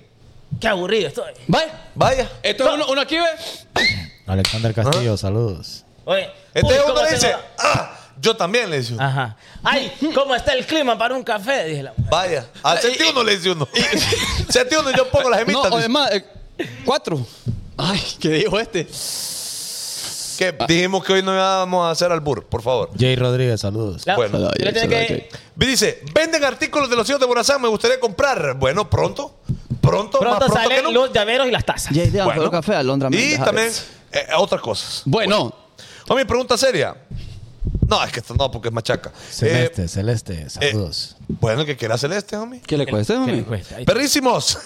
C: qué aburrido estoy.
B: Vaya.
A: Vaya.
B: Esto es uno, uno aquí, ¿ve?
D: Alexander Castillo, saludos.
C: Oye, uy,
A: Este
C: ¿cómo
A: uno
C: tengo
A: dice,
C: la-
A: ah, yo también le dice uno.
C: Ajá. Ay, ¿cómo está el clima para un café? Dije la mujer.
A: Vaya. Al sentido uno le dice uno. (laughs) sentido uno, yo pongo las
B: No,
A: gemitas. dice.
B: además, eh, cuatro. Ay, ¿qué dijo este?
A: que dijimos que hoy no íbamos a hacer albur, por favor.
D: Jay Rodríguez, saludos.
C: La-
A: bueno.
C: yo le tengo que-
A: Dice, venden artículos de los hijos de Morazán, me gustaría comprar. Bueno, pronto. Pronto, más
C: Pronto
A: pronto que
C: salen
A: nunca.
C: los llaveros y las tazas.
B: Ya idea,
A: Bueno.
B: bueno, café, Alondra
A: Y
B: Méndez, a
A: también
B: veces.
A: eh, otras cosas.
B: Bueno,
A: Homie, pregunta seria. No, es que esto no, porque es machaca.
D: Celeste,
A: Eh,
D: Celeste, saludos.
A: bueno, que quiera Celeste, homie.
B: ¿qué le cuesta,
C: ¿Qué
B: mami?
C: le cuesta? Ahí está. (laughs)
A: Perrísimos.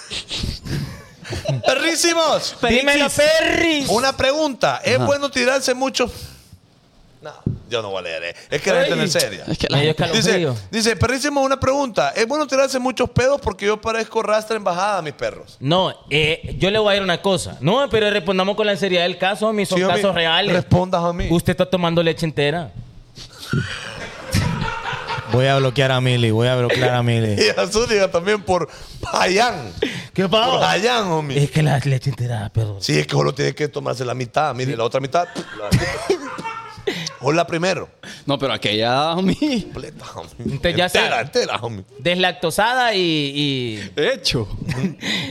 A: Perrísimos.
C: Dímelo, Perris.
A: Una pregunta. ¿Es
B: Ajá.
A: bueno tirarse mucho? No, yo no voy a leer. eh. Es que la gente no es seria.
B: Es que la
C: Me dio
B: gente-
A: Dice,
C: escalofrío.
A: dice, perrísimos, una pregunta. ¿Es bueno tirarse muchos pedos porque yo parezco rastra embajada a mis perros?
C: No, eh, yo le voy a decir una cosa. No, pero respondamos con la seriedad del caso. Mis son
A: Sí, homie.
C: casos reales.
A: Respondas a mí.
C: Usted está tomando leche entera.
D: Voy a bloquear a Mili, voy a bloquear a
A: (laughs)
D: Mili.
A: (laughs) Y a Zúñiga también por Payán.
C: ¿Qué
A: Por
C: pasa?
A: Payán, homie.
C: Es que la leche entera, perdón.
A: Sí, es que solo tiene que tomarse la mitad. Mire, la otra
C: (laughs)
A: mitad. la- Hola primero.
B: No, pero aquella, homie.
A: Completa, homie.
C: Entonces ya sé.
A: entera, entera, homie.
C: Deslactosada y,
B: (laughs) Hecho.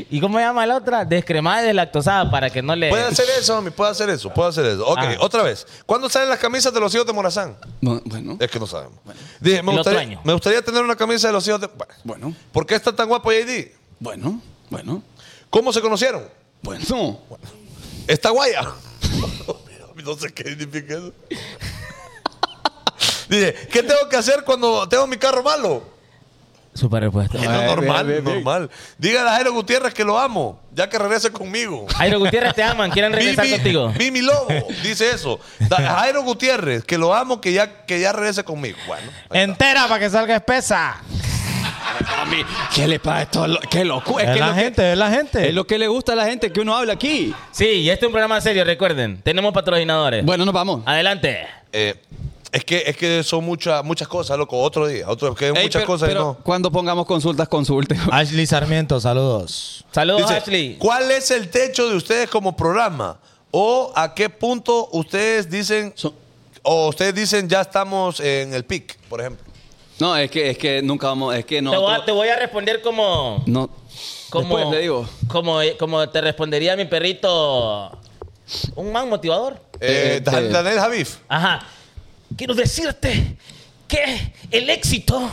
C: y. ¿Y cómo se llama la otra? Descremada y deslactosada para que no le.
A: Puede hacer eso, homie. Puede hacer eso. Puede hacer eso. Ok,
C: Eh. Ah.
A: otra vez. ¿Cuándo salen las camisas de los hijos de Morazán?
B: Bueno,
A: Es que no sabemos. Dije, me
C: El otro
A: gustaría,
C: año.
A: me gustaría tener una camisa de los hijos de. Bueno,
B: bueno,
A: ¿Por qué está tan guapo JD?
B: bueno, bueno,
A: ¿Cómo se conocieron?
B: bueno.
A: Está guaya. (laughs) no sé qué significa
C: (laughs)
A: eso. Dije, ¿qué tengo que hacer cuando tengo mi carro malo?
C: Super respuesta.
A: Era
B: Eh,
A: normal, normal. Dígale a Jairo Gutiérrez que lo amo, ya que regrese conmigo.
C: Jairo Gutiérrez, te aman. Quieren regresar contigo.
A: mi lobo, dice eso. Da- Jairo Gutiérrez, que lo amo, que ya, que ya regrese conmigo. Bueno, ahí está.
D: Entera para que salga espesa.
B: Homie, ¿qué le pasa a esto? Qué locura.
D: Es,
B: Es, que es
D: la
B: lo que-
D: gente, es la gente.
B: es lo que le gusta a la gente que uno habla aquí.
C: Sí, y este es un programa serio, recuerden. Tenemos patrocinadores.
B: Bueno, nos
C: Ah,
B: vamos.
C: Adelante.
A: Eh, es que es que son muchas muchas cosas, loco. Otro día, otro es que hay
B: Ey,
A: muchas
B: pero-
A: cosas y
B: pero
A: no.
B: Cuando pongamos consultas, consulte.
D: Ashley Sarmiento, saludos.
C: Saludos,
A: Dice,
C: Ashley.
A: ¿Cuál es el techo de ustedes como programa? ¿O a qué punto ustedes dicen
B: So-
A: o ustedes dicen ya estamos en el pic, por ejemplo?
B: No, es que, es que nunca vamos. Es que no.
C: te, voy a,
B: todo-
C: te voy a responder como.
B: No.
C: como
B: Después le digo.
C: Como, eh, como te respondería mi perrito. Un man motivador.
A: Eh,
B: Eh,
A: Dan-
B: eh.
A: Daniel Javif.
C: Ajá. Quiero decirte que el éxito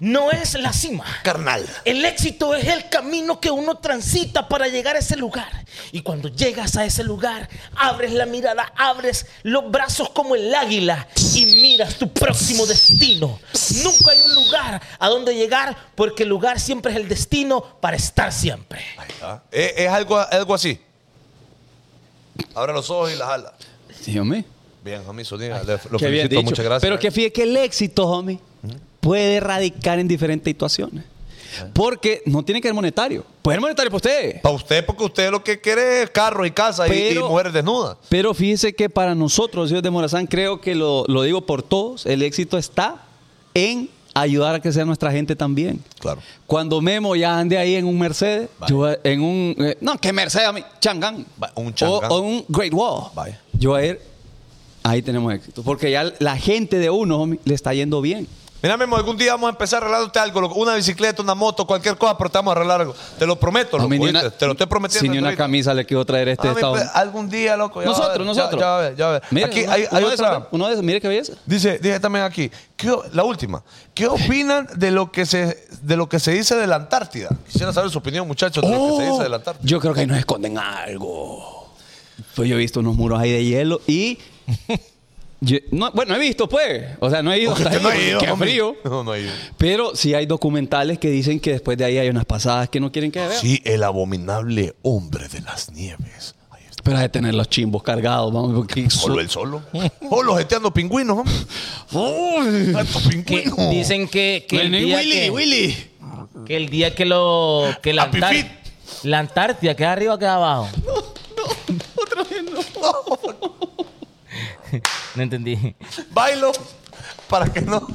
C: no es la cima.
A: Carnal.
C: El éxito es el camino que uno transita para llegar a ese lugar. Y cuando llegas a ese lugar, abres la mirada, abres los brazos como el águila y miras tu próximo destino. Nunca hay un lugar a donde llegar porque el lugar siempre es el destino para estar siempre.
A: Ah, Es, es algo, algo así. Abre los ojos y la jala.
B: Sí, homie.
A: Bien, Jamie Zúñiga, le- lo
B: Qué bien
A: felicito,
B: dicho.
A: muchas gracias.
B: Pero que fíjate que el éxito, homie, puede radicar en diferentes situaciones.
A: Eh.
B: Porque no tiene que ser monetario. Puede ser monetario para usted.
A: Para usted, porque usted lo que quiere es carro y casa y- y
B: Pero-
A: mujeres desnudas.
B: Pero fíjese que para nosotros, los hijos de Morazán, creo que lo, lo digo por todos, el éxito está en ayudar a crecer a nuestra gente también.
A: Claro.
B: Cuando Memo ya ande ahí en un Mercedes,
A: Vaya.
B: yo en un. eh, no, que Mercedes a mí, Changán.
A: Va- un
B: O-
A: Chang'an.
B: O, un Great Wall.
A: Vaya.
B: Yo a él, ahí tenemos éxito. Porque ya la gente de uno homie, le está yendo bien.
A: Mira, Memo, algún día vamos a empezar arreglándote algo, loco. una bicicleta, una moto, cualquier cosa, pero te vamos a arreglar algo. Te lo prometo, loco,
B: Homie, ni
A: ¿oíste?
B: una-
A: te lo estoy prometiendo.
B: Si ni una
A: ahorita.
B: camisa le quiero traer a este
A: Ah, mi
B: estado.
A: pe- algún día, loco. ya va a
B: nosotros,
A: ver, ya-
B: nosotros.
A: Ya, va a ver, ya va a ver.
B: Mira,
A: aquí
B: uno-
A: hay, hay
B: uno de
A: otra.
B: esos, uno de esos, mire qué belleza.
A: Dice, dije también aquí, ¿qué o- la última, ¿qué opinan de lo que se de lo que se dice de la Antártida? Quisiera saber su opinión, muchachos, de Pues lo que se dice de la Antártida.
B: Oh, Yo creo que ahí nos esconden algo. Pues yo he visto unos muros ahí de hielo y. yo- no, bueno, he visto, pues. O sea, no he
A: (laughs)
B: ido hasta
A: Usted
B: ahí. porque qué
A: hombre.
B: frío.
A: No, no ha ido.
B: Pero sí hay documentales que dicen que después de ahí hay unas pasadas que no quieren que vean.
A: Sí, el abominable hombre de las nieves. Ahí está.
B: Pero hay de tener los chimbos cargados, vamos, porque
A: Solo él solo. Solo jeteando pingüinos, hombre.
B: Uy,
A: Estos pingüinos.
C: dicen que, que el
B: Willy,
C: día
B: Willy,
C: que,
B: Willy.
C: que el día que lo que la,
A: A pipí.
C: Antar- la Antártida queda arriba o queda abajo. No, no, otra vez (laughs) no. no entendí.
A: Bailo para que no.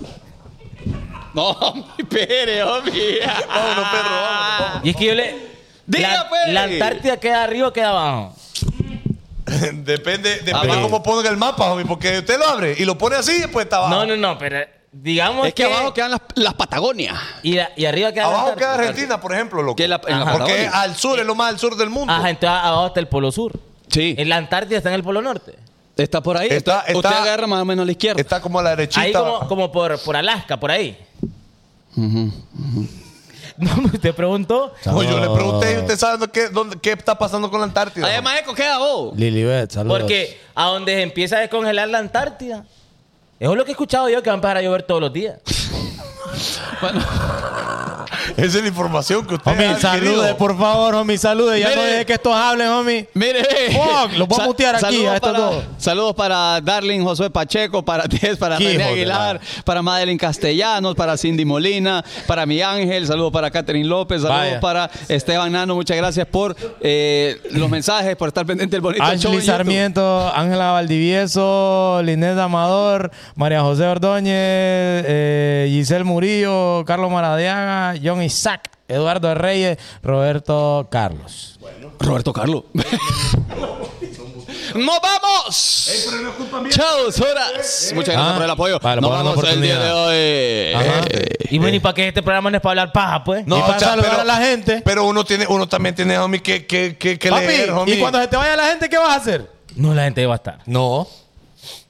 B: No, mi pere, homie.
A: Vámonos, perro, vámonos. vámonos.
C: Y es que yo le.
B: Diga,
C: la,
B: pues.
C: la Antártida queda arriba o queda abajo.
A: Depende, depende
B: Abajo.
A: cómo pongan el mapa, homie, porque usted lo abre y lo pone así, pues está abajo.
C: No, no, no, pero digamos
B: Es que abajo quedan las, las Patagonias.
C: y, la- y arriba queda. la
A: Abajo queda
C: Antártida.
A: Argentina, por ejemplo, loco.
B: Que la- en la
A: Ajá. Porque
B: Patagonia.
A: al sur es lo más al sur del mundo.
C: Ajá, entonces abajo está el Polo Sur.
B: Sí.
C: En la Antártida está en el Polo Norte.
B: Está por ahí.
A: Está-
B: Usted
A: está-
B: agarra más o menos a la izquierda.
A: Está como a la derechita.
C: Ahí como, como por, por Alaska, por ahí. (laughs) No, pues, usted preguntó.
A: No, Pues yo le pregunté y usted sabe qué, dónde- qué está pasando con la Antártida.
B: Además, Eco queda vos.
D: Lilibet, saludos.
C: Porque a donde se empieza a descongelar la Antártida. Eso es lo que he escuchado yo, que van a empezar a llover todos los días.
A: Esa es la información que usted
D: Homie, salude, por favor, homie, salude. Ya no
B: Mire.
D: deje que estos hablen, homie.
B: Mire,
D: Fuck, los voy a
B: sa-
D: mutear aquí
B: saludos
D: a estos
B: para-
D: dos.
B: Saludos para Darling Josué Pacheco, para (laughs) Tess, para
D: Hijo de
B: René Aguilar, para Madeline Castellanos, para Cindy Molina, para mi ángel, saludos para Catherine López, saludos
D: Vaya.
B: para Esteban Nano, muchas gracias por eh, los mensajes, por estar pendiente del bonito show. en
D: Ashley
B: YouTube.
D: Sarmiento, Ángela Valdivieso, Linet Amador, María José Ordóñez, eh, Giselle Murillo, Carlos Maradiaga, John Isaac, Eduardo Reyes, Roberto Carlos.
B: Roberto Carlos. ¡Nos vamos! Chao, horas. Muchas gracias
D: Ah,
B: por el apoyo.
D: vale,
B: Nos
D: por darnos
B: vamos el día de hoy.
D: Ajá.
B: Eh,
C: Y bueno, ¿y para qué este programa no es para hablar paja, pues?
D: y para saludar a la gente.
A: Pero uno tiene, uno también tiene, homie, que, que, que, que
D: Papi,
A: leer, homie.
D: y cuando se te vaya la gente, ¿qué vas a hacer?
C: No, la gente va a estar.
D: No.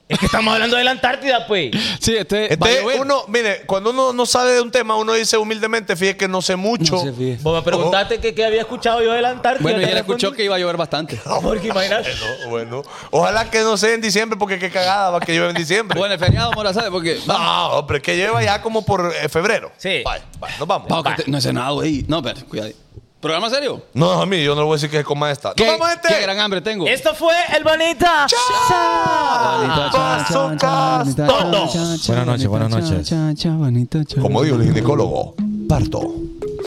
C: Es que estamos hablando de la Antártida, pues.
B: Sí, este, va a
A: Este,
B: llover.
A: uno, mire, cuando uno no sabe de un tema, uno dice humildemente, fíjate que no sé mucho.
B: No sé, fíjese.
C: Vos me preguntaste que qué había escuchado yo de la
B: Oh.
C: Antártida.
B: Bueno,
C: Te
B: ya le
C: respondí. (laughs)
B: escuchó que iba a llover (laughs) bastante.
C: Porque imagínate.
A: Bueno, bueno. Ojalá que no sea en diciembre, porque qué cagada va que llueve en
B: (laughs)
A: diciembre.
B: Bueno, el feriado, Morazade, porque.
A: No, hombre, que llueva ya como por eh, febrero.
C: Sí.
A: Vale, vale, nos vamos.
B: Pau, que te- no es nada, güey. No, pero cuidado. ¿Programa serio?
A: No, homie, yo no le voy a decir que se coma esta.
B: ¿Qué,
A: ¡Nos vamos, gente!
B: qué gran hambre tengo?
C: Esto fue El
A: Bonita,
C: Bonita.
A: cha, cha, cha, cha, cha,
C: Todos.
D: Buenas noches, buenas noches.
A: Como dijo el ginecólogo, parto.